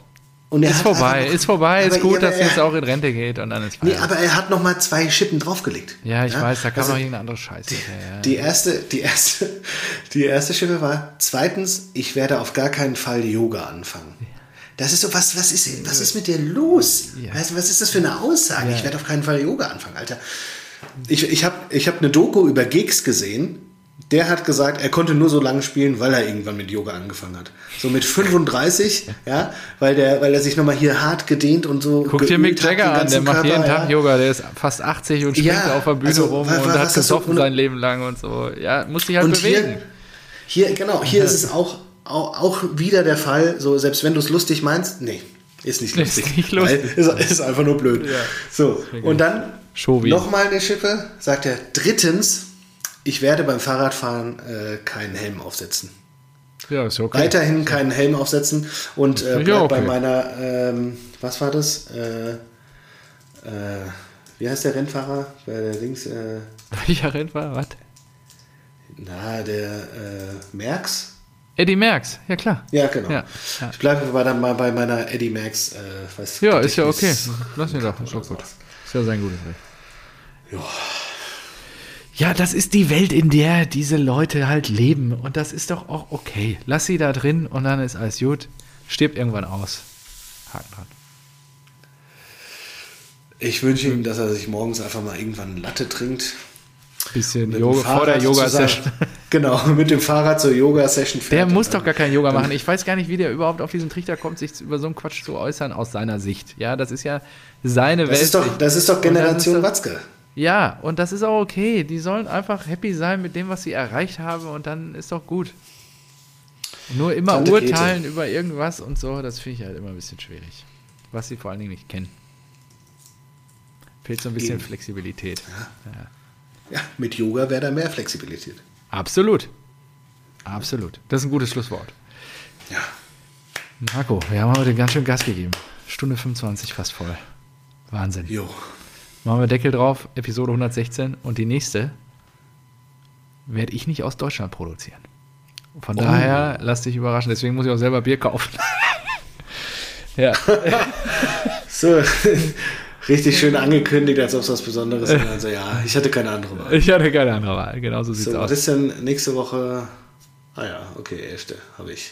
[SPEAKER 1] und er
[SPEAKER 2] halt Ist
[SPEAKER 1] hat
[SPEAKER 2] vorbei,
[SPEAKER 1] einfach noch-
[SPEAKER 2] ist vorbei, ist
[SPEAKER 1] Aber-
[SPEAKER 2] gut,
[SPEAKER 1] aber
[SPEAKER 2] dass
[SPEAKER 1] er-
[SPEAKER 2] jetzt auch in Rente geht und dann ist
[SPEAKER 1] Nee,
[SPEAKER 2] Feierabend.
[SPEAKER 1] aber er hat noch mal zwei Schippen draufgelegt.
[SPEAKER 2] Ja, ich weiß, da kam
[SPEAKER 1] also
[SPEAKER 2] noch irgendeine andere Scheiße. Ja, ja.
[SPEAKER 1] Die erste, die erste, [LAUGHS] die erste Schippe war, zweitens, ich werde auf gar keinen Fall Yoga anfangen. Das ist so, was, was ist, was ist mit dir los?
[SPEAKER 2] Ja.
[SPEAKER 1] Was, was ist das für eine Aussage?
[SPEAKER 2] Ja.
[SPEAKER 1] Ich werde auf keinen Fall Yoga anfangen, Alter. Ich, ich habe ich hab eine Doku über Geeks gesehen. Der hat gesagt, er konnte nur so lange spielen, weil er irgendwann mit Yoga angefangen hat. So mit
[SPEAKER 2] [LAUGHS]
[SPEAKER 1] 35, ja, weil, der, weil er sich nochmal hier hart gedehnt und so.
[SPEAKER 2] Guck dir
[SPEAKER 1] geübt
[SPEAKER 2] Mick
[SPEAKER 1] hat, den
[SPEAKER 2] Jagger an, der
[SPEAKER 1] ganzen
[SPEAKER 2] macht jeden
[SPEAKER 1] Körper,
[SPEAKER 2] Tag
[SPEAKER 1] ja.
[SPEAKER 2] Yoga, der ist fast 80 und springt
[SPEAKER 1] Ja,
[SPEAKER 2] auf der Bühne
[SPEAKER 1] also,
[SPEAKER 2] rum
[SPEAKER 1] wa- wa-
[SPEAKER 2] und hat
[SPEAKER 1] was das so-
[SPEAKER 2] gesoffen sein Leben lang und so. Ja, muss sich halt
[SPEAKER 1] Und
[SPEAKER 2] bewegen.
[SPEAKER 1] hier, hier, genau, hier ist es auch, auch, auch wieder der Fall, so selbst wenn du es lustig meinst, nee, ist nicht
[SPEAKER 2] Ist
[SPEAKER 1] lustig.
[SPEAKER 2] nicht lustig.
[SPEAKER 1] Weil [LAUGHS] Ist, ist einfach nur blöd. so, und dann
[SPEAKER 2] Schobi.
[SPEAKER 1] nochmal eine Schippe, sagt er, drittens, ich werde beim Fahrradfahren äh, keinen Helm aufsetzen.
[SPEAKER 2] ja, ist okay. [LAUGHS]
[SPEAKER 1] Weiterhin keinen Helm aufsetzen und äh,
[SPEAKER 2] Ja,
[SPEAKER 1] bleib bei
[SPEAKER 2] okay.
[SPEAKER 1] meiner, ähm, was war das? Äh, äh, wie heißt der Rennfahrer? Bei der links, äh,
[SPEAKER 2] Welcher Rent war? Was?
[SPEAKER 1] na, der äh, Merks?
[SPEAKER 2] Eddie Merckx, ja klar.
[SPEAKER 1] Ja, genau.
[SPEAKER 2] Ja, ja.
[SPEAKER 1] Ich bleibe bei, der, bei meiner Eddie Max. Äh, weiß
[SPEAKER 2] Ja, ist ja okay.
[SPEAKER 1] Gedächtnis-
[SPEAKER 2] Lass ihn doch, ist doch gut. Ist ja sein gutes Recht.
[SPEAKER 1] Ja.
[SPEAKER 2] Ja, das ist die Welt, in der diese Leute halt leben. Und das ist doch auch okay. Lass sie da drin und dann ist alles gut. Stirbt irgendwann aus. Haken dran.
[SPEAKER 1] Ich wünsche ihm, dass er sich morgens einfach mal irgendwann eine Latte trinkt.
[SPEAKER 2] Bisschen
[SPEAKER 1] mit dem
[SPEAKER 2] Yoga, vor der
[SPEAKER 1] Fahrrad
[SPEAKER 2] Yoga-Session.
[SPEAKER 1] zusammen- Genau, [LAUGHS] mit dem Fahrrad zur Yoga-Session fährt.
[SPEAKER 2] Der
[SPEAKER 1] und
[SPEAKER 2] muss
[SPEAKER 1] dann-
[SPEAKER 2] doch gar kein Yoga machen. Ich weiß gar nicht, wie der überhaupt auf diesen Trichter kommt, sich über so einen Quatsch zu äußern aus seiner Sicht. Ja, das ist ja seine Welt.
[SPEAKER 1] Das ist doch, das ist doch
[SPEAKER 2] dann ist
[SPEAKER 1] Generation
[SPEAKER 2] doch-
[SPEAKER 1] Watzke.
[SPEAKER 2] Ja, und das ist auch okay. Die sollen einfach happy sein mit dem, was sie erreicht haben und dann ist doch gut. Nur immer
[SPEAKER 1] Tante Käthe.
[SPEAKER 2] urteilen über irgendwas und so, das finde ich halt immer ein bisschen schwierig. Was sie vor allen Dingen nicht kennen. Fehlt so ein bisschen
[SPEAKER 1] Eben.
[SPEAKER 2] Flexibilität. Ja.
[SPEAKER 1] Ja, mit Yoga wäre da mehr Flexibilität.
[SPEAKER 2] Absolut. Absolut. Das ist ein gutes Schlusswort.
[SPEAKER 1] Ja.
[SPEAKER 2] Marco, wir haben heute ganz schön Gas gegeben. Stunde 25 fast voll. Wahnsinn.
[SPEAKER 1] Jo.
[SPEAKER 2] Machen wir Deckel drauf, Episode 116 und die nächste werde ich nicht aus Deutschland produzieren.
[SPEAKER 1] Oh.
[SPEAKER 2] Von daher lass dich überraschen, deswegen muss ich auch selber Bier kaufen. [LAUGHS] Ja.
[SPEAKER 1] So, [LAUGHS] richtig schön angekündigt, als ob es was Besonderes wäre. Also ja, ich hatte keine andere Wahl.
[SPEAKER 2] Ich hatte keine andere Wahl. Genau so sieht's
[SPEAKER 1] So, was
[SPEAKER 2] aus.
[SPEAKER 1] ist denn nächste Woche? Ah ja, okay, erste habe ich.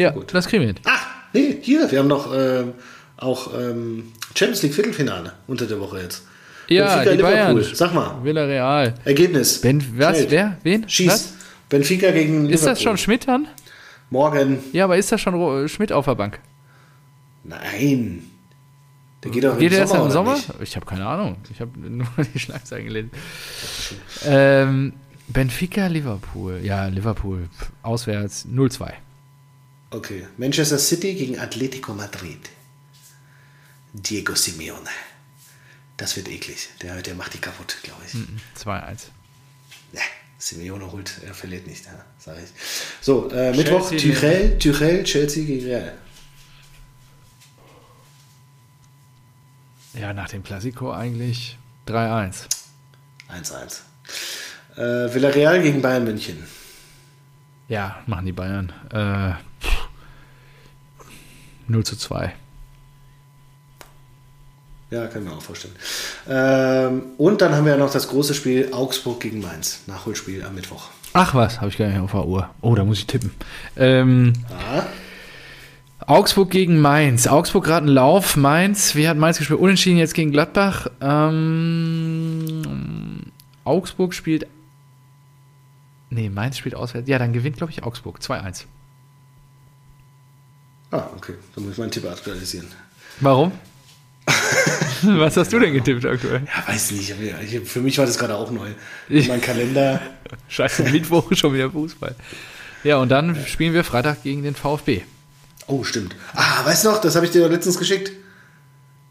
[SPEAKER 2] Ja,
[SPEAKER 1] gut.
[SPEAKER 2] das kriegen wir hin.
[SPEAKER 1] Ach, Ah, nee, hier, wir haben noch ähm, auch ähm, Champions League Viertelfinale unter der Woche jetzt.
[SPEAKER 2] Ja, die Bayern.
[SPEAKER 1] Sag mal,
[SPEAKER 2] Villarreal.
[SPEAKER 1] Ergebnis.
[SPEAKER 2] Ben, was?
[SPEAKER 1] Schnell.
[SPEAKER 2] Wer? Wen?
[SPEAKER 1] Schieß.
[SPEAKER 2] Was?
[SPEAKER 1] Benfica gegen Liverpool.
[SPEAKER 2] Ist das schon Schmidt dann?
[SPEAKER 1] Morgen.
[SPEAKER 2] Ja, aber ist das schon Ro- Schmidt auf der Bank?
[SPEAKER 1] Nein. Der geht doch
[SPEAKER 2] Geht
[SPEAKER 1] im
[SPEAKER 2] er erst
[SPEAKER 1] Sommer,
[SPEAKER 2] im
[SPEAKER 1] oder
[SPEAKER 2] Sommer?
[SPEAKER 1] nicht?
[SPEAKER 2] Ich habe keine Ahnung. Ich habe [LAUGHS] nur die Schlagzeilen gelesen. Ähm, Benfica, Liverpool. Ja, Liverpool. Pff, Auswärts 0-2.
[SPEAKER 1] Okay. Manchester City gegen Atletico Madrid. Diego Simeone. Das wird eklig. Der, der macht die kaputt, glaube ich.
[SPEAKER 2] 2-1.
[SPEAKER 1] Ja, Simeone holt, er verliert nicht, ja, sag ich. So, äh, Mittwoch,
[SPEAKER 2] Chelsea-
[SPEAKER 1] Tuchel, Tuchel, Chelsea gegen Real.
[SPEAKER 2] Ja, nach dem Klassiko eigentlich 3-1.
[SPEAKER 1] 1-1. Äh, Villarreal gegen Bayern München.
[SPEAKER 2] Ja, machen die Bayern. Äh, pff, 0 zu 2.
[SPEAKER 1] Ja, kann ich mir auch vorstellen. Ähm, und dann haben wir ja noch das große Spiel Augsburg gegen Mainz. Nachholspiel am Mittwoch.
[SPEAKER 2] Ach was, habe ich gar nicht auf der Uhr. Oh, da muss ich tippen. Ähm,
[SPEAKER 1] Ah,
[SPEAKER 2] Augsburg gegen Mainz. Augsburg gerade einen Lauf. Mainz, wie hat Mainz gespielt? Unentschieden jetzt gegen Gladbach. Ähm, Augsburg spielt. Nee, Mainz spielt auswärts. Ja, dann gewinnt, glaube ich, Augsburg. 2-1.
[SPEAKER 1] ah okay. Dann muss ich meinen Tipp aktualisieren.
[SPEAKER 2] [LAUGHS] Warum? was hast du denn getippt aktuell?
[SPEAKER 1] Ja, weiß nicht. aber ja, ich- Für mich war das gerade auch neu.
[SPEAKER 2] Ich-
[SPEAKER 1] Mein
[SPEAKER 2] [LAUGHS]
[SPEAKER 1] Kalender.
[SPEAKER 2] Scheiße, Mittwoch [LAUGHS] schon wieder Fußball. Ja, und dann spielen wir Freitag gegen den VfB.
[SPEAKER 1] Oh, stimmt. Ah, weißt du noch, das habe ich dir doch letztens geschickt.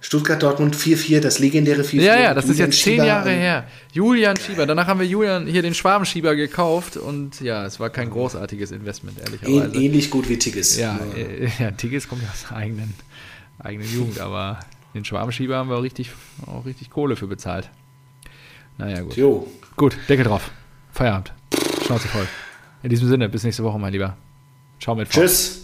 [SPEAKER 1] Stuttgart-Dortmund 4-4, das legendäre 4-4.
[SPEAKER 2] Ja, ja, das ist
[SPEAKER 1] Julian
[SPEAKER 2] jetzt zehn
[SPEAKER 1] Schieber
[SPEAKER 2] Jahre
[SPEAKER 1] und-
[SPEAKER 2] her. Julian Schieber. Danach haben wir Julian hier den Schwabenschieber gekauft und ja, es war kein großartiges Investment,
[SPEAKER 1] Ähn,
[SPEAKER 2] ehrlicherweise.
[SPEAKER 1] ähnlich gut wie Tigges.
[SPEAKER 2] Ja,
[SPEAKER 1] Nur-
[SPEAKER 2] äh, [LAUGHS] ja, Tigges kommt ja aus der eigenen, eigenen Jugend, aber den Schwabenschieber haben wir auch richtig, auch richtig Kohle für bezahlt. Naja, gut.
[SPEAKER 1] Jo.
[SPEAKER 2] Gut, Deckel drauf. Feierabend. Schnauze voll. In diesem Sinne, bis nächste Woche, mein Lieber. Ciao mit V.
[SPEAKER 1] Tschüss.